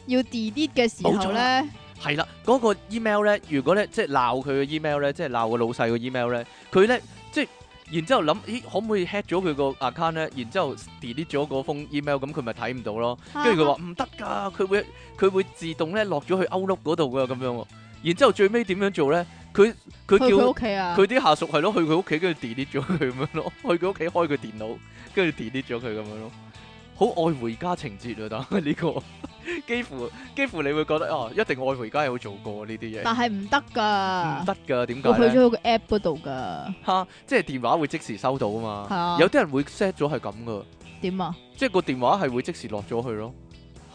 S2: 要 delete 嘅時
S1: 冇
S2: 候
S1: 錯
S2: 咧，
S1: 係啦，嗰、個 email 咧，如果咧即係鬧佢嘅 email 咧，即係鬧個老細個 email 咧，佢咧即係然之後諗，咦可唔可以 hack 咗佢個 account 咧？然之後 delete 咗嗰封 email，咁佢咪睇唔到咯。
S2: 啊
S1: 跟住佢話唔得㗎，佢會佢會自動咧落咗去 Outlook 嗰度㗎咁樣喎。然之後最尾點樣做咧？佢佢
S2: 去佢
S1: 叫
S2: 屋企啊？
S1: 佢啲下屬係咯，去佢屋企跟住 delete 咗佢咁樣咯， 去佢屋企開佢電腦，跟住 delete 咗佢咁樣咯，好愛回家情節啊！但係呢個 幾乎幾乎你會覺得啊，一定愛回家有做過呢啲嘢，
S2: 但係唔得
S1: 唔
S2: 噶，
S1: 得㗎，點
S2: 我
S1: 解
S2: 去
S1: 咧？
S2: 咗佢個 app 嗰度噶，
S1: 嚇，即係電話會即時收到啊
S2: 係
S1: 嘛，
S2: 啊，
S1: 有啲人會 set 咗係咁噶，
S2: 點啊？
S1: 即係個電話係會即時落咗去咯，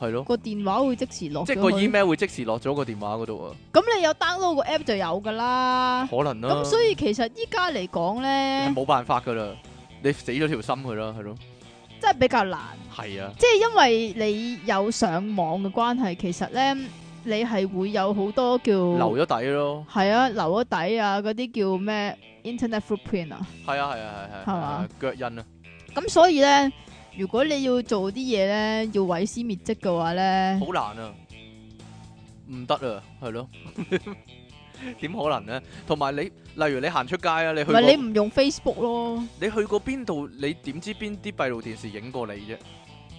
S1: 係咯。
S2: 個電話會即時落
S1: 即
S2: 咗
S1: 係個
S2: 去
S1: email 會即時落咗個電話嗰度啊，
S2: 咁你有 download 個 app 就有噶啦。
S1: 可能啦
S2: 啊咁，所以其實依家嚟講
S1: 係
S2: 咧，
S1: 冇辦法噶啦，你死咗條心佢啦，係咯，
S2: 真係比較難，
S1: 係啊，
S2: 即係因為你有上網嘅關係，其實咧你係會有好多叫
S1: 留咗底咯，
S2: 係啊留咗底啊嗰啲叫咩 internet footprint 啊。
S1: 係啊係啊係係，
S2: 係嘛
S1: 係腳印啊，
S2: 咁所以咧，如果你要做啲嘢咧，要毀屍滅跡嘅話咧，
S1: 好難啊，唔得啊，係咯， 點可能呢？同埋你，例如你行出街啊，你去過
S2: 咪你唔用 Facebook 咯，
S1: 你去過邊度，你點知邊啲閉路電視影過你啫？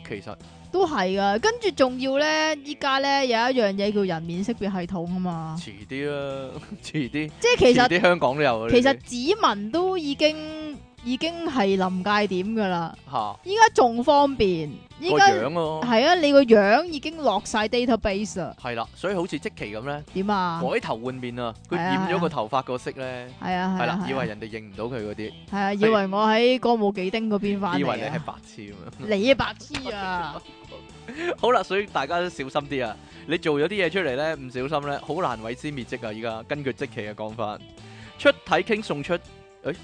S1: 其實
S2: 啊都係噶。跟住仲要咧，依家咧有一樣嘢叫人面識別系統啊嘛，
S1: 遲啲啦， 遲啲，
S2: 即係其
S1: 遲
S2: 實
S1: 啲香港都有啊，呢
S2: 其實
S1: 啲
S2: 指紋都已經已經係臨界點噶啦，
S1: 嚇
S2: 依家仲方便，依
S1: 個
S2: 家
S1: 樣咯，
S2: 係啊，你個樣已經落晒 database 啦，
S1: 係啦，所以好似即期咁呢。
S2: 點啊？
S1: 改頭換面啊！佢
S2: 係
S1: 染
S2: 啊
S1: 咗
S2: 係
S1: 個
S2: 啊
S1: 頭髮個色咧，
S2: 係啊
S1: 係
S2: 係
S1: 啦
S2: 啊，，
S1: 以為人哋認唔到佢嗰啲，
S2: 係啊，以為我喺歌舞伎町嗰邊翻
S1: 以
S2: 嚟
S1: 為你
S2: 啊
S1: 係，白痴咁樣。
S2: 你白痴啊！
S1: 好啦，所以大家都小心啲啊！你做咗啲嘢出嚟咧，唔小心咧，好難毀屍滅跡啊！依家根據即期嘅講法，出體傾送出誒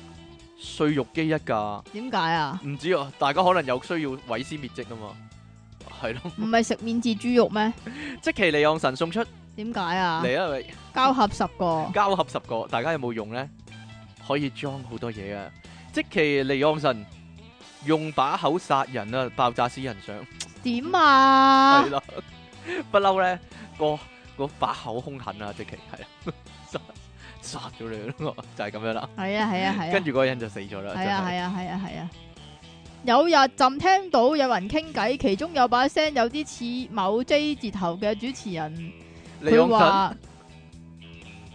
S1: 碎肉機一架，
S2: 點解啊？
S1: 唔知啊！大家可能有需要毀屍滅跡啊嘛，係咯，
S2: 唔係食免治豬肉咩？
S1: 即期利昂神送出
S2: 點解啊？
S1: 嚟啊！喂
S2: 交合十個，
S1: 交合十個，大家有冇用呢？可以裝好多嘢啊！即其利昂神用把口殺人啊，爆炸死人相
S2: 點啊
S1: 係？啦，不嬲呢個個把口兇狠啊！即其係啊，殺殺咗你咯，就係咁樣啦。
S2: 係啊係啊係啊，
S1: 跟住嗰個人就死咗啦，
S2: 係啊
S1: 真係
S2: 係啊係啊係啊。有日朕聽到有人傾偈，其中有把聲有啲似某 J 字頭嘅主持人，
S1: 利
S2: 佢
S1: 昂神
S2: 話：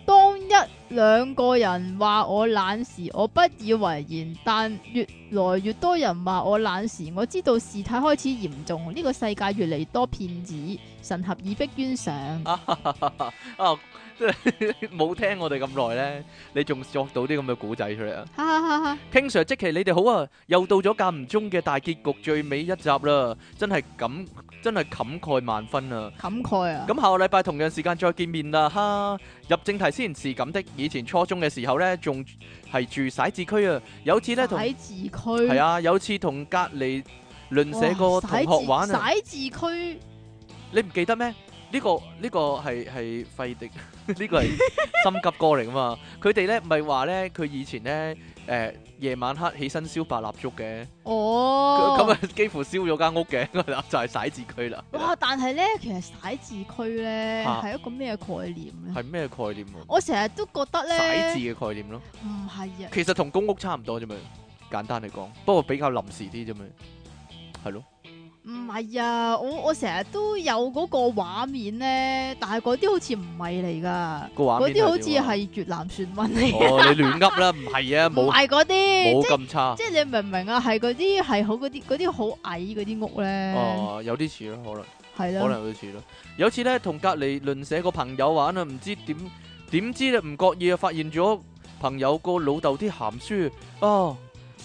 S2: 當一兩個人話我懶時，我不以為然；但越來越多人話我懶時，我知道事態開始嚴重，呢、個世界越嚟越多騙子，神合以逼冤上。
S1: 啊，即係冇聽我哋咁耐呢，你仲作到啲咁嘅古仔出嚟啊！
S2: 哈哈哈哈！
S1: King Sir，即其你哋好啊！又到咗間唔中嘅大結局最尾一集啦，真係感真係感慨萬分啊！
S2: 冚蓋啊！
S1: 咁下個禮拜同樣時間再見面啦，哈！入正題先是咁的，以前初中嘅時候呢，仲係住徙置區啊，有次呢，同
S2: 徙字區
S1: 係，啊，有次同隔離鄰舍個同學玩啊，
S2: 哇徙字徙字區
S1: 你唔記得咩？呢個呢個係係費 迪，呢個係心急歌嚟噶嘛？佢哋呢咪話呢，佢以前呢，誒夜晚黑起身燒白蠟燭嘅。
S2: 哦，
S1: 咁啊，幾乎燒咗間屋嘅，就係徙置區啦。
S2: 哇！但係咧，其實徙字區咧
S1: 嚇
S2: 係一個咩概念咧？
S1: 係咩概念啊？
S2: 我成日都覺得
S1: 徙
S2: 咧，
S1: 置嘅概念咯，
S2: 唔係啊，
S1: 其實同公屋差唔多啫嘛，簡單嚟講，不過比較臨時啲啫嘛，係咯，
S2: 唔係啊，我我成日都有嗰個畫面咧，但係嗰啲好似唔係嚟㗎，
S1: 個畫
S2: 嗰
S1: 面
S2: 啲好似
S1: 係點啊
S2: 係越南船民嚟，
S1: 哦，你亂噏啦，唔係啊，
S2: 唔
S1: 冇
S2: 係嗰啲，
S1: 冇
S2: 即
S1: 咁差，
S2: 即係你明唔明啊？係嗰啲係好嗰啲嗰啲好矮嗰啲屋咧，
S1: 哦，有啲似咯，可能。
S2: 係
S1: 可
S2: 啦，
S1: 能好似咯。有次咧同隔離鄰舍個朋友玩啊，唔知點點知咧唔覺意啊，發現咗朋友個老豆啲鹹書啊，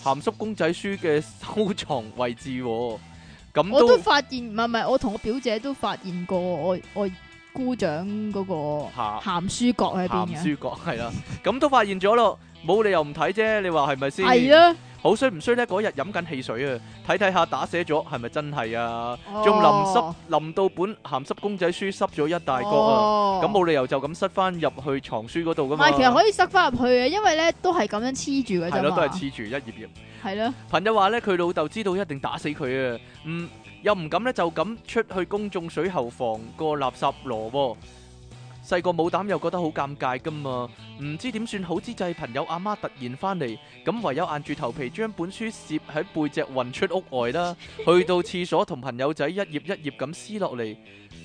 S1: 鹹濕公仔書嘅收藏位置喎、咁
S2: 我都
S1: 都
S2: 發現，唔係唔係，我同我表姐都發現過我我姑丈嗰個
S1: 下
S2: 鹹書角喺邊
S1: 鹹
S2: 嘅，
S1: 書角係啦，咁都發現咗咯，冇理由唔睇啫，你話係咪先？
S2: 係啊啦，
S1: 好衰唔衰咧？嗰日飲緊汽水啊，睇睇下打寫咗，係咪真係啊？
S2: 哦
S1: 仲淋濕淋到本鹹濕公仔書濕咗一大角啊！
S2: 哦
S1: 咁冇理由就咁塞翻入去藏書嗰度噶
S2: 唔
S1: 嘛？
S2: 係，其實可以塞翻入去嘅，因為咧都係咁樣黐住嘅
S1: 係
S2: 啫
S1: 咯，
S2: 嘛，
S1: 都係黐住一頁頁。
S2: 係咯，
S1: 朋友話咧，佢老豆知道一定打死佢啊，唔又唔敢咧，就咁出去公眾水喉房個垃圾籮喎。細個冇膽又覺得好尷尬噶嘛，唔知點算好之際，朋友阿媽突然翻嚟，咁唯有硬住頭皮將本書攝喺背脊運出屋 外啦。去到廁所同朋友仔一頁一頁咁撕落嚟，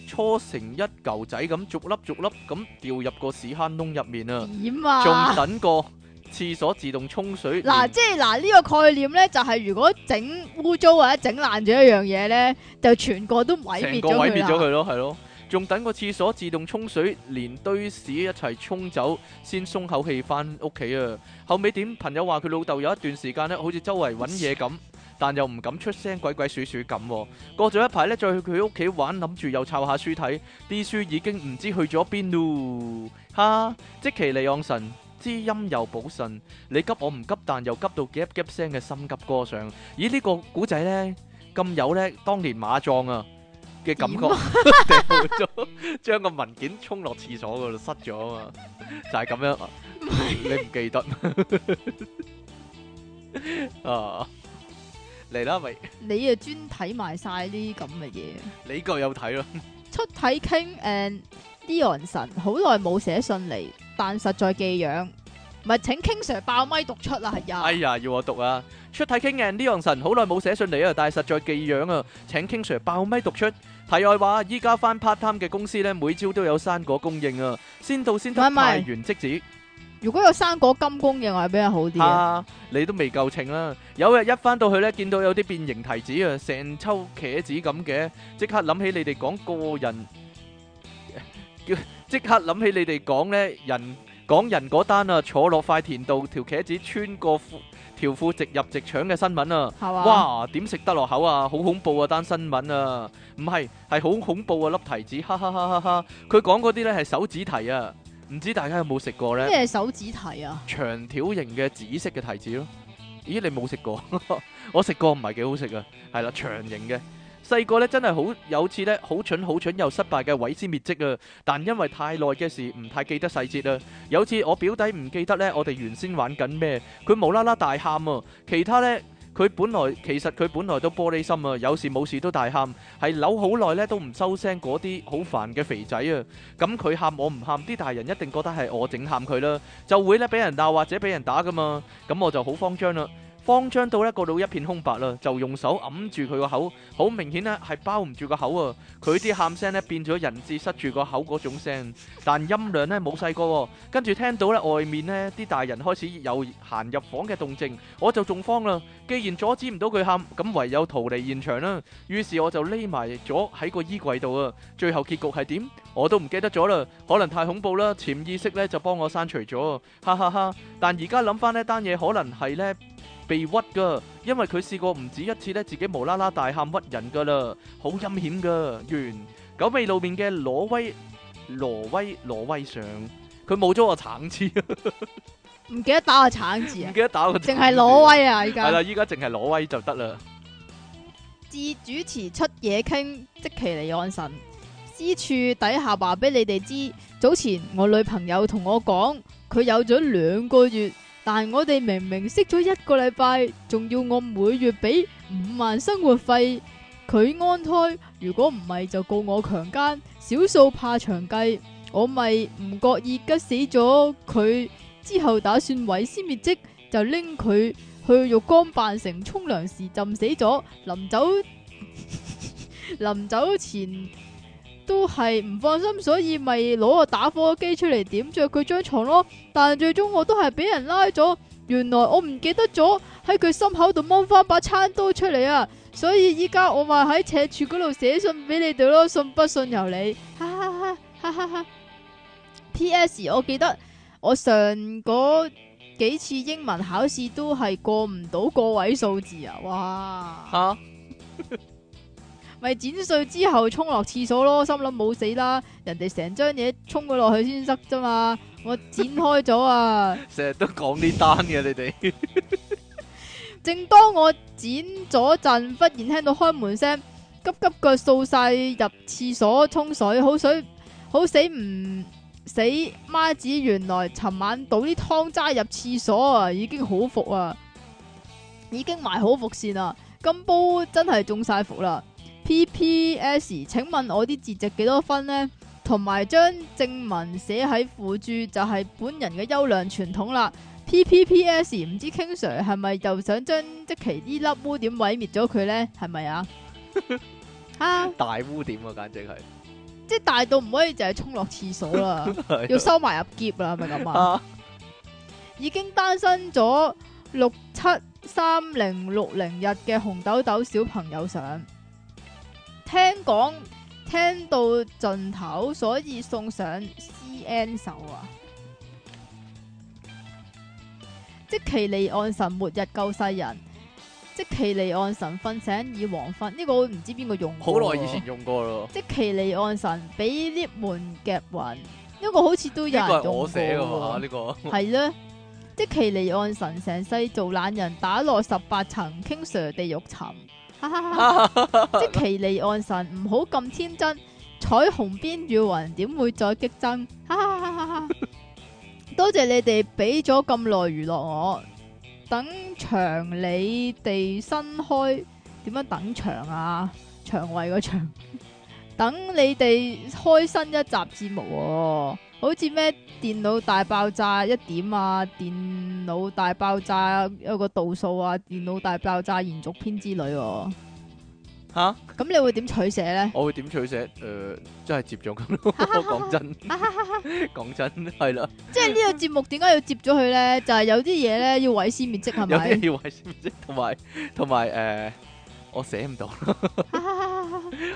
S1: 搓成一嚿仔咁，逐粒逐粒咁掉入個屎坑窿入面啊！
S2: 點
S1: 仲
S2: 啊？
S1: 等過廁所自動沖水，
S2: 嗱，
S1: 連
S2: 即係嗱呢個概念咧，就係如果整污糟或者整爛咗一樣嘢咧，就全個都毀滅
S1: 成個
S2: 咗
S1: 毀滅
S2: 佢
S1: 咗
S2: 啦。
S1: 佢咯，係咯。仲等個廁所自動沖水，連堆屎一齊沖走，先鬆口氣翻屋企啊！後尾點？朋友話佢老豆有一段時間咧，好似周圍揾嘢咁，但又唔敢出聲，鬼鬼祟祟咁喎。過咗一排咧，再去佢屋企玩，諗住又抄下書睇，啲書已經唔知去咗邊咯。哈！即其利昂神。知音又補腎，你急我唔急，但又急到夾夾聲嘅心急歌上。咦？呢、個古仔呢，咁有呢，當年馬壯啊嘅感覺，
S2: 點
S1: 掉咗將個文件沖落廁所嗰度塞咗啊嘛，就係、咁樣啊。你唔記得 啊？嚟啦，咪
S2: 你啊專睇埋晒呢啲咁嘅嘢。
S1: 你個有睇咯，
S2: 出體 King and Leon 神好耐冇寫信嚟，但實在寄養。唔係，請 King Sir 爆咪讀出啦，係
S1: 哎
S2: 呀，
S1: 呀，要我讀啊！出體傾嘅 Leon 神好耐冇寫信嚟啊，但係實在寄養啊，請 King Sir 爆咪讀出。題外話，依家翻 part time 嘅公司呢，每朝都有生果供應啊，先到先得，
S2: 唔係唔係
S1: 派完即止。
S2: 如果有生果金工嘅，我係比較好啲嘅。
S1: 啊！你都未夠稱啦！有日一翻到去呢，見到有啲變形提子啊，成抽茄子咁嘅，即刻諗起你哋講個人， 即刻諗起你哋講呢人講人嗰單啊，坐落塊田度條茄子穿過褲條褲直入直腸嘅新聞啊！
S2: 係嘛？
S1: 哇！點食得落口啊？好恐怖啊！單新聞啊，唔係係好恐怖啊！粒提子，哈哈哈哈哈！佢講嗰啲呢係手指提啊，唔知大家有冇食過呢？
S2: 咩手指提啊？
S1: 長條形嘅紫色嘅提子咯。咦，你冇食過？ 我食過，唔係幾好食啊。係啦，長形嘅。細個咧真係好有次咧，好蠢好蠢又失敗嘅毀屍滅跡啊！但因為太耐嘅事，唔太記得細節啊。有次我表弟唔記得咧，我哋原先玩緊咩，佢無啦啦大喊啊！其他咧，佢本來其實佢本來都玻璃心啊，有事冇事都大喊，係扭好耐咧都唔收聲嗰啲好煩嘅肥仔啊！咁佢喊我唔喊，啲大人一定覺得係我整喊佢啦。就會咧俾人鬧或者俾人打噶嘛，咁我就好慌張啦，慌張到咧個腦一片空白啦，就用手揞住佢個口，好明顯咧係包唔住個口啊！佢啲喊聲咧變咗人質塞住個口嗰種聲，但音量咧冇細個喎。跟住聽到咧外面咧啲大人開始有行入房嘅動靜，我就仲慌啦。既然阻止唔到佢喊，咁唯有逃離現場啦。於是我就匿埋咗喺個衣櫃度啊。最後結局係點？我都唔記得咗啦，可能太恐怖啦，潛意識咧就幫我刪除咗，哈哈哈！但而家諗翻呢單嘢，可能係咧被屈噶，因為佢試過唔止一次咧，自己無啦啦大喊屈人噶啦，好陰險噶。完，久未露面嘅挪威挪威挪威上，佢冇咗個橙字， 唔
S2: 唔記得打個橙字啊，
S1: 記得打個橙字。
S2: 淨係挪威啊！而
S1: 係
S2: 家
S1: 啦，依家淨係挪威就得啦。
S2: 自主持出嘢傾，即其離岸神。私處底下話俾你哋知，早前我女朋友同我講，佢有咗兩個月，但我哋明明識咗一個禮拜，仲要我每月俾五萬生活費，佢安胎，如果唔係就告我強姦，少數怕長計，我咪唔覺意吉死咗佢，之後打算毀屍滅跡，就拎佢去浴缸扮成沖涼時浸死咗，臨走臨走前。都係唔放心，所以咪攞個打火機出嚟點着佢張床咯。但最終我都係俾人拉咗，原來我唔記得咗喺佢心口度掹翻把餐刀出嚟啊！所以依家我咪喺赤柱嗰度寫信俾你哋咯，信不信由你，哈哈哈哈哈哈。P.S. 我記得我上嗰幾次英文考試都係過唔到個位數字啊！哇！
S1: 嚇！
S2: 咪剪碎之後沖落廁所咯，心諗冇死啦，人哋成張嘢沖咗落去先塞啫嘛，我剪開咗啊！
S1: 成日都講呢單嘅你哋，
S2: 正當我剪咗陣，忽然聽到開門聲，急急腳掃晒入廁所沖水，好水好死唔死媽子，原來尋晚倒啲湯渣入廁所啊，已經好服啊，已經埋好伏線啦，金煲真係中晒伏啦。P.P.S. 請問我啲字值幾多分呢？同埋將正文寫喺附注就係本人嘅優良傳統啦。P P P S 唔知 King Sir 係咪又想將即其呢粒污點毀滅咗佢呢？係咪啊？啊！
S1: 大污點啊，簡直係
S2: 即係大到唔可以就係沖落廁所啊啦，
S1: 係
S2: 要收埋入箧啦，係咪咁啊？
S1: 啊，
S2: 已經單身咗六七三零六零日嘅紅豆豆小朋友上，聽講聽到盡頭，所以送上 C N 手啊！即其離岸神末日救世人，即其離岸神瞓醒已黃昏，呢、個我唔知邊個用
S1: 好
S2: 過
S1: 耐以
S2: 喎
S1: 前用過咯，
S2: 即其離岸神俾 lift 門夾暈，呢、個好似都有
S1: 呢個
S2: 人
S1: 係
S2: 用
S1: 我寫噶嘛？
S2: 過
S1: 呢個
S2: 喎，係咧。即其離岸神成世做懶人，打落十八層，傾 Sir 地獄沉。哈哈哈即其離岸神唔好咁天真，彩虹邊雨雲點會再激增？哈哈哈哈哈！多謝你哋俾咗咁耐娛樂我，等場你哋新開點樣等場啊？腸胃嗰場，等你哋開新一集節目、喎，好似咩電腦大爆炸一點啊，電腦大爆炸有個度數啊，電腦大爆炸延續篇之類、喎。
S1: 吓，
S2: 咁你會點取捨呢？
S1: 我會點取捨？誒，真係接咗 咁咯。 講真，講真係啦，
S2: 即係呢個節目點解要接咗佢呢？就係、有啲嘢呢要毀屍滅跡，係
S1: 有啲
S2: 咪？
S1: 嘢要為先知，同埋同埋誒，我寫唔到。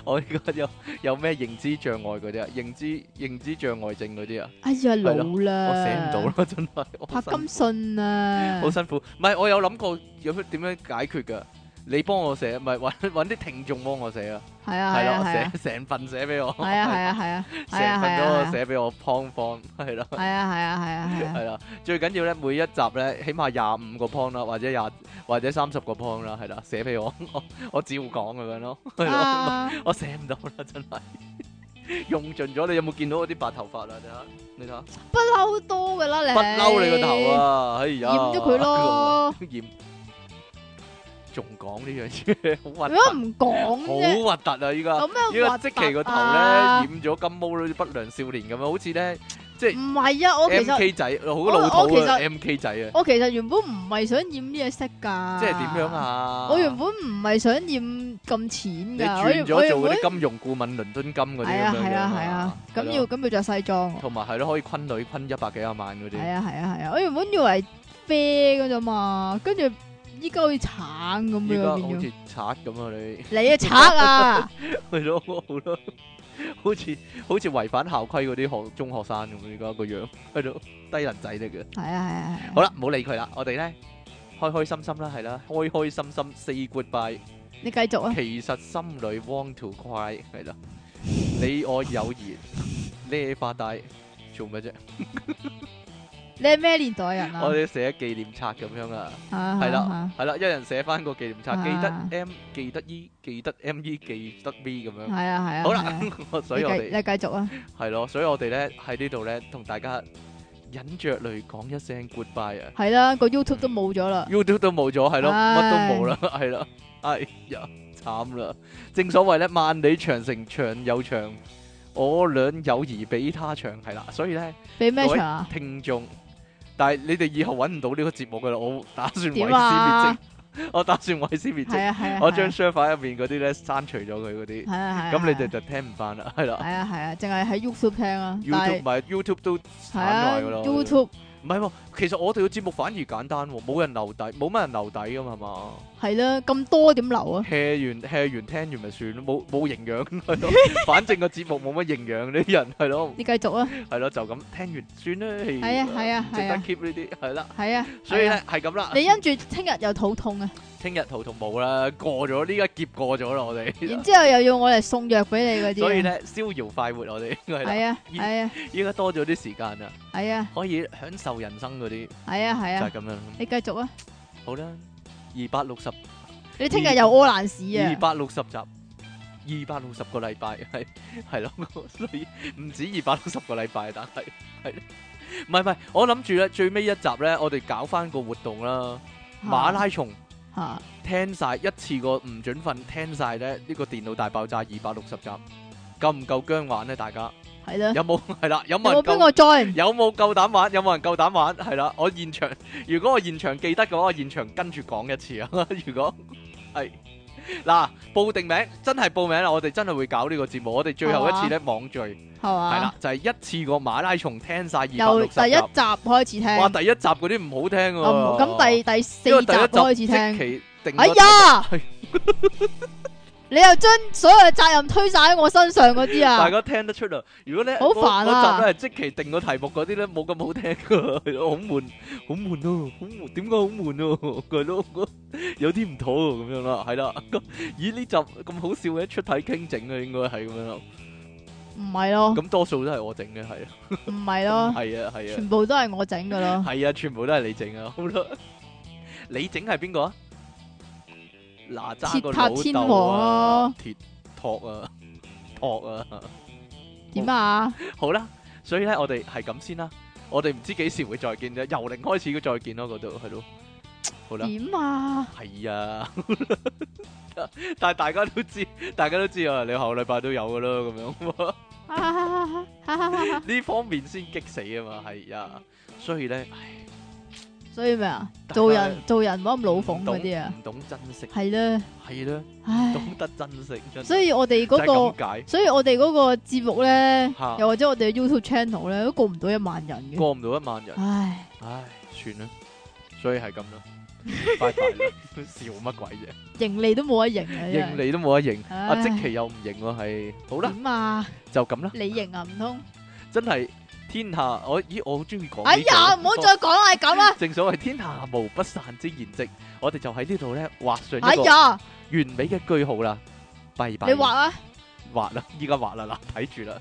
S1: 我而家有有咩認知障礙嗰啲啊？認知認知障礙症嗰啲啊？
S2: 哎呀，老啦，
S1: 我寫唔到啦，真係我
S2: 柏
S1: 辛
S2: 金信啊
S1: 好，辛苦。唔係，我有諗過有咩點樣解決㗎？你幫我寫，唔係揾揾啲聽眾幫我寫啊。
S2: 係啊
S1: 係
S2: 係啊
S1: 啦，
S2: 係啊
S1: 寫成份寫俾我。
S2: 係啊係啊係啊係
S1: 成
S2: 啊
S1: 份
S2: 係
S1: 都
S2: 啊
S1: 寫俾我 point form 係啦。
S2: 係啊係啊係啊係啊。
S1: 係啦，最緊要咧，每一集咧，起碼廿五個 point 啦，或者廿或者三十個 point 啦，係啦，寫俾我，我我照講咁樣咯，係咯。
S2: 啊
S1: 我寫唔到啦，真係用盡咗。你有冇見到我啲白頭髮啊？你睇下，你睇下，
S2: 不嬲多噶啦，你
S1: 不嬲你個頭！啊！哎呀，
S2: 染咗佢 咯，
S1: 染仲講呢樣嘢，好核
S2: 如果
S1: 突，
S2: 唔講
S1: 好
S2: 啫，
S1: 核突啊！依家
S2: 有
S1: 依
S2: 咩
S1: 家
S2: 核
S1: 即
S2: 突
S1: 奇個頭咧
S2: 啊
S1: 染咗金毛好似不良少年咁樣，好似咧
S2: 唔係啊，我其
S1: M
S2: 實
S1: K 仔，好老
S2: 我
S1: 土
S2: 其實
S1: 啊 M K 仔啊，
S2: 我其實原本唔係想染呢隻色㗎。
S1: 即係點樣？啊？
S2: 我原本唔係想染咁淺
S1: 你
S2: 㗎，我
S1: 轉
S2: 原
S1: 咗
S2: 我原
S1: 做
S2: 本
S1: 嗰啲金融顧問、倫敦金嗰啲咁樣
S2: 係啊係
S1: 樣
S2: 啊係啊，
S1: 係
S2: 咁
S1: 咯
S2: 要咁要着西裝喎。
S1: 同埋係咯，可以坤女坤一百幾廿萬嗰啲
S2: 係。啊係啊係啊，我原本以為啡㗎啫嘛，跟住依家好似橙咁
S1: 依家
S2: 樣變
S1: 好
S2: 咗。
S1: 似賊咁啊！你
S2: 你啊橙啊！
S1: 係咯，好咯，好似好似違反校規嗰啲學中學生咁，依家個樣喺度低能仔嚟嘅。
S2: 係啊係啊係啊。
S1: 好啦，唔好理佢啦，我哋咧開開心心啦，係啦，開開心心 say goodbye。
S2: 你繼續啊！
S1: 其實心裏 want to cry 係啦，你我友誼呢發大做咩啫？
S2: 你係咩年代人啊？
S1: 我哋寫紀念冊咁樣啊，
S2: 係
S1: 係啦係啦，一人寫翻個紀念冊，
S2: 啊
S1: 記得 M，記得 E，記得 M E，記得 V 咁樣。
S2: 係啊係啊。
S1: 好
S2: 係啊
S1: 啦， 所以我
S2: 你繼
S1: 哋。
S2: 你繼續啊！
S1: 系咯，所以我哋咧喺呢度咧同大家忍着淚講一聲 goodbye 啊
S2: 係啦，個 YouTube 都冇咗啦。
S1: ，YouTube 都冇咗，係咯，乜
S2: 唉
S1: 都冇啦， 係啦，哎呀，慘啦！正所謂咧，萬里長城長又長，我倆友誼比他長，係啦，所以咧
S2: 俾咩場啊？
S1: 聽眾，但係你哋以後揾唔到呢個節目噶啦，我打算毀屍
S2: 點
S1: 滅
S2: 啊
S1: 跡， 我打算毀屍滅
S2: 係
S1: 跡，
S2: 啊係啊。
S1: 我將
S2: 係
S1: server 入面嗰啲咧刪除咗佢嗰啲，
S2: 啊係啊。
S1: 咁你哋
S2: 係
S1: 就聽唔翻啦，係啦
S2: 啊係啊，淨係喺 YouTube 聽啊。但
S1: ，YouTube
S2: 係
S1: 咪 YouTube 都
S2: 係
S1: 鏟
S2: 啊
S1: 埋㗎啦我哋
S2: ，YouTube
S1: 唔係喎，其實我哋嘅節目反而簡單喎，冇人留底，冇乜人留底噶嘛，係嘛
S2: 係啦，咁多點流 啊？
S1: ？hea 完 hea 完聽完咪算咯，冇冇營養係 咯，反正個節目冇乜營養啲人係咯，
S2: 你繼續啊！
S1: 係咯就咁聽完算啦。
S2: 係啊係啊
S1: 唔值
S2: 係
S1: 得
S2: 啊
S1: keep 呢啲係啦，
S2: 係啊，
S1: 所以
S2: 係啊
S1: 咧係咁啦，
S2: 你因住聽日又肚痛啊，
S1: 聽日圖同冇啦，過咗呢一劫過咗啦，我
S2: 然
S1: 哋，
S2: 之後又要我嚟送藥俾你嗰啲啊。
S1: 所以咧逍遙快活我哋係啦，
S2: 係啊
S1: 依
S2: 係啊
S1: 依家多咗啲時間啦，
S2: 係啊
S1: 可以享受人生嗰啲
S2: 係啊係
S1: 就係
S2: 啊，
S1: 咁樣啦，
S2: 你繼續啊！
S1: 好啦，二百六十。
S2: 你聽日又屙爛屎
S1: 二
S2: 啊！
S1: 百六十集，二百六十個禮拜係係咯， 所以唔止二百六十個禮拜，但係係咯唔係唔係，我諗住咧最尾一集咧，我哋搞翻個活動啦，馬拉松
S2: 嚇
S1: 聽晒一次過唔準瞓，聽晒咧呢個電腦大爆炸二百六十集，夠唔夠僵玩咧？大家
S2: 系啦，
S1: 有冇係啦？有冇人
S2: 有冇
S1: 夠
S2: 边个 join？
S1: 有冇夠膽玩？有冇人夠膽玩？係啦，我現場，如果我現場記得嘅話，我現場跟住講一次啊！ 如果係嗱，報定名，真係報名啦！我哋真係會搞呢個節目，我哋最後一次咧網聚係
S2: 系嘛
S1: 啦？，就係一次過馬拉松聽晒二百
S2: 由
S1: 六
S2: 啊哦第一
S1: 十集。
S2: 集开
S1: 哇！
S2: 始听，
S1: 第一集嗰啲唔好聽喎。
S2: 啊唔咁第第四集开
S1: 因
S2: 始
S1: 為
S2: 听。
S1: 第一集即期定
S2: 哎
S1: 咗
S2: 呀
S1: 係，
S2: 你又将所有嘅责任推晒喺我身上嗰啲
S1: 大
S2: 啊，
S1: 家聽得出啦。如果咧，
S2: 好
S1: 嗰
S2: 煩
S1: 嗰
S2: 啊
S1: 集咧即期定個題目嗰啲咧，冇咁好聽噶， 好悶，好悶咯，好悶，點解好悶咯？ 佢咯，有啲唔妥喎咁樣啦，係啦。咁咦呢集咁好笑嘅出體傾整啊，應該係咁樣咯。
S2: 唔系咯，
S1: 咁多數都係我整嘅，係啊，
S2: 唔系咯，
S1: 係啊，係啊
S2: 全，部都系我整噶咯，
S1: 係啊，全部都係你整啊。好啦，你整係邊個啊？哪吒個
S2: 鐵塔
S1: 老
S2: 天
S1: 豆
S2: 王
S1: 啊
S2: 咯，
S1: 鐵托啊，托啊。
S2: 点啊？
S1: 好啦，所以咧我哋係咁先啦，我哋唔知幾時會再見啫，由零開始嘅再見咯，嗰度係咯，好啦，
S2: 点啊？
S1: 係啊， 但係大家都知，大家都知啊，你下個禮拜都有噶啦，咁樣
S2: 啊
S1: 呢方面先激死啊嘛，係啊，所以咧，唉
S2: 所以咩啊？
S1: 大家
S2: 做人做人唔好咁老
S1: 唔
S2: 奉
S1: 懂
S2: 嗰啲啊，
S1: 唔懂珍惜，
S2: 系啦，
S1: 係啦，
S2: 唉，
S1: 懂得珍惜，真係
S2: 所以我哋
S1: 就
S2: 嗰
S1: 係
S2: 个，
S1: 咁解，
S2: 所以我哋嗰个节目咧
S1: 嚇，
S2: 又或者我哋嘅 YouTube channel 咧，都过唔到一万人嘅，
S1: 過唔到一萬人。
S2: 唉，
S1: 唉，算啦，所以係咁啦，拜拜 啦， 笑乜鬼啫？
S2: 盈利都冇得盈啊，
S1: 認你都冇得認，
S2: 唉
S1: 阿即奇又唔認喎，係好啦，
S2: 点啊？
S1: 就咁啦，
S2: 你盈啊？唔通？
S1: 真係天下我咦我好中意講呢
S2: 哎呀，
S1: 句
S2: 唔好再讲啦，係咁啦，
S1: 正所謂天下無不散之筵席，我哋就喺呢度咧畫上
S2: 哎
S1: 一個
S2: 呀，
S1: 完美嘅句號啦，拜拜，
S2: 你画啊！
S1: 畫啦，依家畫啦嗱，睇住啦，